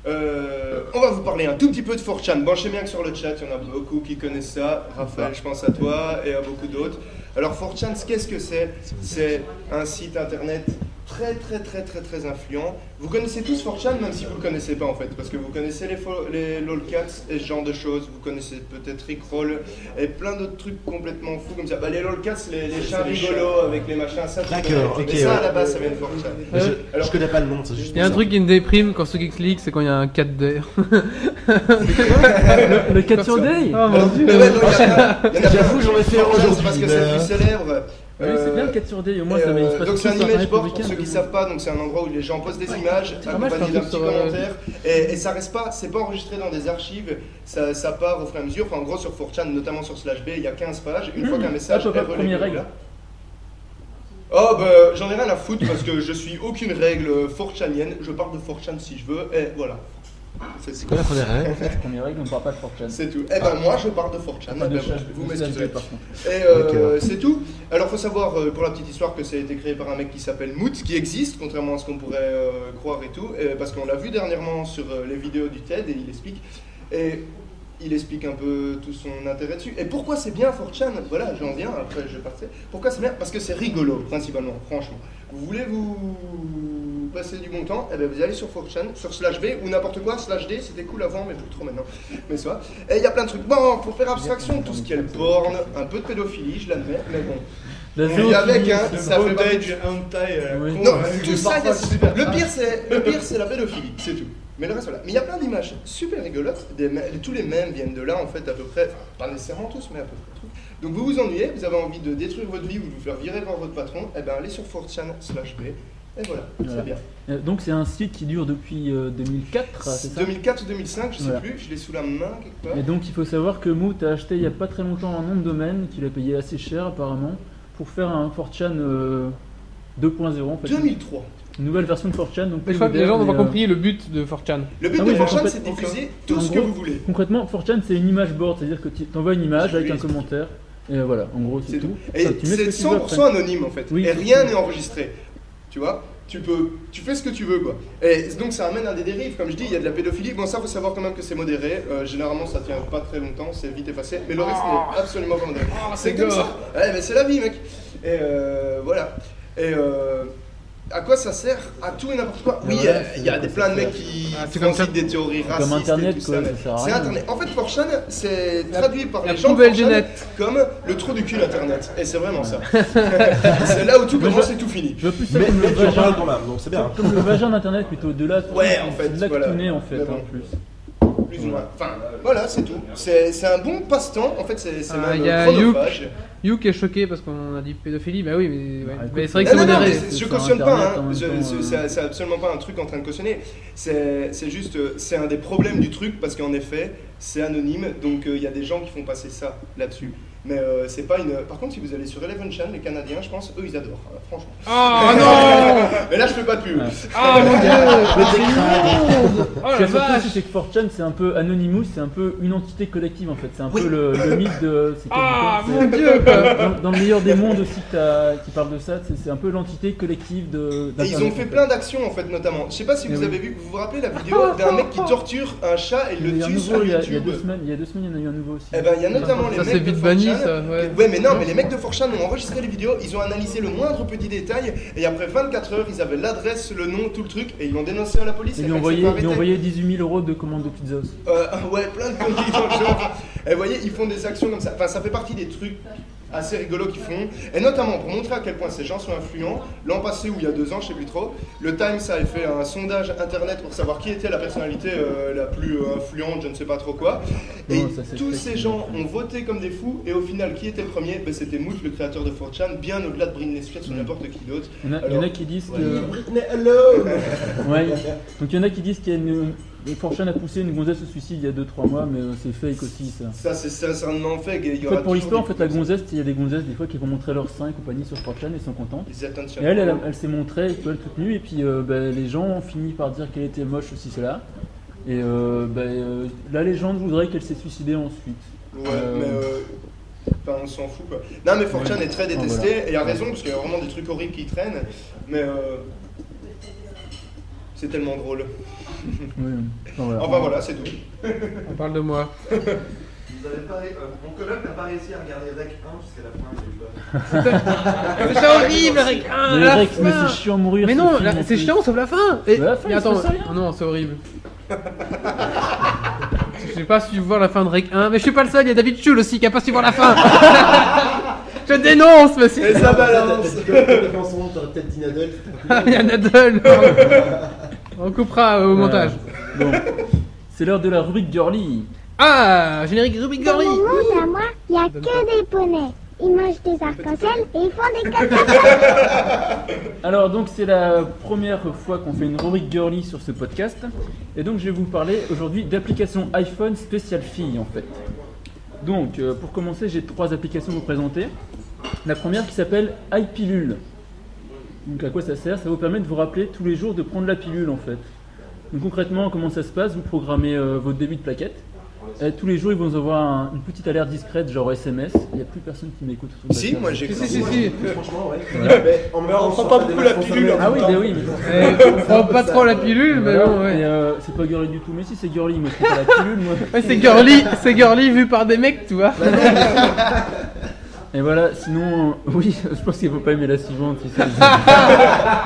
Speaker 5: Euh, on va vous parler un tout petit peu de 4chan. Bon, je sais bien que sur le chat, il y en a beaucoup qui connaissent ça. Raphaël, je pense à toi et à beaucoup d'autres. Alors 4chan, qu'est-ce que c'est C'est un site internet très très très très très influent. Vous connaissez tous 4chan, même si vous le connaissez pas en fait, parce que vous connaissez les, fo- les lolcats et ce genre de choses. Vous connaissez peut-être Rickroll et plein d'autres trucs complètement fous comme ça. Bah, les lolcats, les, les chats rigolos avec les machins, ça tu
Speaker 2: D'accord,
Speaker 5: connais.
Speaker 2: ok,
Speaker 5: Et ça, à
Speaker 2: ouais.
Speaker 5: la base, ça vient de 4chan.
Speaker 2: Mais Je,
Speaker 5: Alors-
Speaker 2: je connais pas le nom, c'est juste.
Speaker 1: Il y a un
Speaker 2: pour
Speaker 1: truc qui me déprime quand ce geek clique, c'est quand il y a un 4D.
Speaker 3: Le, le 4 sur Day
Speaker 1: Oh mon dieu!
Speaker 5: Mais Ah ouais, non, y a- y en a
Speaker 2: J'avoue,
Speaker 5: pas.
Speaker 2: j'en ai fait un
Speaker 5: Fortune,
Speaker 2: aujourd'hui,
Speaker 5: Parce que
Speaker 2: mais,
Speaker 5: c'est le
Speaker 2: euh,
Speaker 5: plus célèbre.
Speaker 3: Ah oui, c'est bien le 4 sur Day, au moins ça
Speaker 5: Et,
Speaker 3: met il se
Speaker 5: euh,
Speaker 3: passe
Speaker 5: donc
Speaker 3: tout
Speaker 5: c'est un
Speaker 3: sur
Speaker 5: image
Speaker 3: Internet le
Speaker 5: board pour
Speaker 3: week-end.
Speaker 5: ceux qui savent pas, donc c'est un endroit où les gens postent des images
Speaker 1: dommage,
Speaker 5: accompagnées
Speaker 1: c'est un
Speaker 5: d'un
Speaker 1: truc
Speaker 5: petit
Speaker 1: sur, euh,
Speaker 5: commentaire et, et ça reste pas, c'est pas enregistré dans des archives, ça, ça part au fur et à mesure. Enfin, en gros sur 4chan, notamment sur slash B, il y a 15 pages. Une fois qu'un message
Speaker 3: Ah,
Speaker 5: est
Speaker 3: papa,
Speaker 5: relayé,
Speaker 3: première règle.
Speaker 5: Oh bah j'en ai rien à foutre parce que je suis aucune règle 4chanienne, je parle de 4chan si je veux et voilà. C'est
Speaker 2: C'est quoi la première règle
Speaker 3: Première règle, on ne parle pas de 4chan.
Speaker 5: c'est tout. Eh ben moi je parle de 4chan,
Speaker 3: Pas
Speaker 5: eh
Speaker 3: Ah, bah, de
Speaker 5: ben,
Speaker 3: chat,
Speaker 5: vous
Speaker 3: de
Speaker 5: m'excusez.
Speaker 3: chat, par contre.
Speaker 5: Et euh, c'est tout. Alors faut savoir euh, pour la petite histoire que ça a été créé par un mec qui s'appelle Moot, qui existe contrairement à ce qu'on pourrait euh, croire et tout, euh, parce qu'on l'a vu dernièrement sur euh, les vidéos du TED et il explique et il explique un peu tout son intérêt dessus. Et pourquoi c'est bien 4chan Voilà, j'en viens après je partais. Pourquoi c'est bien Parce que c'est rigolo principalement, franchement. Vous voulez vous passer du bon temps Eh ben vous allez sur 4chan, sur slash B ou n'importe quoi, slash D, c'était cool avant mais plus trop maintenant. Mais ça va. Et il y a plein de trucs. Bon, pour faire abstraction, tout ce qui est le porn, un peu de pédophilie, je l'admets, mais bon.
Speaker 3: La
Speaker 5: On vit avec, hein,
Speaker 4: Le
Speaker 5: ça fait pas-
Speaker 4: bondage hentai à la
Speaker 3: Oui.
Speaker 4: con,
Speaker 5: Non,
Speaker 4: hein.
Speaker 5: tout ça, il y a- le pire, c'est le pire, c'est la pédophilie, c'est tout. Mais le reste, voilà. Mais il y a plein d'images super rigolotes. des mè- tous les mêmes viennent de là, en fait, à peu près. Enfin, Pas nécessairement tous, mais à peu près. tous. Donc vous vous ennuyez, vous avez envie de détruire votre vie ou de vous faire virer par votre patron, et ben allez sur 4chan slash B. Et voilà,
Speaker 3: Voilà.
Speaker 5: c'est bien.
Speaker 3: Euh, Donc c'est un site qui dure depuis euh, 2004, c'est ça
Speaker 5: 2004 ou 2005, je sais
Speaker 3: Voilà.
Speaker 5: plus, je l'ai sous la main quelque part.
Speaker 3: Et donc il faut savoir que Moot a acheté il n'y a pas très longtemps un nom de domaine qu'il a payé assez cher apparemment pour faire un 4chan euh, 2.0 en fait.
Speaker 5: 2003.
Speaker 3: Une nouvelle version de 4chan. Donc
Speaker 1: Mais
Speaker 3: plus
Speaker 1: je crois que les gens
Speaker 3: moderne,
Speaker 1: n'ont pas
Speaker 3: mais, euh,
Speaker 1: compris le but de 4chan.
Speaker 5: Le but
Speaker 3: Ah
Speaker 5: de
Speaker 3: oui, j'ai
Speaker 5: 4chan, c'est de
Speaker 3: complètement-
Speaker 5: diffuser tout
Speaker 3: En
Speaker 5: ce que
Speaker 3: gros,
Speaker 5: vous voulez.
Speaker 3: Concrètement, 4chan c'est une image board, c'est-à-dire que tu envoies une image avec un commentaire et euh, voilà, en gros c'est
Speaker 5: C'est
Speaker 3: tout.
Speaker 5: tout. Et
Speaker 3: Ça, tu mets ce
Speaker 5: c'est
Speaker 3: que tu veux
Speaker 5: 100%
Speaker 3: après.
Speaker 5: anonyme en fait.
Speaker 3: Oui.
Speaker 5: et rien n'est enregistré. Tu vois tu peux, tu fais ce que tu veux quoi. Et donc ça amène à des dérives, comme je dis, il y a de la pédophilie. Bon ça faut savoir quand même que c'est modéré. Euh, généralement ça tient pas très longtemps, c'est vite effacé. Mais le reste n'est absolument pas modéré. c'est comme ça. Ouais, mais c'est la vie mec. Et euh, voilà. Et euh, à quoi ça sert À tout et n'importe quoi. Oui,
Speaker 3: Voilà,
Speaker 5: euh, il y a des plein de mecs qui
Speaker 1: Ah, c'est
Speaker 5: font
Speaker 1: comme ça.
Speaker 5: aussi des théories
Speaker 3: Comme
Speaker 5: racistes
Speaker 3: Internet,
Speaker 5: et tout
Speaker 3: quoi,
Speaker 5: ça.
Speaker 3: ça
Speaker 5: mais
Speaker 3: sert à
Speaker 5: c'est
Speaker 3: rien.
Speaker 5: Internet. En fait 4chan c'est
Speaker 1: La-
Speaker 5: traduit par
Speaker 1: la
Speaker 5: les gens de
Speaker 1: poubelle
Speaker 5: 4chan
Speaker 1: du net.
Speaker 5: comme le trou du cul internet. Et c'est vraiment ça. (laughs) c'est là où tout commence et tout finit.
Speaker 3: Je veux plus ça
Speaker 2: Mais,
Speaker 3: comme le
Speaker 2: mais tu en
Speaker 3: vagin,
Speaker 2: parles quand même, donc c'est bien.
Speaker 3: comme le vagin d'internet plutôt de là.
Speaker 5: Ouais, en fait,
Speaker 3: c'est de là que
Speaker 5: voilà.
Speaker 3: tout naît, en fait hein,
Speaker 5: Mais
Speaker 3: en
Speaker 5: bon.
Speaker 3: plus.
Speaker 5: Plus ou moins. Enfin, voilà, c'est tout. C'est c'est un bon passe-temps. En fait, c'est c'est
Speaker 1: Ah,
Speaker 5: même
Speaker 1: il y a
Speaker 5: chronophage.
Speaker 1: Youk est choqué parce qu'on a dit pédophilie, bah oui, mais, ouais.
Speaker 3: Bah, écoute,
Speaker 1: mais c'est vrai que c'est
Speaker 5: Non, Ah non, non,
Speaker 1: modéré.
Speaker 5: mais c'est- je
Speaker 3: sur
Speaker 5: cautionne
Speaker 3: Internet,
Speaker 5: pas, hein.
Speaker 3: en même
Speaker 5: Je-
Speaker 3: temps,
Speaker 5: c'est-
Speaker 3: euh.
Speaker 5: c'est c'est absolument pas un truc en train de cautionner. C'est c'est juste, euh, c'est un des problèmes du truc parce qu'en effet, c'est anonyme, donc euh, il y a des gens qui font passer ça là-dessus. Mais euh, c'est pas une. Par contre, si vous allez sur Eleven Chan, les Canadiens, je pense, eux, ils adorent, hein, franchement.
Speaker 1: Oh
Speaker 5: (laughs)
Speaker 1: non
Speaker 5: Mais là, je fais pas de pub.
Speaker 3: Ouais.
Speaker 1: Oh mon dieu
Speaker 2: Mais t'es crade.
Speaker 1: Oh
Speaker 3: Ce
Speaker 1: la
Speaker 3: qui est surtout,
Speaker 1: vache
Speaker 3: c'est que 4chan, c'est un peu Anonymous, c'est un peu une entité collective en fait. C'est un
Speaker 2: Oui.
Speaker 3: peu le, le mythe de. c'est
Speaker 1: Ah
Speaker 3: quelqu'un,
Speaker 1: mon
Speaker 3: c'est-
Speaker 1: dieu quoi.
Speaker 3: dans, dans le meilleur des mondes aussi que t'as- qui parle de ça, c'est c'est un peu l'entité collective de.
Speaker 5: Et ils ont
Speaker 3: d'Internet,
Speaker 5: fait
Speaker 3: en
Speaker 5: plein d'actions en fait, notamment. Je sais pas si
Speaker 3: Mais
Speaker 5: vous
Speaker 3: Eh oui.
Speaker 5: avez vu, vous vous rappelez la vidéo d'un mec qui torture un chat et
Speaker 3: Il
Speaker 5: le
Speaker 3: y a un
Speaker 5: tue
Speaker 3: nouveau,
Speaker 5: sur
Speaker 3: il y a, il y a
Speaker 5: YouTube.
Speaker 3: deux semaines, il y a deux semaines, il y en a eu un nouveau aussi.
Speaker 5: Eh ben, il y a notamment les
Speaker 1: Ça
Speaker 5: mecs
Speaker 1: c'est
Speaker 5: de
Speaker 1: vite banni
Speaker 5: 4chan,
Speaker 1: ça, ouais.
Speaker 5: Ouais, mais non, mais les mecs de Forchan ont enregistré les vidéos, ils ont analysé le moindre petit détail, et après 24 heures, ils avaient l'adresse, le nom, tout le truc, et ils l'ont dénoncé à la police.
Speaker 3: Ils
Speaker 5: et
Speaker 3: lui ont
Speaker 5: le mec
Speaker 3: envoyé,
Speaker 5: s'est fait
Speaker 3: ils lui ont
Speaker 5: arrêter.
Speaker 3: envoyé 18 000 euros de commandes de pizza aussi.
Speaker 5: Euh, (laughs) ouais, plein de conneries dans le genre. Et vous voyez, ils font des actions comme ça. Enfin, ça fait partie des trucs assez rigolos qu'ils font. Et notamment, pour montrer à quel point ces gens sont influents, l'an passé ou il y a deux ans, je sais plus trop, le Times avait fait un sondage internet pour savoir qui était la personnalité euh, la plus euh, influente, je ne sais pas trop quoi. Et
Speaker 3: Non, ça, c'est
Speaker 5: tous
Speaker 3: fake.
Speaker 5: ces gens ont voté comme des fous. Et au final, qui était le premier ben, C'était Moot, le créateur de 4chan, bien au-delà de Britney Spears
Speaker 3: Mm.
Speaker 5: ou n'importe qui d'autre.
Speaker 3: Il y en a, il y en a
Speaker 5: Alors,
Speaker 3: qui disent
Speaker 2: Leave
Speaker 3: que.
Speaker 2: Britney alone.
Speaker 3: Ouais. Donc il y en a qui disent qu'il y a une. les 4chan a poussé une gonzesse au suicide il y a 2-3 mois, mais euh, c'est fake aussi ça.
Speaker 5: Ça, c'est sincèrement fake. et il y
Speaker 3: En fait,
Speaker 5: aura
Speaker 3: pour
Speaker 5: toujours
Speaker 3: l'histoire, en
Speaker 5: des
Speaker 3: fait, la
Speaker 5: trucs comme
Speaker 3: gonzesse, il y a des gonzesses des fois qui vont montrer leur sein et compagnie sur 4chan et sont contentes.
Speaker 5: ça. Les attentions.
Speaker 3: Et elle, elle, elle s'est montrée tu vois, toute nue, et puis euh, bah, les gens ont fini par dire qu'elle était moche aussi, cela. Et euh, bah, euh, la légende voudrait qu'elle s'est suicidée ensuite.
Speaker 5: Ouais,
Speaker 3: Euh, Ah,
Speaker 5: mais euh, enfin, on s'en fout quoi. Non, mais Fortune est très détesté et a raison parce qu'il y a vraiment des trucs horribles qui traînent. Mais euh, c'est tellement drôle.
Speaker 3: Oui, enfin, voilà.
Speaker 5: Enfin voilà, c'est
Speaker 3: Ah,
Speaker 5: tout.
Speaker 1: On parle de moi.
Speaker 7: Vous avez pas, euh, mon coloc n'a pas réussi à regarder Rec 1 jusqu'à la fin, il est pas.
Speaker 1: C'est horrible Rick Ah,
Speaker 3: Mais,
Speaker 1: la
Speaker 3: Rex, mais
Speaker 1: fin.
Speaker 3: c'est chiant à mourir.
Speaker 1: Mais
Speaker 3: ce
Speaker 1: non,
Speaker 3: film,
Speaker 1: la-
Speaker 3: en
Speaker 1: c'est
Speaker 3: plus.
Speaker 1: chiant sauf la fin. Et,
Speaker 3: Mais la fin,
Speaker 1: mais
Speaker 3: il se
Speaker 1: attends,
Speaker 3: passe rien.
Speaker 1: oh non, c'est horrible. Je sais pas si tu veux voir la fin de Rec 1, mais je suis pas le seul, il y a David Chul aussi qui a pas su voir la fin. je dénonce, monsieur.
Speaker 5: Et ça balance
Speaker 2: T'as dit des chansons, t'aurais peut-être dit Nadal.
Speaker 1: il y a Nadal. On coupera au
Speaker 3: Ouais.
Speaker 1: montage.
Speaker 3: Bon. C'est l'heure de la rubrique girly.
Speaker 1: Ah, générique Ruby
Speaker 8: Dans
Speaker 1: Gorly.
Speaker 8: le monde à moi, il n'y a que des poneys. Ils mangent des arcs-en-ciel et ils font des caca.
Speaker 3: Alors, donc, c'est la première fois qu'on fait une rubrique girly sur ce podcast. Et donc, je vais vous parler aujourd'hui d'applications iPhone spéciales filles, en fait. Donc, euh, pour commencer, j'ai trois applications à vous présenter. La première qui s'appelle iPilule. Donc, à quoi ça sert Ça vous permet de vous rappeler tous les jours de prendre la pilule, en fait. Donc, concrètement, comment ça se passe Vous programmez euh, votre débit de plaquette. Et tous les jours, ils vont vous envoyer un- une petite alerte discrète, genre SMS. Il n'y a plus personne qui m'écoute. autour de la
Speaker 5: Si,
Speaker 3: table.
Speaker 5: moi j'ai
Speaker 1: Si,
Speaker 5: cru.
Speaker 1: si, si, si.
Speaker 2: Franchement, ouais.
Speaker 3: Voilà.
Speaker 2: Mais en même temps,
Speaker 5: on
Speaker 2: on
Speaker 5: prend
Speaker 2: sort
Speaker 5: pas
Speaker 2: des
Speaker 5: beaucoup la
Speaker 2: vacances
Speaker 5: pilule,
Speaker 2: en
Speaker 5: hein.
Speaker 3: Ah oui,
Speaker 2: même
Speaker 3: bah
Speaker 2: temps.
Speaker 3: oui. mais-
Speaker 1: Eh, on prend pas trop la pilule, mais
Speaker 3: Voilà.
Speaker 1: bon, Bah ouais.
Speaker 3: Et, euh, c'est pas girly du tout, mais si c'est girly, moi c'est pas la pilule, moi.
Speaker 1: (laughs) Ouais, c'est girly, c'est girly vu par des mecs, tu vois.
Speaker 3: Et voilà, sinon, euh, oui, (laughs) je pense qu'il faut pas aimer la suivante. si c'est-
Speaker 1: (laughs)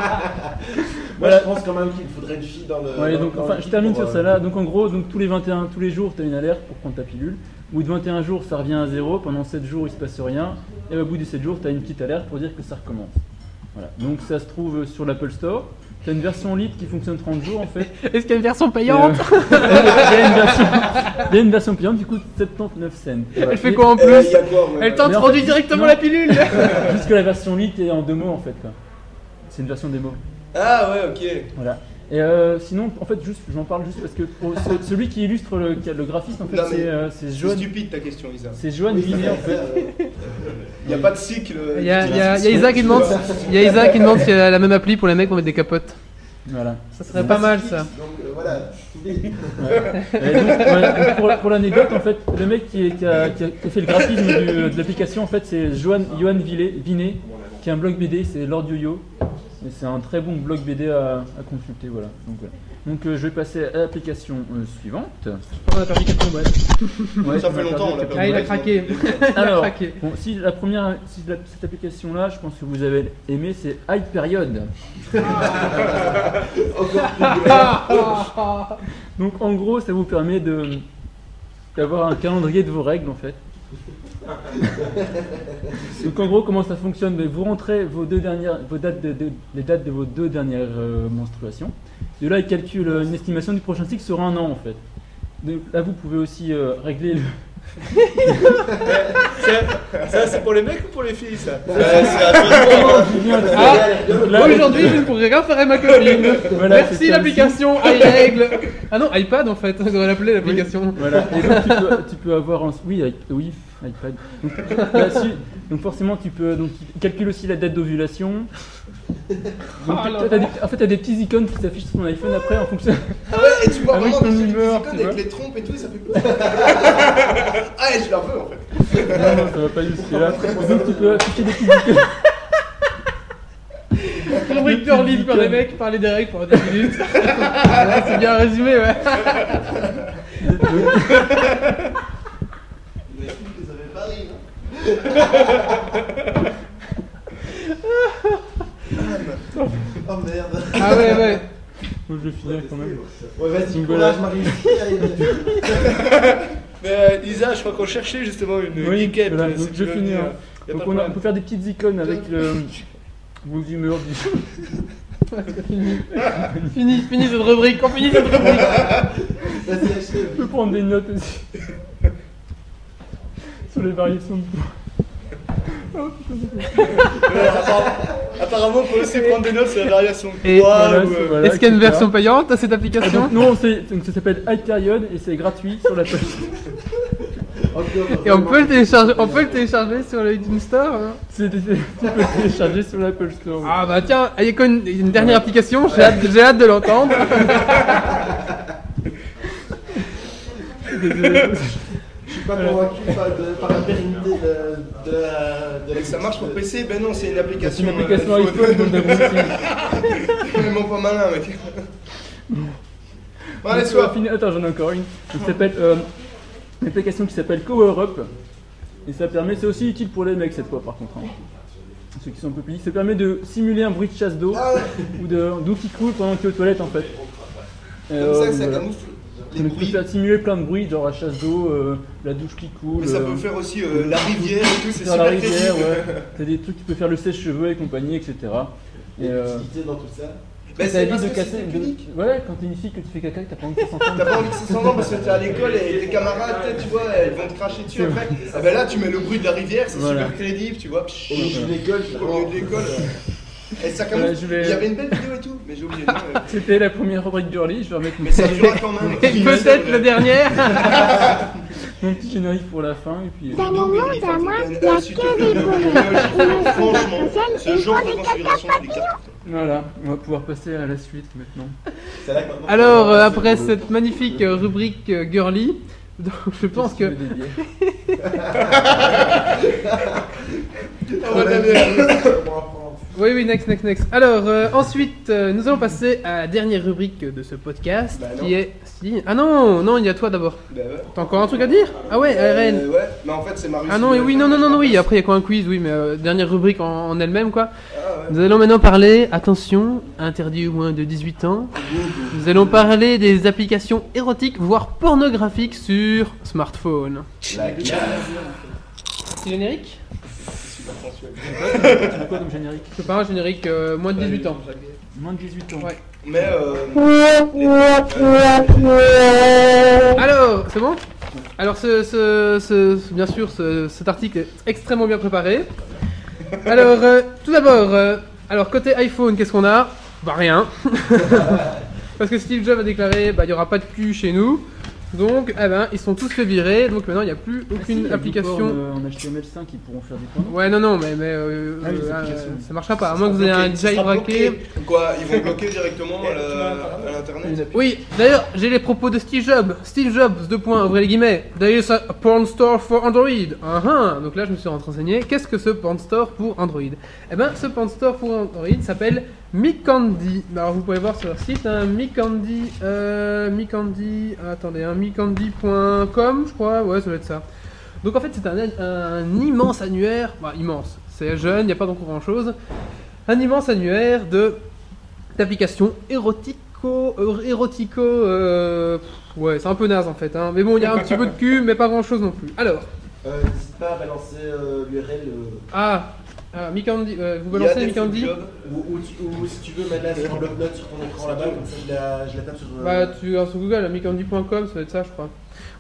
Speaker 2: Moi, je pense quand même qu'il faudrait une fille dans le.
Speaker 3: Ouais,
Speaker 2: dans-
Speaker 3: donc,
Speaker 2: dans
Speaker 3: enfin,
Speaker 2: l'équipe
Speaker 3: je termine
Speaker 2: pour,
Speaker 3: sur
Speaker 2: euh,
Speaker 3: celle-là. Donc en gros, donc tous les 21, tous les jours, t'as une alerte pour prendre ta pilule. Au bout de 21 jours, ça revient à zéro. Pendant 7 jours, il se passe rien. Et au bout de 7 jours, t'as une petite alerte pour dire que ça recommence. Voilà. Donc ça se trouve sur l'Apple Store. T'as une version libre qui fonctionne 30 jours en fait.
Speaker 1: Est-ce qu'il y a une version
Speaker 3: Et, euh, (laughs)
Speaker 1: payante
Speaker 3: Il y a une version- il y a une version payante qui coûte 79 cents.
Speaker 1: Elle
Speaker 3: Voilà.
Speaker 1: fait
Speaker 3: Et-
Speaker 1: quoi en
Speaker 5: Euh, il
Speaker 1: plus
Speaker 5: y a quoi, ouais,
Speaker 1: Elle
Speaker 5: ouais.
Speaker 3: Mais
Speaker 1: t'introduit
Speaker 3: en fait,
Speaker 1: directement
Speaker 3: non.
Speaker 1: la pilule.
Speaker 3: Juste que la version 8 est en deux mots en fait quoi. C'est une version démo.
Speaker 5: Ah ouais, ok.
Speaker 3: Voilà. Et euh, sinon, en fait, juste, j'en parle juste parce que pour- ce- celui qui illustre le, qui a le graphisme, en fait,
Speaker 5: Non, mais-
Speaker 3: c'est euh, c'est
Speaker 5: C'est
Speaker 3: Johan.
Speaker 5: stupide ta question, Isa.
Speaker 3: C'est Johan Villiers, en fait.
Speaker 5: Il n'y a pas de cycle. euh,
Speaker 1: Il y a, il
Speaker 5: de
Speaker 1: y a- il y a
Speaker 5: discussion,
Speaker 1: Isa qui
Speaker 5: tu
Speaker 1: demande,
Speaker 5: vois.
Speaker 1: il y a Isa qui demande si elle a la même appli pour les mecs pour mettre des capotes.
Speaker 3: Voilà.
Speaker 1: Ça serait pas mal ça.
Speaker 2: Donc euh, voilà.
Speaker 3: Et donc, ouais, pour pour l'anecdote, en fait, le mec qui, est- qui a, qui a- qui a fait le graphisme du- de l'application, en fait, c'est Johan, Johan Villet- Vinet, qui a un blog BD, c'est Lord Yo-Yo. Et c'est un très bon blog BD à, à consulter, voilà. Donc, voilà. Donc, euh, je vais passer à l'application euh, suivante.
Speaker 1: On a perdu 4 boîtes.
Speaker 3: Ouais,
Speaker 5: Ça
Speaker 3: on a
Speaker 5: fait
Speaker 3: perdu
Speaker 5: longtemps, on l'a
Speaker 3: Captain
Speaker 1: Ah, il a
Speaker 3: Web.
Speaker 1: craqué.
Speaker 3: Alors,
Speaker 1: craqué.
Speaker 3: bon, si la première, si la- cette application-là, je pense que vous avez aimé, c'est Hyperion.
Speaker 1: Ah,
Speaker 3: Donc en gros, ça vous permet de d'avoir un calendrier de vos règles en fait. Donc en gros, comment ça fonctionne Ben, Vous rentrez vos deux dernières, vos dates de, de- les dates de vos deux dernières euh, menstruations. De là, il calcule euh, une estimation du prochain cycle sur un an en fait. Donc, là, vous pouvez aussi euh, régler le,
Speaker 4: Ça, c'est pour les mecs ou pour les filles, ça
Speaker 5: Ouais, c'est à toi de voir.
Speaker 3: (laughs)
Speaker 1: Ah, Aujourd'hui, je ne pourrais rien faire à ma copine.
Speaker 3: Voilà, c'est
Speaker 1: Merci
Speaker 3: ça
Speaker 1: l'application iRègle. Ah non, iPad en fait, on devrait l'appeler l'application.
Speaker 3: Voilà, et donc tu peux, tu peux avoir un. Oui, avec- oui, iPad. Donc, là-dessus, donc forcément, tu peux. Donc, il calcule aussi la date d'ovulation. Donc,
Speaker 1: Ah,
Speaker 3: t'as-
Speaker 1: là,
Speaker 3: t'as des- en fait, tu as des petits icônes qui s'affichent sur ton iPhone après en fonction.
Speaker 5: Ah ouais, et tu vois
Speaker 3: Avec
Speaker 5: vraiment
Speaker 3: ton
Speaker 5: des
Speaker 3: humeur,
Speaker 5: icônes
Speaker 3: tu
Speaker 5: avec
Speaker 3: vois.
Speaker 5: les trompes et tout, et ça fait. ah, et je la veux en fait.
Speaker 3: non, non, ça va pas jusque-là. Donc, tu peux afficher des petits icônes.
Speaker 1: Rubrique de livre par les mecs, parler des règles pendant 10 minutes. (laughs) Ouais, c'est bien résumé, ouais.
Speaker 7: Vous avez pas ri, hein Oh merde
Speaker 1: Ah ouais, ouais.
Speaker 3: Moi, je vais finir quand même.
Speaker 2: Ouais, vas-y,
Speaker 3: Nicolas.
Speaker 2: courage, Marie.
Speaker 4: Mais euh, Isa, je crois qu'on cherchait justement une une
Speaker 3: Oui,
Speaker 4: équipe.
Speaker 3: voilà,
Speaker 4: euh,
Speaker 3: donc
Speaker 4: si
Speaker 3: je
Speaker 4: tu veux
Speaker 3: finis,
Speaker 4: venir.
Speaker 3: hein.
Speaker 4: Y a
Speaker 3: Donc
Speaker 4: pas
Speaker 3: on,
Speaker 4: de
Speaker 3: a- on
Speaker 4: problème.
Speaker 3: peut faire des petites icônes avec le vos humeurs du
Speaker 1: Fini, fini cette rubrique, on finit cette rubrique.
Speaker 7: Vas-y, achève
Speaker 3: Je peux prendre des notes aussi. Sur les variations de points.
Speaker 4: Ouais, apparemment- Apparemment, on peut aussi prendre des notes sur la variation de
Speaker 1: Et
Speaker 4: poids
Speaker 3: voilà,
Speaker 4: ou,
Speaker 3: c'est-
Speaker 4: euh,
Speaker 3: voilà,
Speaker 1: Est-ce qu'il y a une
Speaker 3: etc.
Speaker 1: version payante à cette
Speaker 3: Ah,
Speaker 1: application
Speaker 3: donc, Non, c'est- donc, ça s'appelle Hyperion et c'est gratuit sur la page.
Speaker 1: Et on peut le télécharger, on peut le télécharger sur le iTunes Store hein
Speaker 3: C'est (laughs) tu peux le télécharger sur l'Apple Store. oui.
Speaker 1: Ah bah tiens, il y a quoi, une, une dernière application, j'ai hâte, j'ai hâte de (laughs) l'entendre.
Speaker 7: Je suis pas convaincu par, de- par la pérennité de, de la. de
Speaker 5: Et que ça marche pour PC, ben non, c'est une
Speaker 3: C'est
Speaker 5: application.
Speaker 3: une application
Speaker 5: euh,
Speaker 3: iPhone donc
Speaker 5: (laughs)
Speaker 3: d'abruti.
Speaker 5: Vraiment pas
Speaker 3: (laughs)
Speaker 5: malin, mec. Bon, allez,
Speaker 3: Donc, on va
Speaker 5: soir.
Speaker 3: finir- Attends, j'en ai encore une. Donc, ça s'appelle euh, une application qui s'appelle Power Up. Et ça permet, c'est aussi utile pour les mecs cette fois par contre. hein. Ceux qui sont un peu petits. Ça permet de simuler un bruit de chasse d'eau
Speaker 5: Ah
Speaker 3: ou de- d'eau qui coule pendant que tu es aux toilettes en fait.
Speaker 5: Comme ça, ça
Speaker 3: Euh,
Speaker 5: camoufle les
Speaker 3: donc, tu
Speaker 5: bruits.
Speaker 3: peux simuler plein de bruits, genre la chasse d'eau, euh, la douche qui coule.
Speaker 5: Mais ça
Speaker 3: euh,
Speaker 5: peut faire aussi euh, la rivière et tout, c'est
Speaker 3: faire la
Speaker 5: super
Speaker 3: rivière,
Speaker 5: crédible.
Speaker 3: ouais. T'as des trucs, tu peux faire le sèche-cheveux et compagnie, etc. Et euh,
Speaker 7: l'utilité dans tout ça.
Speaker 5: Mais
Speaker 3: ça
Speaker 5: Ben, c'est
Speaker 3: évite
Speaker 5: parce
Speaker 3: de
Speaker 5: que
Speaker 3: casser.
Speaker 5: c'est
Speaker 3: de-
Speaker 5: unique.
Speaker 3: Ouais, quand t'es une fille que tu fais caca, que t'as pas envie de s'entendre.
Speaker 5: T'as pas envie que ça s'entende parce que t'es à l'école et tes camarades, peut-être, tu vois, ils vont te cracher dessus après. Ah ben là, tu mets le bruit de la rivière, c'est
Speaker 3: Voilà.
Speaker 5: super crédible, tu vois. psh,
Speaker 7: Au milieu de l'école, je
Speaker 5: Au milieu de l'école. Et ça camoufle.
Speaker 3: Voilà, je vais-
Speaker 5: Il y avait une belle vidéo et tout, mais j'ai oublié. non, euh,
Speaker 3: (laughs) C'était la première rubrique girly, je vais remettre mon
Speaker 5: Mais ça dure quand même.
Speaker 1: Et (laughs) peut-être la dernière.
Speaker 3: mon petit générique pour la fin et puis. euh,
Speaker 8: Dans mon monde, à moi, il n'y a que des poneys. Et moi, je des
Speaker 5: Franchement, ce
Speaker 8: arc-en-ciel et
Speaker 5: genre
Speaker 8: moi,
Speaker 5: de
Speaker 8: des quatre
Speaker 5: configuration, tu les cartes.
Speaker 3: Voilà, on va pouvoir passer à la suite maintenant.
Speaker 1: Alors euh, après cette magnifique euh, rubrique euh, girly, donc, je pense que oui oui next next next. Alors euh, ensuite euh, nous allons passer à la dernière rubrique de ce podcast
Speaker 5: Bah, non.
Speaker 1: qui est Si- ah non non il y a toi d'abord.
Speaker 5: Bah ouais.
Speaker 1: T'as encore un truc à dire Ah ouais ARN.
Speaker 5: Euh, ouais, mais en fait, c'est Marius.
Speaker 1: Ah non, et oui, non, non, non, non, oui, après il y a quoi un quiz, oui, mais euh, dernière rubrique en, en elle-même, quoi.
Speaker 5: Ah ouais.
Speaker 1: Nous allons maintenant parler, attention, interdit au moins de 18 ans, nous allons parler des applications érotiques, voire pornographiques sur smartphone. Petit générique
Speaker 3: C'est quoi comme générique
Speaker 1: Je sais pas, un générique euh, moins de 18 ans.
Speaker 3: Moins de 18 ans.
Speaker 1: Ouais.
Speaker 5: Mais euh,
Speaker 1: Alors, c'est bon Alors, ce, ce- ce- ce- bien sûr, ce- cet article est extrêmement bien préparé. Alors, euh, tout d'abord, euh, alors côté iPhone, qu'est-ce qu'on a Bah rien. (laughs) Parce que Steve Jobs a déclaré, bah il y aura pas de cul chez nous. Donc, eh ben, ils sont tous fait virer. Donc maintenant, il n'y a plus
Speaker 3: Ah, si, il y
Speaker 1: aucune
Speaker 3: a du
Speaker 1: application.
Speaker 3: porn, euh, En HTML5, ils pourront faire des points.
Speaker 1: Ouais, non, non, mais, mais euh,
Speaker 3: Ah oui, les
Speaker 1: euh,
Speaker 3: applications.
Speaker 1: euh, ça marchera pas. À
Speaker 5: ça
Speaker 1: moins que vous ayez
Speaker 5: sera
Speaker 1: un
Speaker 5: bloqué, ça sera
Speaker 1: jailbreaké.
Speaker 5: bloqué. Quoi, ils vont bloquer directement à la- à l'internet
Speaker 1: Oui, d'ailleurs, j'ai les propos de Steve Jobs. Steve Jobs, deux points, ouvrez les guillemets. D'ailleurs, ça, Porn Store for Android. Ah, ah. Donc là, je me suis renseigné. Qu'est-ce que ce Porn Store pour Android Eh ben, ce Porn Store pour Android s'appelle Micandy. Alors, vous pouvez voir sur leur site, hein, Micandy, euh, Micandy, attendez, hein, micandy.com, je crois. Ouais, ça doit être ça. Donc en fait, c'est un, un immense annuaire, bah, immense, c'est jeune, il n'y a pas encore grand-chose, un immense annuaire de d'applications érotico, euh, érotico, euh, pff, ouais, c'est un peu naze en fait, hein. mais bon, il y a un petit peu de cul, mais pas grand-chose non plus. Alors,
Speaker 7: Euh, N'hésite pas à balancer euh, l'URL euh,
Speaker 1: ah, ah, Micandy, euh, vous
Speaker 5: Il y a
Speaker 1: balancez
Speaker 5: des
Speaker 1: Micandy
Speaker 5: jobs.
Speaker 7: ou, ou tu- ou si tu veux, mets-la sur un bloc-notes sur ton écran là-bas, comme ça je la, je la tape sur. euh,
Speaker 1: Bah, tu vas sur Google, micandy.com, ça doit être ça, je crois.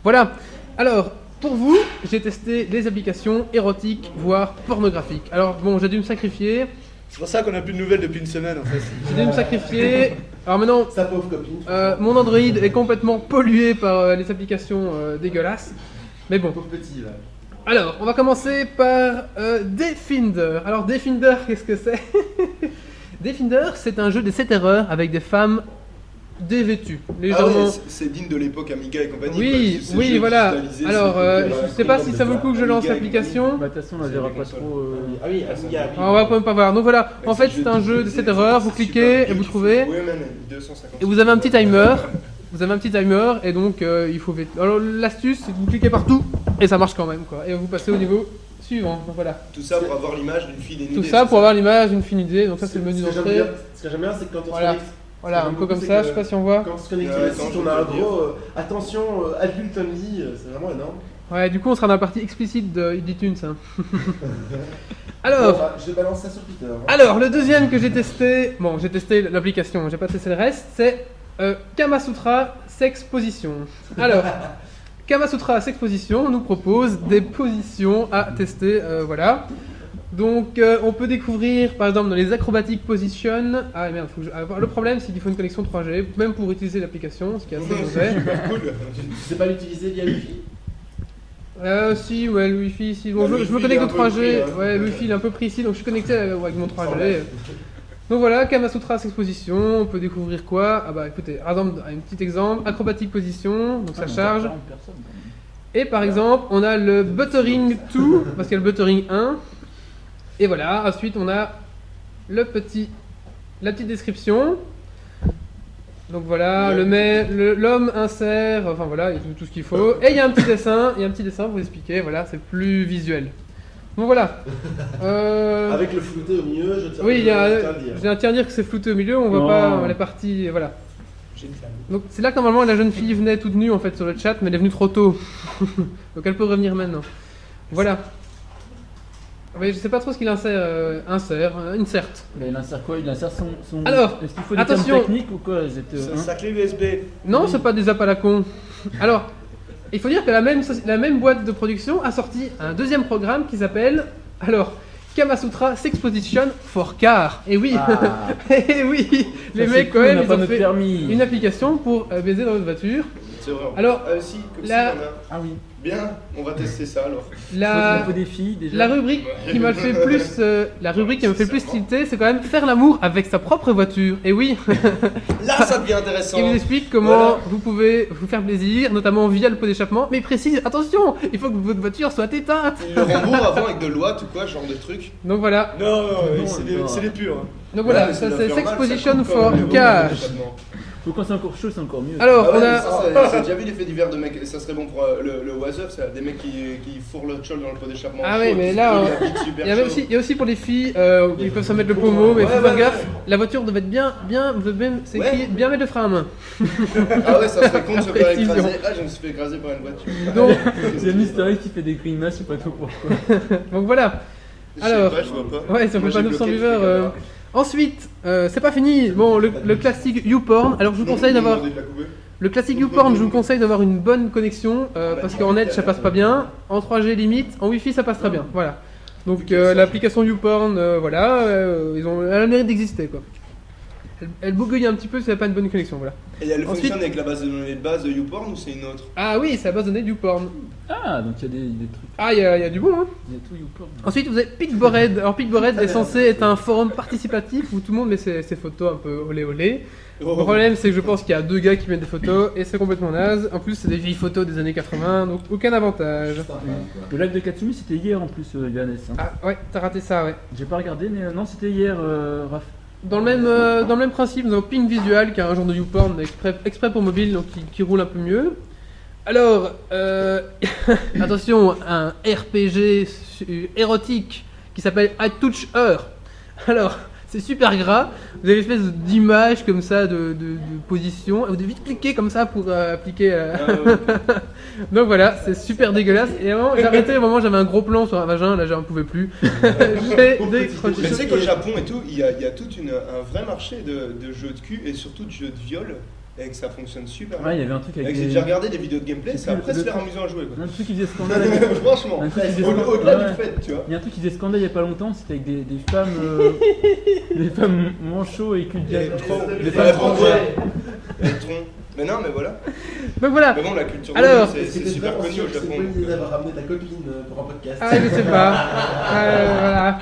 Speaker 1: Voilà. Alors, pour vous, j'ai testé les applications érotiques, voire pornographiques. Alors, bon, j'ai dû me sacrifier.
Speaker 4: C'est pour ça qu'on a plus de nouvelles depuis une semaine
Speaker 3: (laughs)
Speaker 4: en fait.
Speaker 1: J'ai dû me sacrifier. Alors maintenant,
Speaker 7: Sa pauvre copine.
Speaker 1: Euh, mon Android est complètement pollué par euh, les applications euh, dégueulasses. Mais bon,
Speaker 7: Pauvre petit là.
Speaker 1: Alors, on va commencer par euh, Definder. Alors, Definder, qu'est-ce que c'est (laughs) Definder, c'est un jeu des 7 erreurs avec des femmes dévêtues,
Speaker 5: Ah ouais,
Speaker 1: légèrement.
Speaker 5: c'est- c'est digne de l'époque Amiga et compagnie.
Speaker 1: oui,
Speaker 5: quoi, ces
Speaker 1: oui,
Speaker 5: jeux
Speaker 1: voilà.
Speaker 5: digitalisés,
Speaker 1: Alors,
Speaker 5: ces
Speaker 1: euh,
Speaker 5: trucs,
Speaker 1: je
Speaker 5: euh,
Speaker 1: ne sais pas si ça vaut le coup que je lance
Speaker 5: Amiga et
Speaker 1: l'application.
Speaker 3: Bah, de toute façon, on la verra pas trop. euh,
Speaker 2: Ah oui, Amiga.
Speaker 1: Ah, on va quand même pas voir. Donc voilà,
Speaker 5: Bah,
Speaker 1: en fait, c'est un jeu de 7 erreurs. Vous cliquez et vous trouvez. Et vous avez un petit timer. Vous avez un petit timer et donc euh, il faut. vét- Alors l'astuce, c'est que vous cliquez partout et ça marche quand même quoi. Et vous passez au niveau suivant. Donc voilà.
Speaker 5: Tout ça pour avoir l'image d'une fille dénudée.
Speaker 1: Tout ça pour avoir l'image, une fine idée. Donc ça c'est le menu d'entrée.
Speaker 2: Ce que j'aime bien, c'est que quand on
Speaker 1: Voilà.
Speaker 2: se connecte,
Speaker 1: Voilà, un
Speaker 2: J'aime
Speaker 1: peu comme ça.
Speaker 2: beaucoup, c'est
Speaker 1: Je sais
Speaker 2: que-
Speaker 1: pas si on voit.
Speaker 2: quand on se connecte
Speaker 5: Ouais,
Speaker 2: sur le
Speaker 5: attends,
Speaker 2: site,
Speaker 5: je
Speaker 2: on
Speaker 5: peux
Speaker 2: a un
Speaker 5: le dire.
Speaker 2: gros euh, attention euh, adulte only, euh, c'est vraiment énorme.
Speaker 1: Ouais, du coup on sera dans la partie explicite de iTunes.
Speaker 2: (laughs)
Speaker 1: hein.
Speaker 2: Bon,
Speaker 1: Alors,
Speaker 2: bah, je balance ça sur Twitter. hein.
Speaker 1: alors le deuxième que j'ai testé, bon j'ai testé l'application, j'ai pas testé le reste, c'est euh, Kamasutra Sexposition.
Speaker 2: (laughs)
Speaker 1: Alors. Kamasutra Sexposition nous propose des positions à tester, euh, voilà. Donc euh, on peut découvrir par exemple dans les acrobatiques position. Ah merde, faut que je- ah, le problème c'est qu'il faut une connexion 3G, même pour utiliser l'application, ce qui est assez mauvais.
Speaker 3: Hein?
Speaker 2: Tu sais pas l'utiliser via Wi-Fi
Speaker 1: Euh, si, ouais, le wifi, si. Bon,
Speaker 5: Bah,
Speaker 1: je,
Speaker 5: le
Speaker 1: je me
Speaker 5: wifi,
Speaker 1: connecte
Speaker 5: il
Speaker 1: au
Speaker 5: est un peu
Speaker 1: 3G.
Speaker 5: pris, hein.
Speaker 1: Ouais, le wifi il est un peu pris ici, donc je suis connecté euh, avec mon 3G.
Speaker 2: Ouais.
Speaker 1: Donc voilà, Kamasutra Exposition, on peut découvrir quoi Ah bah écoutez, par exemple, un petit exemple, acrobatique position, donc ça
Speaker 5: Ah,
Speaker 3: on a
Speaker 1: charge.
Speaker 3: 40 personnes, quand
Speaker 1: Et
Speaker 3: même.
Speaker 1: par exemple, on a le buttering 2, parce qu'il y a le buttering 1. Et voilà, ensuite on a le petit, la petite description. Donc voilà, le mets- le- l'homme insère, enfin voilà, il y a tout, tout ce qu'il faut. Et il y a un petit dessin, il y a un petit dessin pour vous expliquer, voilà, c'est plus visuel. Donc voilà. Euh,
Speaker 2: Avec le flouté au milieu, je tiens
Speaker 1: oui, il y
Speaker 2: je tiens à
Speaker 1: a, euh,
Speaker 2: le
Speaker 1: je
Speaker 2: dire.
Speaker 1: viens de dire que c'est flouté au milieu, on voit
Speaker 3: Non.
Speaker 1: pas les parties, voilà. Donc c'est là que normalement la jeune fille venait toute nue en fait sur le chat, mais elle est venue trop tôt. (laughs) Donc elle peut revenir maintenant. Voilà. Mais je sais pas trop ce qu'il insère. euh, insère, euh, insert.
Speaker 3: Là, Bah, il insère quoi Il insère son. son-
Speaker 1: Alors,
Speaker 3: est-ce qu'il faut des termes
Speaker 1: attention.
Speaker 3: techniques ou quoi J'étais,
Speaker 4: Sa,
Speaker 3: hein
Speaker 4: sa clé USB.
Speaker 1: Non,
Speaker 3: Oui.
Speaker 1: c'est pas des appels à la con. Alors, il faut dire que la même, soci- la même boîte de production a sorti un deuxième programme qui s'appelle. Alors. Kamasutra Sexposition for Car. Et oui,
Speaker 3: Ah,
Speaker 1: et oui, (laughs) les
Speaker 3: ça, c'est
Speaker 1: mecs quand
Speaker 3: cool,
Speaker 1: même,
Speaker 3: on n'a
Speaker 1: ils
Speaker 3: pas
Speaker 1: ont
Speaker 3: notre
Speaker 1: fait
Speaker 3: permis.
Speaker 1: une application pour euh, baiser dans votre voiture.
Speaker 5: C'est vrai.
Speaker 1: Alors,
Speaker 5: Euh, si, comme
Speaker 1: la-
Speaker 5: si, on a-
Speaker 3: Ah oui.
Speaker 5: Bien, on va tester ça
Speaker 1: (laughs)
Speaker 5: alors.
Speaker 1: La...
Speaker 3: Il faut des filles déjà.
Speaker 1: Euh, La rubrique qui m'a fait plus, euh, la rubrique qui m'a fait plus tilter, c'est quand même faire l'amour avec sa propre voiture. Et oui, (laughs)
Speaker 5: Là, ça devient
Speaker 1: il
Speaker 5: intéressant.
Speaker 1: vous explique comment
Speaker 5: Voilà.
Speaker 1: vous pouvez vous faire plaisir, notamment via le pot d'échappement. Mais il précise, attention, il faut que votre voiture soit éteinte.
Speaker 5: Il le rembourre avant avec de l'ouate ou quoi, genre de truc.
Speaker 1: Donc voilà,
Speaker 4: Non, non,
Speaker 3: Non,
Speaker 4: c'est
Speaker 3: non.
Speaker 4: des, c'est des purs. hein.
Speaker 1: donc voilà,
Speaker 5: Ouais,
Speaker 1: ça
Speaker 5: de
Speaker 1: c'est
Speaker 5: la faire mal, ça
Speaker 1: Sexposition
Speaker 5: coupe
Speaker 1: for
Speaker 5: quand même.
Speaker 1: Car.
Speaker 3: Donc quand c'est encore chaud, c'est encore mieux.
Speaker 1: Alors
Speaker 5: Ah ouais,
Speaker 1: on
Speaker 5: mais
Speaker 1: a,
Speaker 5: ça, c'est- J'ai déjà vu l'effet divers de mecs, ça serait bon pour euh, le, le Wazer, c'est des mecs qui, qui fourrent le tchol dans le pot d'échappement.
Speaker 1: Ah
Speaker 5: chaud,
Speaker 1: ouais, mais
Speaker 5: qui
Speaker 1: là,
Speaker 5: se
Speaker 1: on-
Speaker 5: donnent la bite super
Speaker 1: il y a même
Speaker 5: chaud.
Speaker 1: aussi, il y a aussi pour les filles, euh, ils peuvent se mettre le pommeau, mais faut faire gaffe. La voiture devait être bien, bien, bien, c'est
Speaker 5: Ouais.
Speaker 1: écrit, bien mettre le frein à main.
Speaker 5: Ah ouais, ça serait con de se faire
Speaker 1: Précision.
Speaker 5: écraser. Ah, je me suis fait écraser par une voiture. Ah
Speaker 1: Donc,
Speaker 3: C'est Mister X qui fait des grimaces, je sais pas trop pourquoi.
Speaker 1: donc voilà. alors-
Speaker 5: Alors, je sais pas, je vois pas.
Speaker 1: Ouais, ça
Speaker 5: Moi,
Speaker 1: fait pas
Speaker 5: j'ai
Speaker 1: 900
Speaker 5: bloqué le
Speaker 1: viewers.
Speaker 5: truc,
Speaker 1: euh.
Speaker 5: alors.
Speaker 1: Ensuite, euh, c'est pas fini. Bon, le, le classique YouPorn. Alors, je vous
Speaker 5: Non,
Speaker 1: conseille
Speaker 5: on m'a
Speaker 1: d'avoir
Speaker 5: demandé de la couper.
Speaker 1: le classique YouPorn. Je vous conseille d'avoir une bonne connexion euh, parce qu'en net ça passe pas bien, en 3G limite, en Wi-Fi ça passe très bien. Voilà. Donc euh, l'application YouPorn, euh, voilà, euh, ils ont elle a le mérite d'exister quoi. Elle, elle bugouille un petit peu si elle n'a pas une bonne connexion. Voilà.
Speaker 5: Et elle
Speaker 1: Ensuite-
Speaker 5: fonctionne avec la base de données de base de YouPorn ou c'est une autre
Speaker 1: Ah oui, c'est la base de données de YouPorn.
Speaker 3: Ah, donc il y a des, des trucs.
Speaker 1: Ah, il y, a- il y a du bon. Hein.
Speaker 3: Il y a tout YouPorn.
Speaker 1: Ensuite, vous avez Picbored. Alors, Picbored est censé être un forum participatif où tout le monde met ses, ses photos un peu olé olé.
Speaker 5: Oh.
Speaker 1: Le problème, c'est que je pense qu'il y a deux gars qui mettent des photos et c'est complètement naze. En plus, c'est des vieilles photos des années 80, donc aucun avantage.
Speaker 3: Le live de Katsumi, c'était hier en plus, euh, Yannis, hein.
Speaker 1: Ah ouais, t'as raté ça, ouais.
Speaker 3: J'ai pas regardé, mais euh, non, c'était hier, euh, Raph.
Speaker 1: Dans le même, euh, dans le même principe, nous avons Ping Visual, qui est un genre de YouPorn mais exprès, exprès pour mobile, donc qui, qui roule un peu mieux. Alors, euh, (laughs) attention, un RPG su- érotique qui s'appelle I Touch Her. Alors, c'est super gras. Vous avez une espèce d'image comme ça, de, de, de position. Et vous devez vite cliquer comme ça pour euh, appliquer. euh, (laughs)
Speaker 5: Ah, ouais.
Speaker 1: Donc voilà, c'est super dégueulasse. Et à un moment, j'ai arrêté, au moment où j'avais un gros plan sur un vagin, là j'en pouvais
Speaker 5: (laughs)
Speaker 1: plus. (laughs) j'ai des
Speaker 5: Mais tu
Speaker 1: crottichons.
Speaker 5: sais qu'au Japon et tout, il y a, il y a tout une- un vrai marché de, de jeux de cul et surtout de jeux de viol et que ça fonctionne super
Speaker 3: Ouais, il y
Speaker 5: bien.
Speaker 3: avait un truc
Speaker 5: Et
Speaker 3: avec
Speaker 5: que
Speaker 3: des...
Speaker 5: j'ai déjà regardé des vidéos de gameplay,
Speaker 3: C'est
Speaker 5: c'est après
Speaker 3: le-
Speaker 5: se
Speaker 3: le-
Speaker 5: faire amusant à jouer
Speaker 3: (laughs)
Speaker 5: quoi.
Speaker 3: un truc qui faisait scandale. (laughs) avec-
Speaker 5: (laughs) Franchement,
Speaker 3: Un truc qui faisait
Speaker 5: au-
Speaker 3: scandale.
Speaker 5: au-delà
Speaker 3: Ouais.
Speaker 5: du fait, tu vois.
Speaker 3: Il y a un truc qui faisait scandale il y a pas longtemps, c'était avec des, des (laughs) femmes. euh, des femmes manchots et cul de
Speaker 5: Et
Speaker 3: diable.
Speaker 5: trop-
Speaker 3: Des
Speaker 5: et
Speaker 3: femmes
Speaker 5: la
Speaker 3: trans,
Speaker 5: bandeau-
Speaker 3: ouais.
Speaker 5: et Electron. Mais non, mais voilà.
Speaker 1: Donc voilà.
Speaker 5: Mais bon, la culture
Speaker 1: Alors,
Speaker 5: woke, c'est c'est super connu au Japon.
Speaker 2: C'est
Speaker 5: donc,
Speaker 2: cool
Speaker 5: euh,
Speaker 2: d'avoir ramené ta copine euh, pour un podcast.
Speaker 1: Ah, je sais pas. Euh, voilà.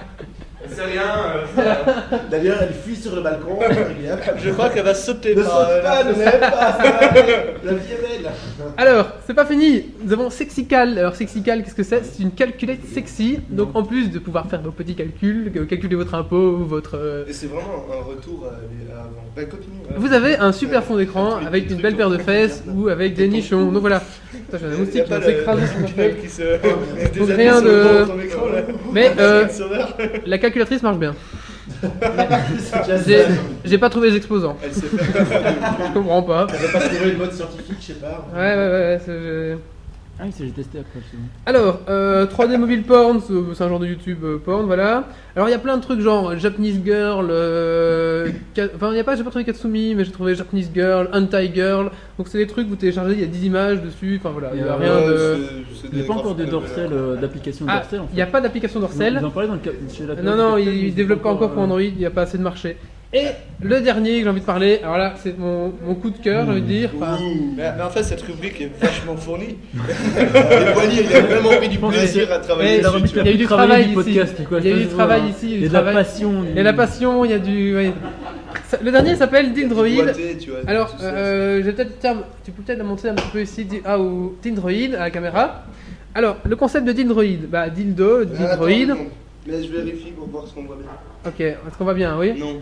Speaker 5: C'est rien. euh, c'est rien.
Speaker 2: D'ailleurs, elle fuit sur le
Speaker 1: (laughs)
Speaker 2: balcon. fais gaffe.
Speaker 4: Je crois qu'elle va sauter
Speaker 2: Ne saute
Speaker 4: par, euh,
Speaker 2: pas, ne saute pas. ça va aller. La vie est belle.
Speaker 1: Alors, c'est pas fini. Nous avons Sexical. Alors, Sexical, qu'est-ce que c'est C'est une calculette sexy. Donc, en plus de pouvoir faire vos petits calculs, que- calculer votre impôt ou votre. euh,
Speaker 5: Et c'est vraiment un retour à les- à avant. Belle copine. ouais.
Speaker 1: Vous avez un super fond d'écran avec une belle paire de fesses ou avec des nichons. Donc voilà. Putain, j'ai un
Speaker 4: Il y a
Speaker 1: moustique qui
Speaker 4: pas
Speaker 1: va
Speaker 4: le-
Speaker 1: s'écraser
Speaker 4: le
Speaker 1: sur ma (laughs)
Speaker 4: tunnel
Speaker 1: feuille.
Speaker 4: qui se.
Speaker 5: (laughs)
Speaker 4: des
Speaker 1: Donc
Speaker 4: amis
Speaker 1: rien
Speaker 4: sur le
Speaker 1: de-
Speaker 4: bord de ton écran, là.
Speaker 1: Mais euh,
Speaker 4: Sauveur.
Speaker 1: la calculatrice marche bien.
Speaker 2: C'est déjà
Speaker 1: J'ai-
Speaker 2: ça.
Speaker 1: J'ai pas trouvé les exposants.
Speaker 5: Elle s'est fait.
Speaker 1: Je comprends pas.
Speaker 2: On va pas trouver une mode scientifique, je sais pas.
Speaker 1: Ouais, ouais, ouais. c'est-
Speaker 3: Ah oui, c'est j'ai testé après, c'est bon.
Speaker 1: Alors, euh, 3D mobile porn, c'est c'est un genre de YouTube euh, porn, voilà. Alors, il y a plein de trucs genre Japanese girl, euh, ka- enfin, il n'y a pas, j'ai pas trouvé Katsumi, mais j'ai trouvé Japanese girl, Anti girl. Donc, c'est des trucs où vous téléchargez, il y a 10 images dessus, enfin voilà, il n'y a
Speaker 3: Euh,
Speaker 1: rien de.
Speaker 3: Il n'y a pas encore de dorsal, euh, d'application
Speaker 1: Ah,
Speaker 3: dorsal en
Speaker 1: Il
Speaker 3: fait.
Speaker 1: n'y a pas d'application
Speaker 3: Ils
Speaker 1: dorsale.
Speaker 3: en parlaient dans le cap- chez la
Speaker 1: Non, non,
Speaker 3: capitale,
Speaker 1: ils ne
Speaker 3: sont
Speaker 1: développent pas encore pour
Speaker 3: euh,
Speaker 1: Android, il n'y a pas assez de marché. Et le dernier que j'ai envie de parler, alors là, c'est mon, mon coup de cœur, j'ai envie de dire. Enfin,
Speaker 4: Mais, mais en fait, cette rubrique est vachement fournie.
Speaker 5: (laughs) Les poigniers, il a vraiment pris du
Speaker 1: pense que
Speaker 5: plaisir à
Speaker 1: Ouais,
Speaker 5: travailler
Speaker 1: il a
Speaker 5: dessus. tu vois.
Speaker 1: il y a eu du
Speaker 3: travailler
Speaker 1: travail
Speaker 3: du
Speaker 1: ici.
Speaker 3: podcast, quoi,
Speaker 1: Il y a
Speaker 3: ça
Speaker 1: eu du
Speaker 3: se
Speaker 1: travail
Speaker 3: voit, hein.
Speaker 1: ici,
Speaker 3: Il
Speaker 1: du
Speaker 3: y a de la
Speaker 1: travail.
Speaker 3: passion.
Speaker 1: Il y a la passion, il y a du. ouais. Ça- Le dernier s'appelle Dindroid.
Speaker 5: Boité, tu vois,
Speaker 1: Alors,
Speaker 5: tout ça.
Speaker 1: euh, j'ai peut-être le terme- tu peux peut-être la montrer un petit peu ici, di- ah, ou Dindroid à la caméra. Alors, le concept de Dindroid, bah dildo,
Speaker 5: Ah, attends,
Speaker 1: Dindroid.
Speaker 5: non. Mais je vérifie pour voir ce qu'on voit bien.
Speaker 1: Ok, est-ce qu'on va bien, oui
Speaker 5: Non.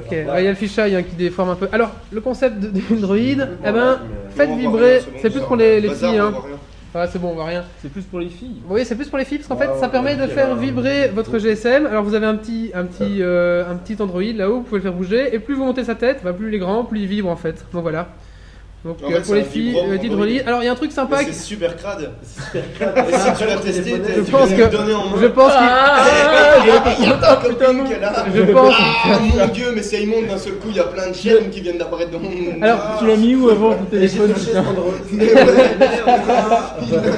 Speaker 1: Ok, ouais, il y a le fisheye hein, qui déforme un peu. Alors, le concept de Dindroid, eh ben, faites
Speaker 5: On va voir
Speaker 1: vibrer,
Speaker 5: rien, bon,
Speaker 1: c'est plus
Speaker 5: bizarre.
Speaker 1: pour les, les
Speaker 5: Bazar,
Speaker 1: filles,
Speaker 5: on
Speaker 1: hein.
Speaker 5: voit rien.
Speaker 1: Ah, c'est bon, on voit rien.
Speaker 3: C'est plus pour les filles.
Speaker 1: Oui, c'est plus pour les filles parce qu'en fait,
Speaker 2: Ouais,
Speaker 1: ça
Speaker 2: ouais,
Speaker 1: permet
Speaker 2: ok,
Speaker 1: de faire
Speaker 2: ouais.
Speaker 1: vibrer votre GSM. Alors, vous avez un petit, un petit, euh, un petit Android là-haut, vous pouvez le faire bouger. Et plus vous montez sa tête, bah, plus il est grand, plus il vibre en fait. Donc voilà. Donc
Speaker 5: En
Speaker 1: euh,
Speaker 5: fait,
Speaker 1: pour
Speaker 5: c'est
Speaker 1: les
Speaker 5: un
Speaker 1: filles,
Speaker 5: vibro
Speaker 1: euh,
Speaker 5: Android.
Speaker 1: Dindroid. Alors, il y a un truc
Speaker 5: Mais
Speaker 1: sympa.
Speaker 5: C'est
Speaker 1: qui-
Speaker 5: super crade.
Speaker 1: (laughs)
Speaker 2: Et
Speaker 5: si tu l'as testé, t'as-
Speaker 1: Je
Speaker 5: tu
Speaker 1: pense
Speaker 5: l'as
Speaker 1: que. Ah,
Speaker 5: donné en main.
Speaker 1: Je pense qu'il.
Speaker 5: Il y a- il y a ta copine qui est là.
Speaker 1: (laughs) Je pense.
Speaker 5: Ah mon dieu, mais c'est immonde d'un seul coup, il y a plein de chaînes qui viennent d'apparaître dans
Speaker 1: (laughs)
Speaker 5: mon monde.
Speaker 1: Alors,
Speaker 5: Ah,
Speaker 3: Tu l'as mis où avant ton
Speaker 2: Et j'ai
Speaker 3: téléphone
Speaker 2: touché ce Android.
Speaker 5: mais ouais, merde.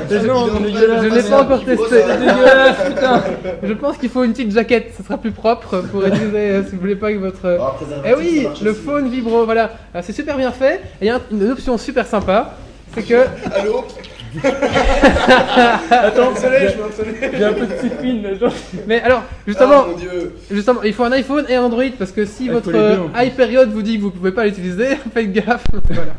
Speaker 1: Je
Speaker 5: Il est en train de
Speaker 1: je l'ai
Speaker 5: passer
Speaker 1: pas
Speaker 5: un
Speaker 1: encore
Speaker 5: petit
Speaker 1: testé.
Speaker 5: gros
Speaker 1: C'est dégueulasse, (laughs) putain. Je pense qu'il faut une petite jaquette, ça sera plus propre pour utiliser euh, si vous voulez pas que votre. euh,
Speaker 2: Ah,
Speaker 1: Eh
Speaker 2: préservatif, ça
Speaker 1: oui,
Speaker 2: marche
Speaker 1: le
Speaker 2: aussi.
Speaker 1: phone vibro, voilà. Alors, C'est super bien fait. Et il y a une option super sympa. C'est que.
Speaker 5: Allô
Speaker 3: Attends,
Speaker 4: Désolé, je m'abstenais.
Speaker 3: j'ai un peu de cyprine là, genre.
Speaker 1: Mais alors,
Speaker 5: Ah
Speaker 1: justement,
Speaker 5: mon dieu.
Speaker 1: justement, il faut un iPhone et un Android parce que si
Speaker 3: Ah, il faut
Speaker 1: votre
Speaker 3: les deux,
Speaker 1: euh,
Speaker 3: en plus.
Speaker 1: high période vous dit que vous pouvez pas l'utiliser, (laughs) faites gaffe. voilà.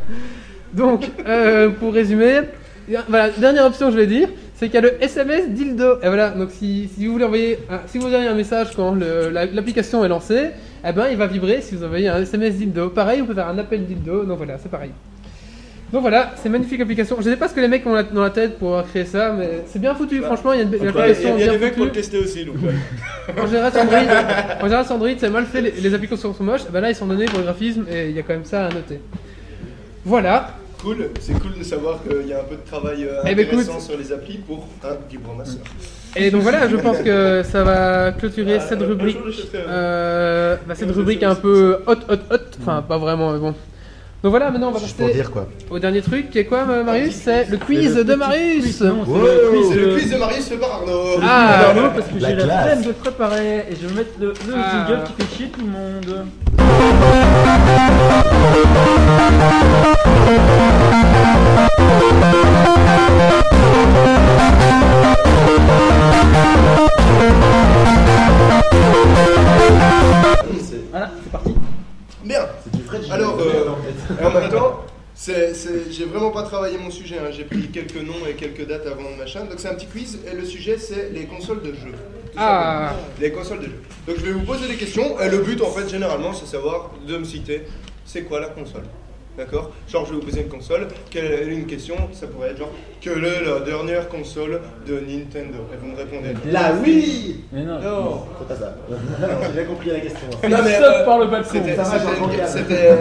Speaker 1: Donc, euh, pour résumer, y a- voilà, dernière option, je vais dire, c'est qu'il y a le SMS dildo. Et voilà, donc si, si vous voulez envoyer, un- si vous envoyez un message quand le- la- l'application est lancée, eh ben, il va vibrer si vous envoyez un SMS dildo. Pareil, vous pouvez faire un appel dildo. Donc voilà, c'est pareil. Donc voilà, c'est une magnifique application. Je sais pas ce que les mecs ont la- dans la tête pour avoir créé ça, mais c'est bien
Speaker 4: Bah,
Speaker 1: foutu. Franchement, il y a une, une
Speaker 4: Ouais, Il y
Speaker 1: application
Speaker 4: a- il y a
Speaker 1: bien
Speaker 4: des mecs pour
Speaker 1: foutue.
Speaker 4: le tester aussi, donc. ouais.
Speaker 1: En général, sur Android, en général, sur Android, c'est mal fait, les, les applications sont moches. Ben là, ils sont donnés pour le graphisme et il y a quand même ça à noter. Voilà.
Speaker 5: Cool, c'est cool de savoir qu'il y a un peu de travail euh,
Speaker 1: Eh ben, écoute.
Speaker 5: intéressant sur les applis pour un vibromasseur.
Speaker 1: Et donc voilà, je pense que ça va clôturer
Speaker 4: Ah,
Speaker 1: cette
Speaker 4: un
Speaker 1: rubrique.
Speaker 4: jour, j'achèterai un-
Speaker 1: Euh, bah, cette rubrique un peu hot, hot, hot. Enfin, pas vraiment, mais bon. Donc voilà, maintenant on va
Speaker 2: Juste pour
Speaker 1: passer
Speaker 2: dire quoi.
Speaker 1: au dernier truc qui est quoi, euh, Marius C'est le quiz
Speaker 3: C'est le
Speaker 1: de
Speaker 3: petit
Speaker 1: Marius
Speaker 3: quiz, non, c'est
Speaker 2: Wow.
Speaker 3: le quiz,
Speaker 5: C'est le
Speaker 3: euh,
Speaker 5: quiz de Marius fait par Arnaud.
Speaker 1: Ah,
Speaker 3: Arnaud, parce que
Speaker 2: la
Speaker 3: j'ai la
Speaker 2: classe.
Speaker 3: flemme de préparer et je vais mettre le, le
Speaker 1: Ah.
Speaker 3: jingle qui fait chier tout le monde. Voilà, c'est parti.
Speaker 5: Merde.
Speaker 2: C'est du Fred.
Speaker 5: Alors, euh, Et en même (laughs) temps, c'est- c'est- j'ai vraiment pas travaillé mon sujet. hein. J'ai pris quelques noms et quelques dates avant le machin. Donc c'est un petit quiz et le sujet c'est les consoles de jeux. Tout
Speaker 1: Ah.
Speaker 5: simplement. Les consoles de jeux. Donc je vais vous poser des questions et le but en fait généralement c'est savoir de me citer c'est quoi la console. D'accord Genre je vais vous poser une console, quelle une question, ça pourrait être genre quelle est la dernière console de Nintendo Et vous me répondez.
Speaker 2: La oui
Speaker 3: Mais non,
Speaker 5: Non,
Speaker 2: C'est pas ça. J'ai bien compris la question. hein.
Speaker 5: non mais
Speaker 3: stop
Speaker 5: euh,
Speaker 3: par le balcon.
Speaker 5: c'était
Speaker 2: Ça va,
Speaker 5: c'était-
Speaker 2: j'entends bien.
Speaker 5: c'était euh,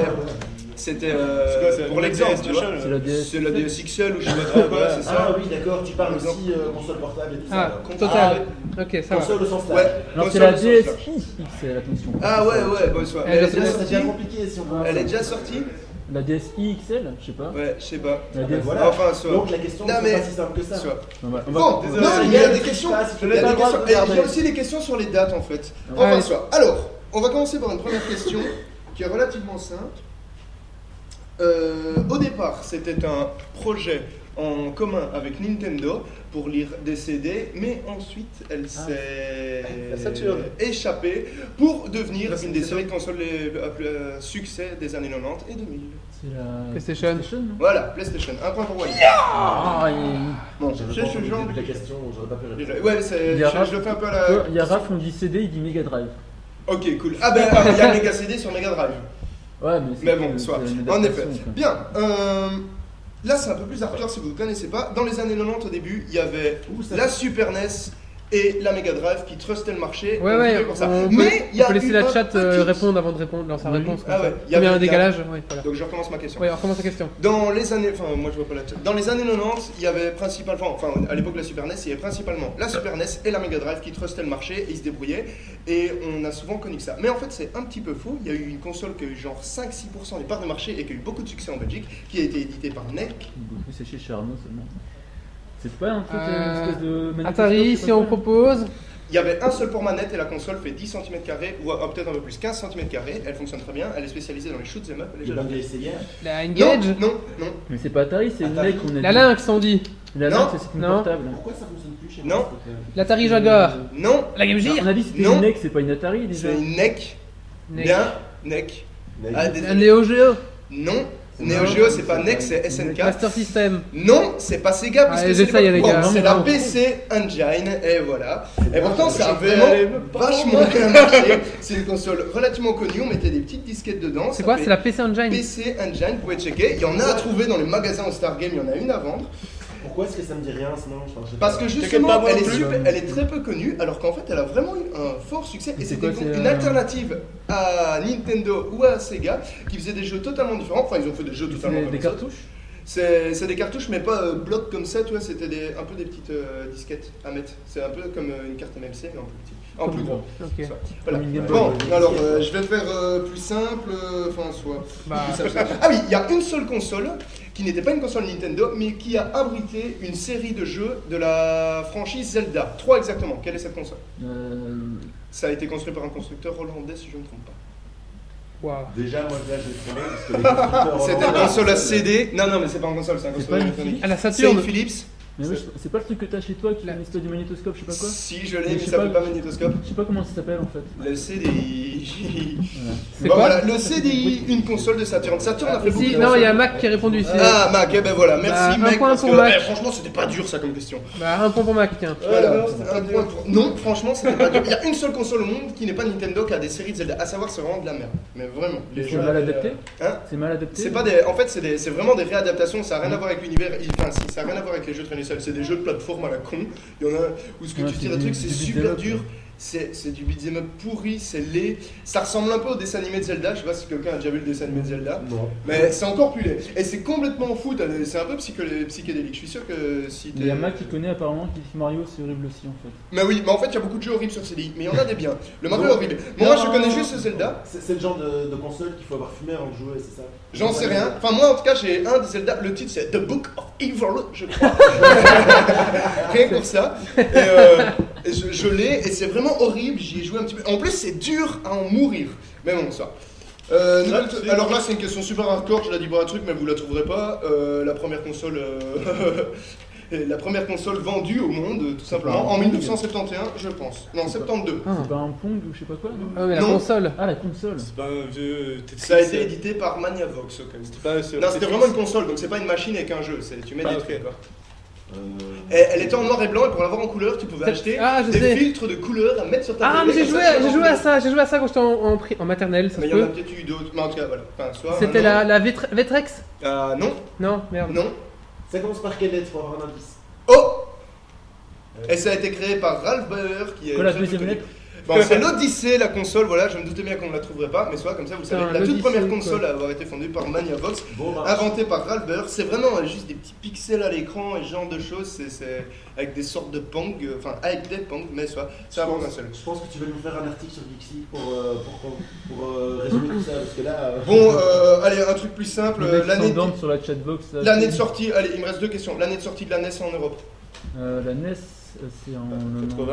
Speaker 5: c'était euh,
Speaker 4: C'est quoi, c'est
Speaker 5: pour
Speaker 4: la
Speaker 5: l'exemple,
Speaker 4: DS,
Speaker 5: tu vois.
Speaker 4: machin,
Speaker 3: C'est
Speaker 4: là.
Speaker 3: la DS.
Speaker 5: C'est la DSXL ou je sais pas trop quoi, c'est
Speaker 2: Ah
Speaker 5: ça
Speaker 2: oui, d'accord, tu parles aussi euh, console portable et tout
Speaker 1: Ah,
Speaker 2: ça. alors.
Speaker 1: total. Ok, ça va.
Speaker 2: Console au sens
Speaker 5: Ouais,
Speaker 2: large.
Speaker 3: Alors c'est
Speaker 5: console
Speaker 3: la
Speaker 5: de sens
Speaker 3: DSi,
Speaker 5: large.
Speaker 3: c'est la fonction.
Speaker 5: Ah ouais, ouais, bonne soirée.
Speaker 1: Elle
Speaker 5: Elle
Speaker 1: est
Speaker 5: est déjà
Speaker 1: sortie.
Speaker 2: Ça
Speaker 5: sortie
Speaker 2: devient compliqué si on veut.
Speaker 5: Elle est déjà sortie
Speaker 3: La DSi XL, je sais pas.
Speaker 5: Ouais, je sais pas.
Speaker 3: La
Speaker 2: Ben
Speaker 3: DS.
Speaker 2: Voilà.
Speaker 5: Enfin, soit.
Speaker 2: Donc la question,
Speaker 5: Non,
Speaker 2: c'est
Speaker 5: mais-
Speaker 2: pas si simple que ça.
Speaker 5: Soit.
Speaker 3: On va- on va-
Speaker 5: Bon,
Speaker 4: désolé.
Speaker 5: non, il y a des
Speaker 2: je
Speaker 5: questions.
Speaker 2: sais pas si tu
Speaker 5: Il y a
Speaker 2: l'as droit
Speaker 5: des
Speaker 2: de
Speaker 5: questions. Et il y a
Speaker 2: regarder.
Speaker 5: aussi des questions sur les dates en fait.
Speaker 1: Ouais.
Speaker 5: Enfin, soit. Alors, on va commencer par une première question qui est relativement simple. Euh, au départ, c'était un projet en commun avec Nintendo pour lire des CD, mais ensuite elle
Speaker 2: Ah.
Speaker 5: s'est
Speaker 4: La Saturn.
Speaker 5: échappée pour devenir
Speaker 4: La
Speaker 5: une des
Speaker 4: Saturn.
Speaker 5: séries de consoles les à plus- euh, succès des années 90 et 2000.
Speaker 3: C'est la.
Speaker 1: PlayStation.
Speaker 3: non
Speaker 5: Voilà, PlayStation, un point pour Wally.
Speaker 3: Ah, il-
Speaker 5: Bon,
Speaker 2: J'avais
Speaker 5: c'est
Speaker 2: pas
Speaker 5: ce
Speaker 2: entendu
Speaker 5: genre de
Speaker 2: la question, j'aurais pas pu répondre.
Speaker 5: Ouais, c'est-
Speaker 3: Il y
Speaker 5: je,
Speaker 3: a Raph-
Speaker 5: je le fais un peu à
Speaker 3: Tu vois,
Speaker 5: la.
Speaker 3: Il y a Raph, on dit CD, il dit Mega Drive.
Speaker 5: Ok, cool. Ah ben, ah, il y a Mega CD sur Mega Drive.
Speaker 3: Ouais, mais c'est-
Speaker 5: Mais bon,
Speaker 3: c'est
Speaker 5: soit.
Speaker 3: une
Speaker 5: En effet.
Speaker 3: adaptation, quoi.
Speaker 5: Bien. euh, là, c'est un peu plus hardcore si vous ne connaissez pas. Dans les années 90, au début, il y avait la Super NES et la Mega Drive qui trustaient le marché.
Speaker 1: Ouais,
Speaker 5: On
Speaker 1: ouais,
Speaker 5: vivait pour ça.
Speaker 1: on peut,
Speaker 5: Mais il y
Speaker 1: on
Speaker 5: a
Speaker 1: peut laisser
Speaker 5: eu
Speaker 1: la
Speaker 5: un
Speaker 1: chat euh,
Speaker 5: petit-
Speaker 1: répondre avant de répondre, dans sa
Speaker 3: Oui.
Speaker 1: réponse.
Speaker 5: Ah
Speaker 1: comme
Speaker 5: ouais,
Speaker 1: ça.
Speaker 5: il
Speaker 1: Comme il y
Speaker 5: y avait-
Speaker 1: a un
Speaker 5: il y a-
Speaker 1: décalage, ouais, voilà.
Speaker 5: Donc je recommence ma question.
Speaker 1: Ouais, alors commence la question.
Speaker 5: Dans les années, enfin moi je vois pas la Dans les années 90, il y avait principalement, enfin à l'époque la Super NES, il y avait principalement la Super NES et la Mega Drive qui trustaient le marché et ils se débrouillaient. Et on a souvent connu que ça. Mais en fait c'est un petit peu faux. Il y a eu une console qui a eu genre 5-6% des parts de marché et qui a eu beaucoup de succès en Belgique, qui a été éditée par NEC.
Speaker 3: Beaucoup, C'est chez Charnot seulement. C'est pas un truc,
Speaker 1: Euh,
Speaker 3: une espèce de. manifesto, je
Speaker 1: Atari,
Speaker 3: sais
Speaker 1: si
Speaker 3: pas
Speaker 1: on
Speaker 3: quoi.
Speaker 1: propose.
Speaker 5: Il y avait un seul port manette et la console fait 10 cm ou ah, peut-être un peu plus 15 cm. Elle fonctionne très bien. Elle est spécialisée dans les shoots em up. Elle est
Speaker 9: J'ai
Speaker 5: jamais-
Speaker 9: même essayé.
Speaker 1: La
Speaker 5: Non,
Speaker 1: Engage.
Speaker 5: non, non,
Speaker 3: Mais c'est pas Atari, c'est
Speaker 9: Atari.
Speaker 3: Nec qu'on a
Speaker 1: La
Speaker 3: dit.
Speaker 1: Lynx, on dit.
Speaker 3: La
Speaker 5: Non.
Speaker 3: Lynx, c'est une
Speaker 1: Non.
Speaker 3: portable.
Speaker 9: Pourquoi ça fonctionne plus chez
Speaker 5: Non.
Speaker 9: moi ce truc-là
Speaker 1: L'Atari Jaguar.
Speaker 3: Euh,
Speaker 5: non.
Speaker 1: La Game
Speaker 3: non,
Speaker 1: Gear.
Speaker 3: On a dit que c'était
Speaker 5: Non.
Speaker 3: une NEC, c'est pas une Atari déjà.
Speaker 5: C'est NEC.
Speaker 1: Next.
Speaker 5: Bien, NEC. Ah,
Speaker 1: La
Speaker 5: désolé.
Speaker 1: Neo Geo.
Speaker 5: Non,
Speaker 9: C'est
Speaker 5: Neo
Speaker 9: marrant,
Speaker 5: Geo
Speaker 9: c'est
Speaker 5: c'est pas
Speaker 9: pas
Speaker 5: NEC, c'est SNK.
Speaker 1: Master System.
Speaker 5: Non, c'est pas
Speaker 1: Ah,
Speaker 5: Sega puisque
Speaker 1: les
Speaker 5: c'est
Speaker 1: essais,
Speaker 5: pas-
Speaker 1: les gars.
Speaker 5: bon, c'est
Speaker 1: Non,
Speaker 5: la
Speaker 1: non.
Speaker 5: PC Engine et voilà. Et
Speaker 9: bien,
Speaker 5: pourtant
Speaker 9: je
Speaker 5: ça a
Speaker 9: vais
Speaker 5: vraiment
Speaker 4: aller me
Speaker 5: vachement bien marché. C'est une console relativement connue, on mettait des petites disquettes dedans.
Speaker 1: C'est
Speaker 5: ça
Speaker 1: quoi
Speaker 5: fait
Speaker 1: C'est la PC Engine.
Speaker 5: PC Engine, vous pouvez checker. Il y en a à trouver dans les magasins au Star Game, il y en a une à vendre.
Speaker 9: Pourquoi est-ce que ça me dit rien sinon enfin, je-
Speaker 5: Parce que justement,
Speaker 4: pas, moi
Speaker 5: elle,
Speaker 4: non
Speaker 5: est
Speaker 4: plus.
Speaker 5: super- elle est très peu connue, alors qu'en fait, elle a vraiment eu un fort succès. Et
Speaker 3: C'est
Speaker 5: c'était
Speaker 3: quoi, c'est,
Speaker 5: une
Speaker 3: euh,
Speaker 5: alternative à Nintendo ou à Sega qui faisait des jeux totalement différents. Enfin, ils ont fait des jeux totalement
Speaker 3: C'est
Speaker 5: comme
Speaker 3: des
Speaker 5: les autres.
Speaker 3: cartouches
Speaker 5: C'est c'est des cartouches, mais pas euh, blocs comme ça, tu vois, c'était des- un peu des petites euh, disquettes à mettre. C'est un peu comme euh, une carte MMC, mais en plus petit. En plus gros.
Speaker 1: Ok.
Speaker 5: Voilà.
Speaker 3: Comme une Game
Speaker 5: Bon,
Speaker 3: Boy.
Speaker 5: alors euh, je vais faire euh, plus simple, euh, enfin, soit.
Speaker 1: Bah,
Speaker 5: plus simple, soit. Ah oui, il y a une seule console qui n'était pas une console Nintendo, mais qui a abrité une série de jeux de la franchise Zelda. Trois exactement. Quelle est cette console
Speaker 3: Euh,
Speaker 5: Ça a été construit par un constructeur hollandais, si je ne me trompe pas.
Speaker 1: waouh.
Speaker 9: Déjà, moi là, j'ai trouvé parce que les
Speaker 3: Oh,
Speaker 9: constructeurs
Speaker 5: C'était une
Speaker 9: hollandais-
Speaker 5: console à CD. Non, non, mais c'est pas une console, c'est un
Speaker 3: C'est
Speaker 5: console
Speaker 3: pas une
Speaker 5: électronique.
Speaker 1: Ah, la
Speaker 5: C'est une
Speaker 1: Saturn.
Speaker 5: Philips.
Speaker 3: Mais oui, je- c'est pas le truc que t'as chez toi qui
Speaker 1: La-
Speaker 3: fait une espèce de magnétoscope, je sais pas quoi
Speaker 5: Si, je l'ai,
Speaker 3: Mais
Speaker 5: mais
Speaker 3: je sais
Speaker 5: ça
Speaker 3: pas-
Speaker 5: fait pas magnétoscope.
Speaker 3: Je sais pas comment ça s'appelle en fait.
Speaker 5: Le CDI.
Speaker 1: C'est
Speaker 5: Bon,
Speaker 1: quoi
Speaker 5: voilà, Le CDI, une console de Saturn. Saturn a fait beaucoup
Speaker 1: Si,
Speaker 5: de
Speaker 1: non, il y a
Speaker 5: consoles.
Speaker 1: Mac qui a répondu ici.
Speaker 5: Ah, Mac, eh ben voilà, merci
Speaker 1: Bah, un
Speaker 5: mec.
Speaker 1: point
Speaker 5: parce
Speaker 1: pour
Speaker 5: que,
Speaker 1: Mac.
Speaker 5: eh, franchement, c'était pas dur ça comme question.
Speaker 1: Bah, un point pour Mac, tiens.
Speaker 5: Voilà.
Speaker 4: non, c'était pas
Speaker 5: Un point pour- Non, franchement, c'était pas dur. Il y a une seule console au monde qui n'est pas Nintendo qui a des séries de Zelda. À savoir, c'est vraiment de la merde. Mais vraiment.
Speaker 3: C'est
Speaker 4: gens,
Speaker 3: mal
Speaker 4: euh,
Speaker 3: adapté
Speaker 5: hein
Speaker 3: C'est mal adapté
Speaker 5: C'est pas des. En fait, c'est des- c'est vraiment des réadaptations. Ça a rien à voir avec l'univers. Enfin, si, ça a rien à voir avec les jeux traînés seuls. C'est des jeux de plateforme à la con. Il y en a où ce que
Speaker 3: Ouais,
Speaker 5: tu
Speaker 3: c'est
Speaker 5: tires des
Speaker 3: du-
Speaker 5: trucs,
Speaker 3: du
Speaker 5: c'est
Speaker 3: beat'em
Speaker 5: super
Speaker 3: up.
Speaker 5: dur. C'est c'est du beat'em up pourri, c'est laid. Ça ressemble un peu au dessin animé de Zelda. Je sais pas si quelqu'un a déjà vu le dessin animé de Zelda.
Speaker 9: Non.
Speaker 5: Mais c'est encore plus laid. Et c'est complètement fou. t'as des- C'est un peu psycho- psychédélique. Je suis sûr que si
Speaker 3: Il
Speaker 5: t'es.
Speaker 3: y a Mac qui connaît apparemment qui dit Mario, c'est horrible aussi en fait.
Speaker 5: Mais oui, mais en fait, il y a beaucoup de jeux horribles sur CDI. Mais il y en a des biens. Le Mario est horrible. Moi, je connais juste Zelda.
Speaker 9: C'est c'est le genre de, de console qu'il faut avoir fumé avant de jouer, c'est ça
Speaker 5: J'en sais rien. Enfin, moi, en tout cas, j'ai un des Zelda. Le titre, c'est The Book of Evil, je crois. rien que pour ça. Et, euh, et je je l'ai, et c'est vraiment horrible. J'y ai joué un petit peu. En plus, c'est dur à en mourir. Mais bon, ça. Euh, nouvelle- alors là, c'est une question super hardcore. Je la dis pour un truc, mais vous la trouverez pas. Euh, la première console. euh, (laughs) et La première console vendue au monde, tout simplement, en 1971, je pense. Non, 72.
Speaker 3: C'est pas un Pong ou je sais pas quoi non
Speaker 1: Ah, mais la
Speaker 5: Non.
Speaker 1: console.
Speaker 3: Ah, la console
Speaker 4: C'est pas un vieux Tetris.
Speaker 5: Ça a été édité par Maniavox, quand même.
Speaker 4: C'était pas- c'est-
Speaker 5: Non, c'était
Speaker 4: Tetris.
Speaker 5: vraiment une console, donc c'est pas une machine avec un jeu, c'est tu mets
Speaker 4: Ah,
Speaker 5: des
Speaker 4: ok.
Speaker 5: trucs. quoi.
Speaker 9: Euh,
Speaker 5: Et elle était en noir et blanc et pour l'avoir en couleur, tu pouvais
Speaker 1: C'est-
Speaker 5: acheter
Speaker 1: ah, je
Speaker 5: des
Speaker 1: sais.
Speaker 5: filtres de couleurs à mettre sur ta
Speaker 1: Ah, mais
Speaker 5: télé,
Speaker 1: j'ai
Speaker 5: comme
Speaker 1: joué,
Speaker 5: ça, tu
Speaker 1: j'ai
Speaker 5: vois,
Speaker 1: joué à ça, j'ai joué à ça quand j'étais en, en pri- en maternelle, ça
Speaker 5: Mais
Speaker 1: se
Speaker 5: il y en a
Speaker 1: peut.
Speaker 5: peut-être eu d'autres, mais en tout cas, voilà. Enfin, soit
Speaker 1: C'était
Speaker 5: un
Speaker 1: la,
Speaker 5: an.
Speaker 1: la Vetre- Vetrex
Speaker 5: Ah, non,
Speaker 1: Non, merde.
Speaker 5: non.
Speaker 9: Ça commence par quelle lettre pour avoir un indice
Speaker 5: Oh Et ça a été créé par Ralph Baer qui est.
Speaker 3: Quoi la
Speaker 5: très peu
Speaker 3: deuxième
Speaker 5: connu.
Speaker 3: lettre
Speaker 5: Bon, c'est l'Odyssée, la console, voilà, je me doutais bien qu'on ne la trouverait pas, mais soit comme ça, vous le savez,
Speaker 1: Putain,
Speaker 5: la toute
Speaker 1: l'Odyssée,
Speaker 5: première
Speaker 1: quoi.
Speaker 5: console à avoir été fondée par Maniavox
Speaker 9: Bon, bah,
Speaker 5: inventé par Ralph Baer. C'est vraiment euh, juste des petits pixels à l'écran et ce genre de choses. C'est, c'est avec des sortes de pang, euh, enfin avec des pang, mais soit. C'est vraiment un seul.
Speaker 9: je pense que tu vas nous faire un article sur Dixie pour, euh, pour, qu'on- pour, euh, résumer tout ça, parce que là... euh,
Speaker 5: Bon, euh, allez, un truc plus simple.
Speaker 3: Le
Speaker 5: euh,
Speaker 3: mec qui
Speaker 5: L'année,
Speaker 3: s'endorme sur la chatbox. là.
Speaker 5: l'année de sortie, allez, il me reste deux questions. L'année de sortie de la NES en Europe.
Speaker 3: Euh, La NES, euh, c'est en
Speaker 4: 80,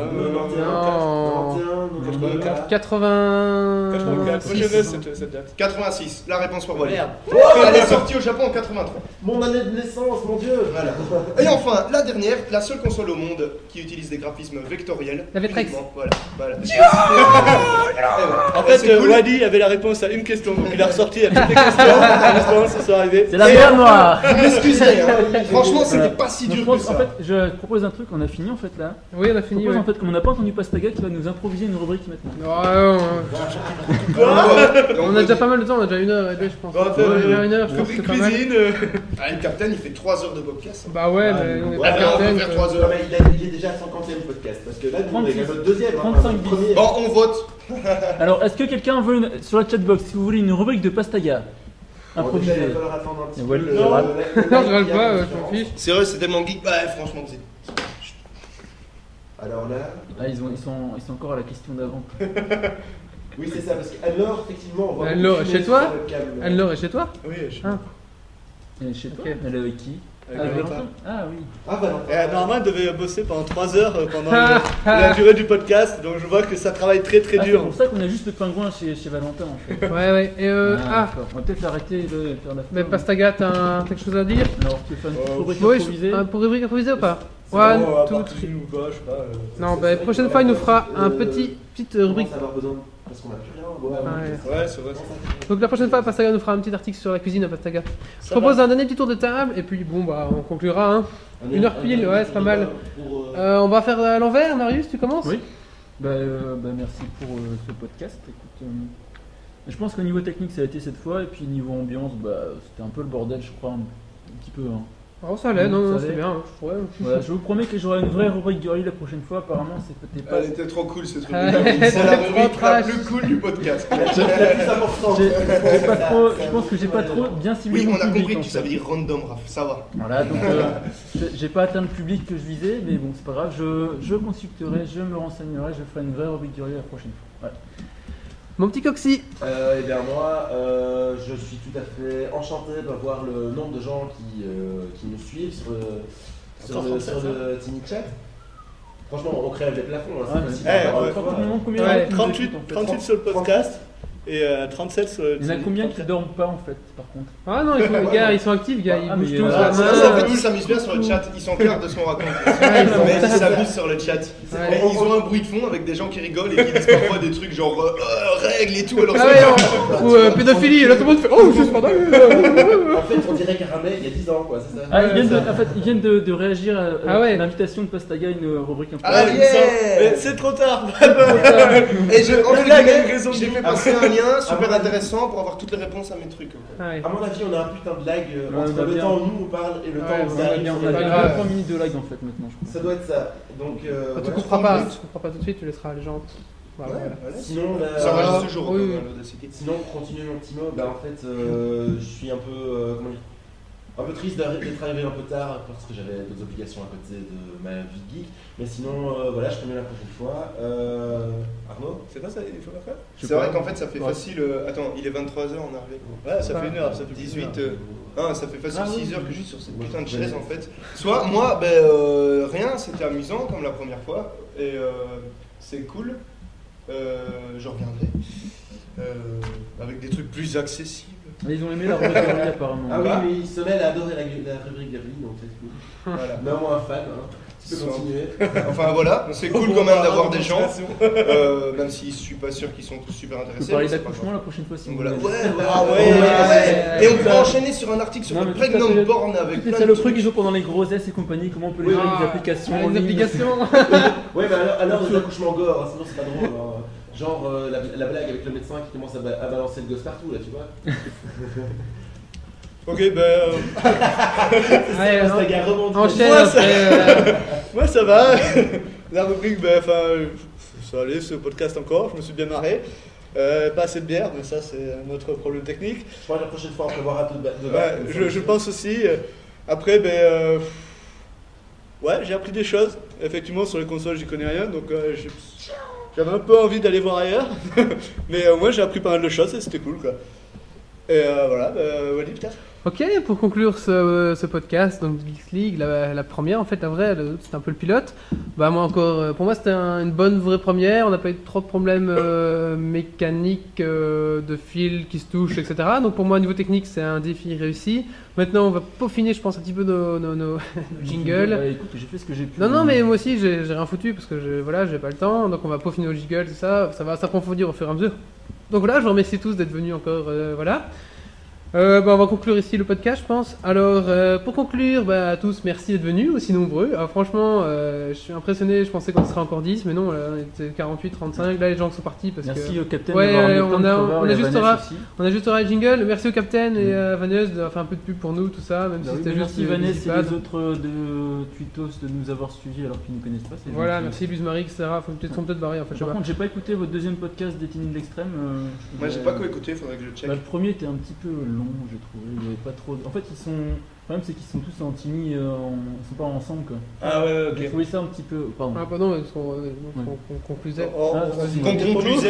Speaker 3: 92.
Speaker 2: 91,
Speaker 1: Non.
Speaker 2: 91, 92, voilà.
Speaker 1: 80.
Speaker 4: 84. Moi, j'avais cette, cette date.
Speaker 5: 86, la réponse pour Wally.
Speaker 4: Merde.
Speaker 5: Elle est sortie au Japon en 83.
Speaker 2: Mon année de naissance, mon dieu (laughs) Voilà.
Speaker 5: Et enfin, la dernière, la seule console au monde qui utilise des graphismes vectoriels.
Speaker 1: La Vectrex.
Speaker 5: uniquement. Voilà, voilà.
Speaker 4: En fait,
Speaker 5: c'est
Speaker 4: euh,
Speaker 5: cool.
Speaker 4: Wadi avait la réponse à une question, donc il a ressorti à toutes les
Speaker 5: (laughs)
Speaker 4: questions. La réponse, ça s'est arrivé.
Speaker 3: C'est la
Speaker 1: (laughs)
Speaker 3: merde noire
Speaker 5: Vous m'excuserez, hein. franchement, c'était
Speaker 3: Voilà.
Speaker 5: pas si
Speaker 3: Donc, je
Speaker 5: dur que
Speaker 3: pense-
Speaker 5: ça.
Speaker 3: en fait, je propose un truc, on a fini en fait là.
Speaker 1: Oui, on a
Speaker 3: Je
Speaker 1: fini.
Speaker 3: propose
Speaker 1: ouais.
Speaker 3: en fait, comme on n'a pas entendu Pastaga, qui va nous improviser une rubrique maintenant.
Speaker 1: Non, non, non. On a déjà pas mal de temps, on a déjà une heure et demie, je pense.
Speaker 5: Bon,
Speaker 1: On
Speaker 5: on
Speaker 1: a
Speaker 5: fait le-
Speaker 1: déjà une heure, je pense que
Speaker 5: Rubrique
Speaker 1: c'est pas mal.
Speaker 5: cuisine. euh. (laughs) Ah, le capitaine, il fait 3 heures de podcast.
Speaker 1: Bah ouais, mais on est
Speaker 5: Ah,
Speaker 1: pas
Speaker 5: mais on peut
Speaker 1: capitaine.
Speaker 5: faire 3
Speaker 2: Non,
Speaker 5: heures.
Speaker 2: mais il, a- il est déjà à 50ème podcast, parce que là, nous, on est
Speaker 3: 36,
Speaker 2: à notre deuxième. hein,
Speaker 3: 35
Speaker 2: notre premier.
Speaker 5: Bon, on vote.
Speaker 3: Alors, est-ce que quelqu'un veut une- sur la chatbox, si vous voulez une rubrique de Pastaga
Speaker 1: Oh,
Speaker 2: Bon, déjà, il va
Speaker 3: Improvisée.
Speaker 2: falloir attendre un petit
Speaker 3: Et
Speaker 2: peu.
Speaker 3: voilà,
Speaker 2: le-
Speaker 3: je
Speaker 2: le-
Speaker 3: rate.
Speaker 2: le- le-
Speaker 1: Non, je râle
Speaker 2: le-
Speaker 1: pas,
Speaker 2: le-
Speaker 1: euh, je m'en fiche.
Speaker 5: Sérieux, c'est tellement geek. Bah, franchement, vous êtes-
Speaker 2: Alors là,
Speaker 3: Ah, ils, ont- ils sont, ils sont encore à la question d'avant.
Speaker 2: oui, c'est ça, parce qu'Anne-Laure, effectivement, on voit.
Speaker 1: Anne-Laure
Speaker 2: beaucoup
Speaker 1: est chez
Speaker 2: de
Speaker 1: toi
Speaker 2: choses sur le câble.
Speaker 1: Anne-Laure est chez toi
Speaker 4: Oui, je...
Speaker 1: Ah.
Speaker 3: Elle est chez toi
Speaker 1: Ok.
Speaker 3: Elle est avec qui
Speaker 4: Avec
Speaker 3: Ah,
Speaker 4: Valentin.
Speaker 3: Valentin. Ah oui.
Speaker 2: Ah, Valentin.
Speaker 4: Eh, normalement, elle devait bosser pendant 3 heures euh, pendant le-
Speaker 1: (laughs)
Speaker 4: la durée du podcast, donc je vois que ça travaille très très
Speaker 3: Ah, c'est
Speaker 4: dur.
Speaker 3: pour ça qu'on a juste le pingouin chez, chez Valentin en fait.
Speaker 1: Ouais, ouais. Et euh. Ah,
Speaker 3: d'accord. On va peut-être l'arrêter de faire la
Speaker 1: mais
Speaker 3: fin.
Speaker 1: Pastaga, t'as un- quelque chose à dire
Speaker 3: Alors, tu veux faire une petite
Speaker 4: Euh,
Speaker 3: rubrique
Speaker 1: Oui,
Speaker 3: improvisée
Speaker 1: je- euh, pour rubrique improvisée ou pas
Speaker 4: C'est
Speaker 1: One,
Speaker 4: bon, euh, à
Speaker 1: two,
Speaker 4: part
Speaker 1: three.
Speaker 4: cuisine ou quoi, je sais pas. euh.
Speaker 1: Non, bah, prochaine fois, il nous fera un petit, petite
Speaker 2: Je
Speaker 1: rubrique. Ah,
Speaker 2: commence à avoir besoin, de- parce qu'on a plus rien. bon, ouais,
Speaker 1: Ouais.
Speaker 4: Ouais, c'est vrai. c'est-
Speaker 1: Donc la prochaine fois, Pastaga nous fera un petit article sur la cuisine à Pastaga. Je
Speaker 4: Ça
Speaker 1: propose un dernier petit tour de table et puis bon bah on conclura. Hein.
Speaker 2: un-
Speaker 1: Une heure
Speaker 2: un-
Speaker 1: pile,
Speaker 2: un-
Speaker 1: ouais, c'est pas mal.
Speaker 2: pour, euh,
Speaker 1: Euh, on va faire à l'envers, Marius, tu commences
Speaker 3: Oui. Bah, euh, bah, merci pour euh, ce podcast. Écoute, euh, je pense qu'au niveau technique, ça a été cette fois. Et puis, niveau ambiance, bah, c'était un peu le bordel, je crois. Un, un petit peu. (laughs) hein.
Speaker 1: Oh ça allait, non,
Speaker 3: Ça
Speaker 1: non,
Speaker 3: allait.
Speaker 1: c'est bien. hein. Ouais.
Speaker 3: Voilà, je vous promets que j'aurai une vraie rubrique girly la prochaine fois. Apparemment, c'est peut-être pas.
Speaker 5: Elle était trop cool, ce truc.
Speaker 1: Ouais,
Speaker 5: C'est la
Speaker 1: c'était
Speaker 5: rubrique
Speaker 1: Ah, trop
Speaker 5: la
Speaker 1: trash.
Speaker 5: plus cool du podcast.
Speaker 3: (laughs)
Speaker 2: La plus importante.
Speaker 3: J'ai- j'ai pas trop- je pense que j'ai pas trop bien ciblé
Speaker 5: (laughs) Oui,
Speaker 3: mon
Speaker 5: on a
Speaker 3: public,
Speaker 5: compris
Speaker 3: en
Speaker 5: que tu
Speaker 3: fait.
Speaker 5: savais dire random, Raph. Ça va.
Speaker 3: Voilà, donc
Speaker 5: (laughs)
Speaker 3: euh, j'ai- j'ai pas atteint le public que je visais, mais bon, c'est pas grave, je, je consulterai, je me renseignerai, je ferai une vraie rubrique girly la prochaine fois. Voilà.
Speaker 1: Mon petit coxy.
Speaker 2: Euh, et bien moi, euh, je suis tout à fait enchanté de voir le nombre de gens qui, euh, qui nous suivent sur, euh, sur le, sur le Tiny Chat. Franchement, on crève les plafonds. hein, c'est
Speaker 3: Ouais,
Speaker 2: possible.
Speaker 4: mais- Eh,
Speaker 2: Encore
Speaker 4: ouais.
Speaker 2: une fois,
Speaker 3: Quand tu nous
Speaker 2: euh,
Speaker 3: montres combien
Speaker 1: Ouais,
Speaker 3: il y en a qui nous
Speaker 4: 38,
Speaker 3: écoutent, en fait.
Speaker 4: 38 sur le podcast et euh, 37 sur le
Speaker 3: Il y en a combien qui
Speaker 4: Tinder.
Speaker 3: dorment pas en fait, par contre
Speaker 1: Ah non, ils sont, les gars, ils sont actifs, gars. Ils
Speaker 3: Ah, mais
Speaker 1: bougent tous
Speaker 3: euh,
Speaker 1: sur la
Speaker 5: Ah,
Speaker 3: ouais,
Speaker 5: c'est là, ça
Speaker 1: main.
Speaker 5: fait qu'ils s'amusent bien sur le chat. Ils sont clairs de ce qu'on raconte.
Speaker 1: Ouais, ils sont-
Speaker 5: Mais ils s'amusent sur le chat.
Speaker 1: Ouais.
Speaker 5: Et ils ont un bruit de fond avec des gens qui rigolent et qui disent parfois des trucs genre euh, Euh, règles et tout. Alors
Speaker 1: Ah
Speaker 5: ça,
Speaker 1: ouais, on- ou euh, pédophilie, et là tout le monde fait Oh, je suis scandaleux
Speaker 2: En fait, on dirait Caramel il y a 10 ans, quoi, c'est ça
Speaker 3: Ah, ils viennent, de, en fait, ils viennent de, de réagir à, à
Speaker 1: Euh, Ah ouais.
Speaker 3: l'invitation de Pastaga à une euh, rubrique un peu.
Speaker 5: Ah,
Speaker 4: Ouais,
Speaker 5: yeah.
Speaker 4: ça. Mais c'est trop tard.
Speaker 5: Et je, entre
Speaker 4: Le gars, il a
Speaker 5: guillemets,
Speaker 4: une raison de
Speaker 5: j'ai
Speaker 4: dire.
Speaker 5: fait passer un lien super
Speaker 2: Après-
Speaker 5: intéressant pour avoir toutes les réponses à mes trucs.
Speaker 4: Euh,
Speaker 5: en fait.
Speaker 1: Ah ouais.
Speaker 2: À mon avis, on a un putain de lag euh,
Speaker 3: Ouais, on
Speaker 2: entre
Speaker 3: a
Speaker 2: le
Speaker 3: bien.
Speaker 2: temps où nous on parle et le
Speaker 1: Ouais,
Speaker 2: temps où
Speaker 1: on a
Speaker 2: vous
Speaker 3: On a
Speaker 2: arrivez,
Speaker 3: bien, on
Speaker 2: c'est
Speaker 3: a
Speaker 2: pas
Speaker 3: bien
Speaker 2: grave.
Speaker 3: 3 minutes de lag en fait maintenant, je
Speaker 2: Ça
Speaker 3: crois.
Speaker 2: doit être ça. Donc, euh,
Speaker 1: Quand tu
Speaker 2: voilà.
Speaker 1: comprends pas, tu comprends pas tout de suite, tu laisseras les gens. Voilà, voilà.
Speaker 2: Sinon, on a-
Speaker 5: Ça
Speaker 1: va,
Speaker 5: enregistre
Speaker 1: euh,
Speaker 5: toujours
Speaker 1: oui,
Speaker 5: euh,
Speaker 1: oui.
Speaker 5: l'Audacity.
Speaker 2: Sinon, pour continuer mon petit mot, bah, en fait, euh, je suis un peu, euh, comment dire, un peu triste d'arri- d'être arrivé un peu tard parce que j'avais d'autres obligations à côté de ma vie de geek. Mais sinon, euh, voilà, je connais la prochaine fois. Euh, Arnaud
Speaker 4: C'est quoi ça Il faut pas faire
Speaker 5: C'est vrai qu'en fait ça fait
Speaker 3: Ouais.
Speaker 5: facile. euh, Attends, il est 23h, on est arrivé.
Speaker 4: Ouais, ça
Speaker 1: Ouais.
Speaker 4: fait une heure, ça fait
Speaker 5: 18. euh, hein, ça fait facile
Speaker 3: Ah oui.
Speaker 5: 6 heures que je suis sur cette
Speaker 2: Ouais.
Speaker 5: putain de chaise en fait. Soit moi, ben euh, rien, c'était amusant comme la première fois. Et euh, c'est cool. Euh, je reviendrai. Euh, avec des trucs plus accessibles.
Speaker 3: Mais ils ont aimé la rubrique girly apparemment.
Speaker 2: Ah oui,
Speaker 5: Bah.
Speaker 2: oui, Somel a adoré la, la rubrique Gary, donc c'est cool. (laughs)
Speaker 5: Voilà.
Speaker 2: Maman, un fan, hein. tu peux
Speaker 5: Soit.
Speaker 2: continuer.
Speaker 5: Enfin voilà, c'est cool quand même d'avoir des gens. euh, même si je suis pas sûr qu'ils sont tous super
Speaker 3: Je peux
Speaker 5: intéressés.
Speaker 3: parler
Speaker 5: mais c'est pas
Speaker 3: d'accouchement la prochaine fois si
Speaker 5: Donc
Speaker 3: vous
Speaker 5: voilà.
Speaker 3: voulez.
Speaker 5: Ouais, ouais,
Speaker 4: Ah ouais,
Speaker 5: ouais,
Speaker 1: ouais.
Speaker 5: ouais. Et on peut enchaîner sur un article sur
Speaker 3: Non,
Speaker 5: le
Speaker 3: mais tout à
Speaker 5: pregnant
Speaker 3: fait.
Speaker 5: porn avec
Speaker 3: C'est
Speaker 5: plein
Speaker 3: ça
Speaker 5: de
Speaker 3: le
Speaker 5: trucs.
Speaker 3: truc qu'ils ont pendant les grossesses et compagnie, comment on peut les gérer
Speaker 1: Ah,
Speaker 3: les applications en
Speaker 1: Les
Speaker 3: ligne.
Speaker 1: applications
Speaker 2: Ouais, mais alors, alors les accouchements gore, hein, sinon c'est pas drôle. hein. Genre euh, la, la blague avec le médecin qui commence à, ba- à balancer le gosse partout, là, tu vois.
Speaker 4: Ok, ben. euh,
Speaker 1: Ouais,
Speaker 2: Ça,
Speaker 1: non.
Speaker 2: gars, rebondit.
Speaker 1: Enchaîne
Speaker 4: Moi, ça-
Speaker 1: après. euh,
Speaker 4: Ouais, ça va. (laughs) La rubrique, ben, enfin, euh, ça allait, ce podcast encore, je me suis bien marré. Euh, pas assez de bière, mais ça, c'est notre problème technique.
Speaker 2: Je crois que la prochaine fois, on prévoira tout de, ba- de
Speaker 4: Ouais,
Speaker 2: battre, comme ça,
Speaker 4: Bah, je, je pense aussi. euh, Après, ben. euh, ouais, j'ai appris des choses. Effectivement, sur les consoles, j'y connais rien, donc euh, j'ai- j'avais un peu envie d'aller voir ailleurs. (laughs)
Speaker 5: bah,
Speaker 4: mais euh, moi, j'ai appris pas mal de choses et c'était cool, quoi. Et euh, voilà, euh, Wally, peut-être.
Speaker 1: Ok, pour conclure ce, ce podcast, donc Geeks League, la, la première en fait, la vraie, le- c'était un peu le pilote. Bah moi encore, euh, pour moi c'était un- une bonne vraie première. On n'a pas eu trop de problèmes euh, mécaniques, euh, de fils qui se touchent, etc. Donc pour moi au niveau technique c'est un défi réussi. Maintenant on va peaufiner, je pense un petit peu nos, nos, nos- nos jingles.
Speaker 3: Ouais, écoute, j'ai fait ce que j'ai pu.
Speaker 1: Non non mais moi aussi j'ai j'ai rien foutu parce que je, voilà j'ai pas le temps. Donc on va peaufiner nos jingles, tout ça, ça va s'approfondir au fur et à mesure. Donc voilà, je vous remercie tous d'être venus encore. euh, voilà. Euh, bah, on va conclure ici le podcast, je pense. Alors, euh, pour conclure, bah, à tous, merci d'être venus, aussi nombreux. Alors, franchement, euh, je suis impressionné, je pensais qu'on serait encore 10, mais non, là, on était 48, 35. Là, les gens sont partis parce
Speaker 3: Merci
Speaker 1: que.
Speaker 3: au Captain.
Speaker 1: Ouais,
Speaker 3: d'avoir
Speaker 1: ouais,
Speaker 3: mis le
Speaker 1: on
Speaker 3: temps
Speaker 1: a-
Speaker 3: de prévoir
Speaker 1: on a
Speaker 3: la
Speaker 1: juste
Speaker 3: Vanessa
Speaker 1: Raph.
Speaker 3: aussi.
Speaker 1: On a juste le jingle. Merci au Captain et à Vaneuse d'avoir fait un peu de pub pour nous, tout ça, même
Speaker 3: Bah
Speaker 1: si
Speaker 3: oui,
Speaker 1: c'était juste.
Speaker 3: merci
Speaker 1: euh,
Speaker 3: Vanessa
Speaker 1: Easy
Speaker 3: et
Speaker 1: Pad.
Speaker 3: les autres euh, de Twitos de nous avoir suivis alors qu'ils ne connaissent pas. c'est
Speaker 1: Voilà,
Speaker 3: gentil.
Speaker 1: merci Luz Marie, etc. Faut peut-être sont peut-être barrés en fait. je sais
Speaker 3: Par
Speaker 1: pas.
Speaker 3: contre, j'ai pas écouté votre deuxième podcast des Tini de l'extrême. euh, je
Speaker 5: Moi, j'ai
Speaker 3: voudrais-
Speaker 5: pas co-écouté, faudrait que je check.
Speaker 3: Bah, le premier était un petit peu long, j'ai trouvé. Il y avait pas trop. de- En fait, ils sont. Le problème, c'est qu'ils sont tous en tini, euh, en- ils sont pas ensemble quoi.
Speaker 5: Ah ouais, ouais,
Speaker 3: J'ai
Speaker 5: ok.
Speaker 3: trouvé ça un petit peu. Pardon.
Speaker 1: Ah, pardon, parce qu'on euh, qu'on- qu'on- qu'on conclusait.
Speaker 5: Oh,
Speaker 3: Ah,
Speaker 5: on-
Speaker 3: vas-y.
Speaker 5: qu'on (laughs) conclusait.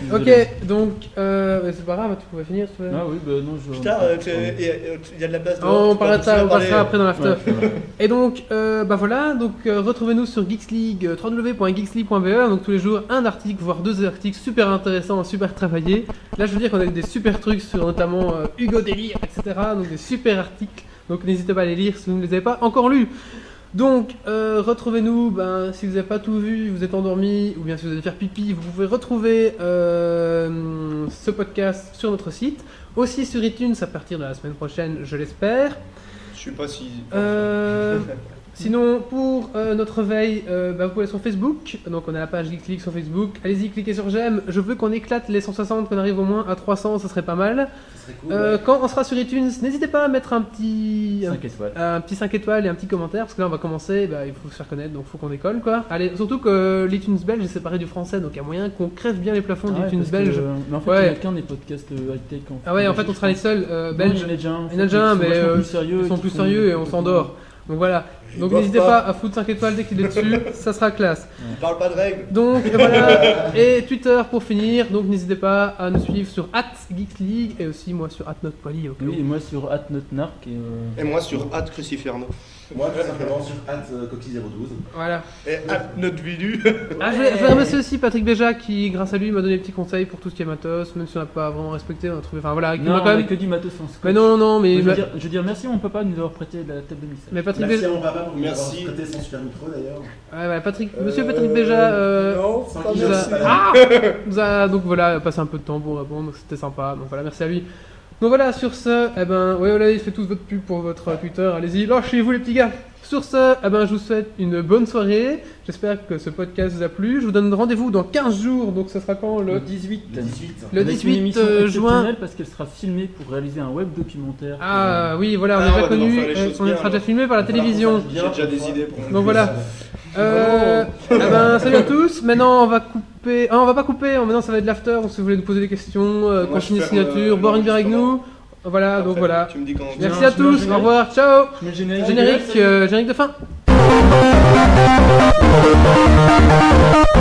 Speaker 3: Désolé.
Speaker 1: Ok, donc, euh, bah, c'est pas grave, tu pouvais finir si tu veux.
Speaker 3: Ah oui, bah non, je.
Speaker 4: Putain, euh, tu- et, euh, tu- il y a de la place dehors,
Speaker 1: Oh, On
Speaker 4: tu peux
Speaker 1: parlera
Speaker 4: continuer
Speaker 1: on
Speaker 4: à parler,
Speaker 1: passera après dans l'after.
Speaker 3: Ouais,
Speaker 1: (laughs)
Speaker 3: c'est vrai.
Speaker 1: Et donc, euh, bah voilà, donc euh, retrouvez-nous sur Geeks League, euh, www.geeksleague.be, E, hein, donc tous les jours un article, voire deux articles super intéressants, super travaillés. Là, je veux dire qu'on a des super trucs sur notamment euh, Hugo Délire, etc. Donc des super articles, donc n'hésitez pas à les lire si vous ne les avez pas encore lus. Donc, euh, retrouvez-nous, ben, si vous n'avez pas tout vu, vous êtes endormi, ou bien si vous allez faire pipi, vous pouvez retrouver euh, ce podcast sur notre site. Aussi sur iTunes à partir de la semaine prochaine, je l'espère.
Speaker 5: Je sais pas si.
Speaker 1: Euh, sinon, pour euh, notre veille, euh, bah, vous pouvez aller sur Facebook. Donc, on a la page Geek League sur Facebook. Allez-y, cliquez sur j'aime. Je veux qu'on éclate les 160, qu'on arrive au moins à 300, ça serait pas mal.
Speaker 9: Ça serait cool.
Speaker 1: Euh, quand on sera sur iTunes, n'hésitez pas à mettre un petit, un,
Speaker 3: Cinq étoiles.
Speaker 1: un petit 5 étoiles et un petit commentaire. Parce que là, on va commencer, bah, il faut se faire connaître, donc faut qu'on décolle quoi. Allez, surtout que l'iTunes belge est séparé du français, donc il y a moyen qu'on crève bien les plafonds
Speaker 3: Ah ouais,
Speaker 1: d'l'iTunes
Speaker 3: parce que,
Speaker 1: belge.
Speaker 3: euh, mais en fait,
Speaker 1: Ouais.
Speaker 3: il n'y a qu'un des podcasts euh, high-tech. En
Speaker 1: Ah ouais, en fait, on sera les seuls euh, belges.
Speaker 3: Belges. Il y en a déjà un,
Speaker 1: Il y en a déjà un,
Speaker 3: Ils sont
Speaker 1: mais,
Speaker 3: vachement
Speaker 1: euh,
Speaker 3: plus sérieux,
Speaker 1: Ils sont
Speaker 3: qui
Speaker 1: plus
Speaker 3: font-
Speaker 1: sérieux et on s'endort. Donc voilà.
Speaker 4: Ils
Speaker 1: Donc
Speaker 4: boivent
Speaker 1: n'hésitez pas à foutre 5 étoiles dès qu'il est dessus, ça sera classe.
Speaker 4: Ils parlent pas de règles.
Speaker 1: Donc voilà. Et Twitter pour finir, donc n'hésitez pas à nous suivre sur @geeksleague et aussi moi sur @notpoly au cas où.
Speaker 3: Oui, et moi sur Atnotnark. Et, euh,
Speaker 5: Et moi sur Ad Cruciferno.
Speaker 9: Moi, tout simplement, sur at euh, coqui012.
Speaker 1: Voilà.
Speaker 5: Et Ad notre vidu.
Speaker 1: Ah, je, vais, je vais remercier aussi Patrick Béja qui, grâce à lui, m'a donné des petits conseils pour tout ce qui est matos, même si on n'a pas vraiment respecté, on a trouvé. Enfin voilà, il
Speaker 3: Non,
Speaker 1: Ah, m'a quand
Speaker 3: on a
Speaker 1: même.
Speaker 3: que du matos en scotch.
Speaker 1: Mais non, non, mais.
Speaker 3: Mais je, veux
Speaker 1: ma-
Speaker 3: dire, je veux dire merci à mon papa de nous avoir prêté la table de mixage.
Speaker 1: Mais Patrick
Speaker 9: Merci
Speaker 1: Béja.
Speaker 9: à mon papa pour
Speaker 5: Merci.
Speaker 9: m'avoir prêté son super micro d'ailleurs.
Speaker 1: Ouais, ouais, Patrick... Monsieur
Speaker 4: Euh,
Speaker 1: Patrick Béja. euh,
Speaker 4: Non, c'est pas
Speaker 1: nous a...
Speaker 4: merci.
Speaker 1: Ah (laughs) Nous a- donc voilà passé un peu de temps pour répondre, donc c'était sympa. Donc voilà, merci à lui. Donc voilà, sur ce, eh ben, ouais, voilà, il fait toute votre pub pour votre euh, Twitter. Allez-y, lâchez-vous les petits gars. Sur ce, eh ben, je vous souhaite une bonne soirée. J'espère que ce podcast vous a plu. Je vous donne rendez-vous dans 15 jours. Donc ce sera quand le,
Speaker 3: 18.
Speaker 9: Le 18.
Speaker 1: le
Speaker 3: Avec une
Speaker 1: 18
Speaker 3: émission
Speaker 1: euh, juin.
Speaker 3: exceptionnelle parce qu'elle sera filmée pour réaliser un web documentaire.
Speaker 1: Ah oui, voilà, on
Speaker 5: Ah,
Speaker 1: n'est
Speaker 5: on
Speaker 1: pas
Speaker 5: va devoir
Speaker 1: connu.
Speaker 5: faire
Speaker 1: euh,
Speaker 5: les choses
Speaker 1: On
Speaker 5: bien,
Speaker 1: sera déjà
Speaker 5: alors.
Speaker 1: filmé par la télévision.
Speaker 5: (laughs) J'ai déjà des idées pour
Speaker 1: Donc voilà. Euh, eh ben, salut à tous. Maintenant, on va couper. Ah, on va pas couper. Maintenant, ça va être l'after. Donc, si vous voulez nous poser des questions, euh,
Speaker 5: Moi,
Speaker 1: consigne
Speaker 5: je
Speaker 1: de
Speaker 5: vais faire,
Speaker 1: signature,
Speaker 5: euh,
Speaker 1: boire une bière avec nous. Voilà, Ah, donc
Speaker 5: Après,
Speaker 1: voilà.
Speaker 5: Tu me dis quand on
Speaker 1: Merci
Speaker 3: Bien,
Speaker 1: à
Speaker 3: tu mets un
Speaker 1: tous. Au
Speaker 3: générique
Speaker 1: revoir. Ciao.
Speaker 3: Je mets le générique.
Speaker 1: Générique, euh, générique de fin.
Speaker 3: Salut.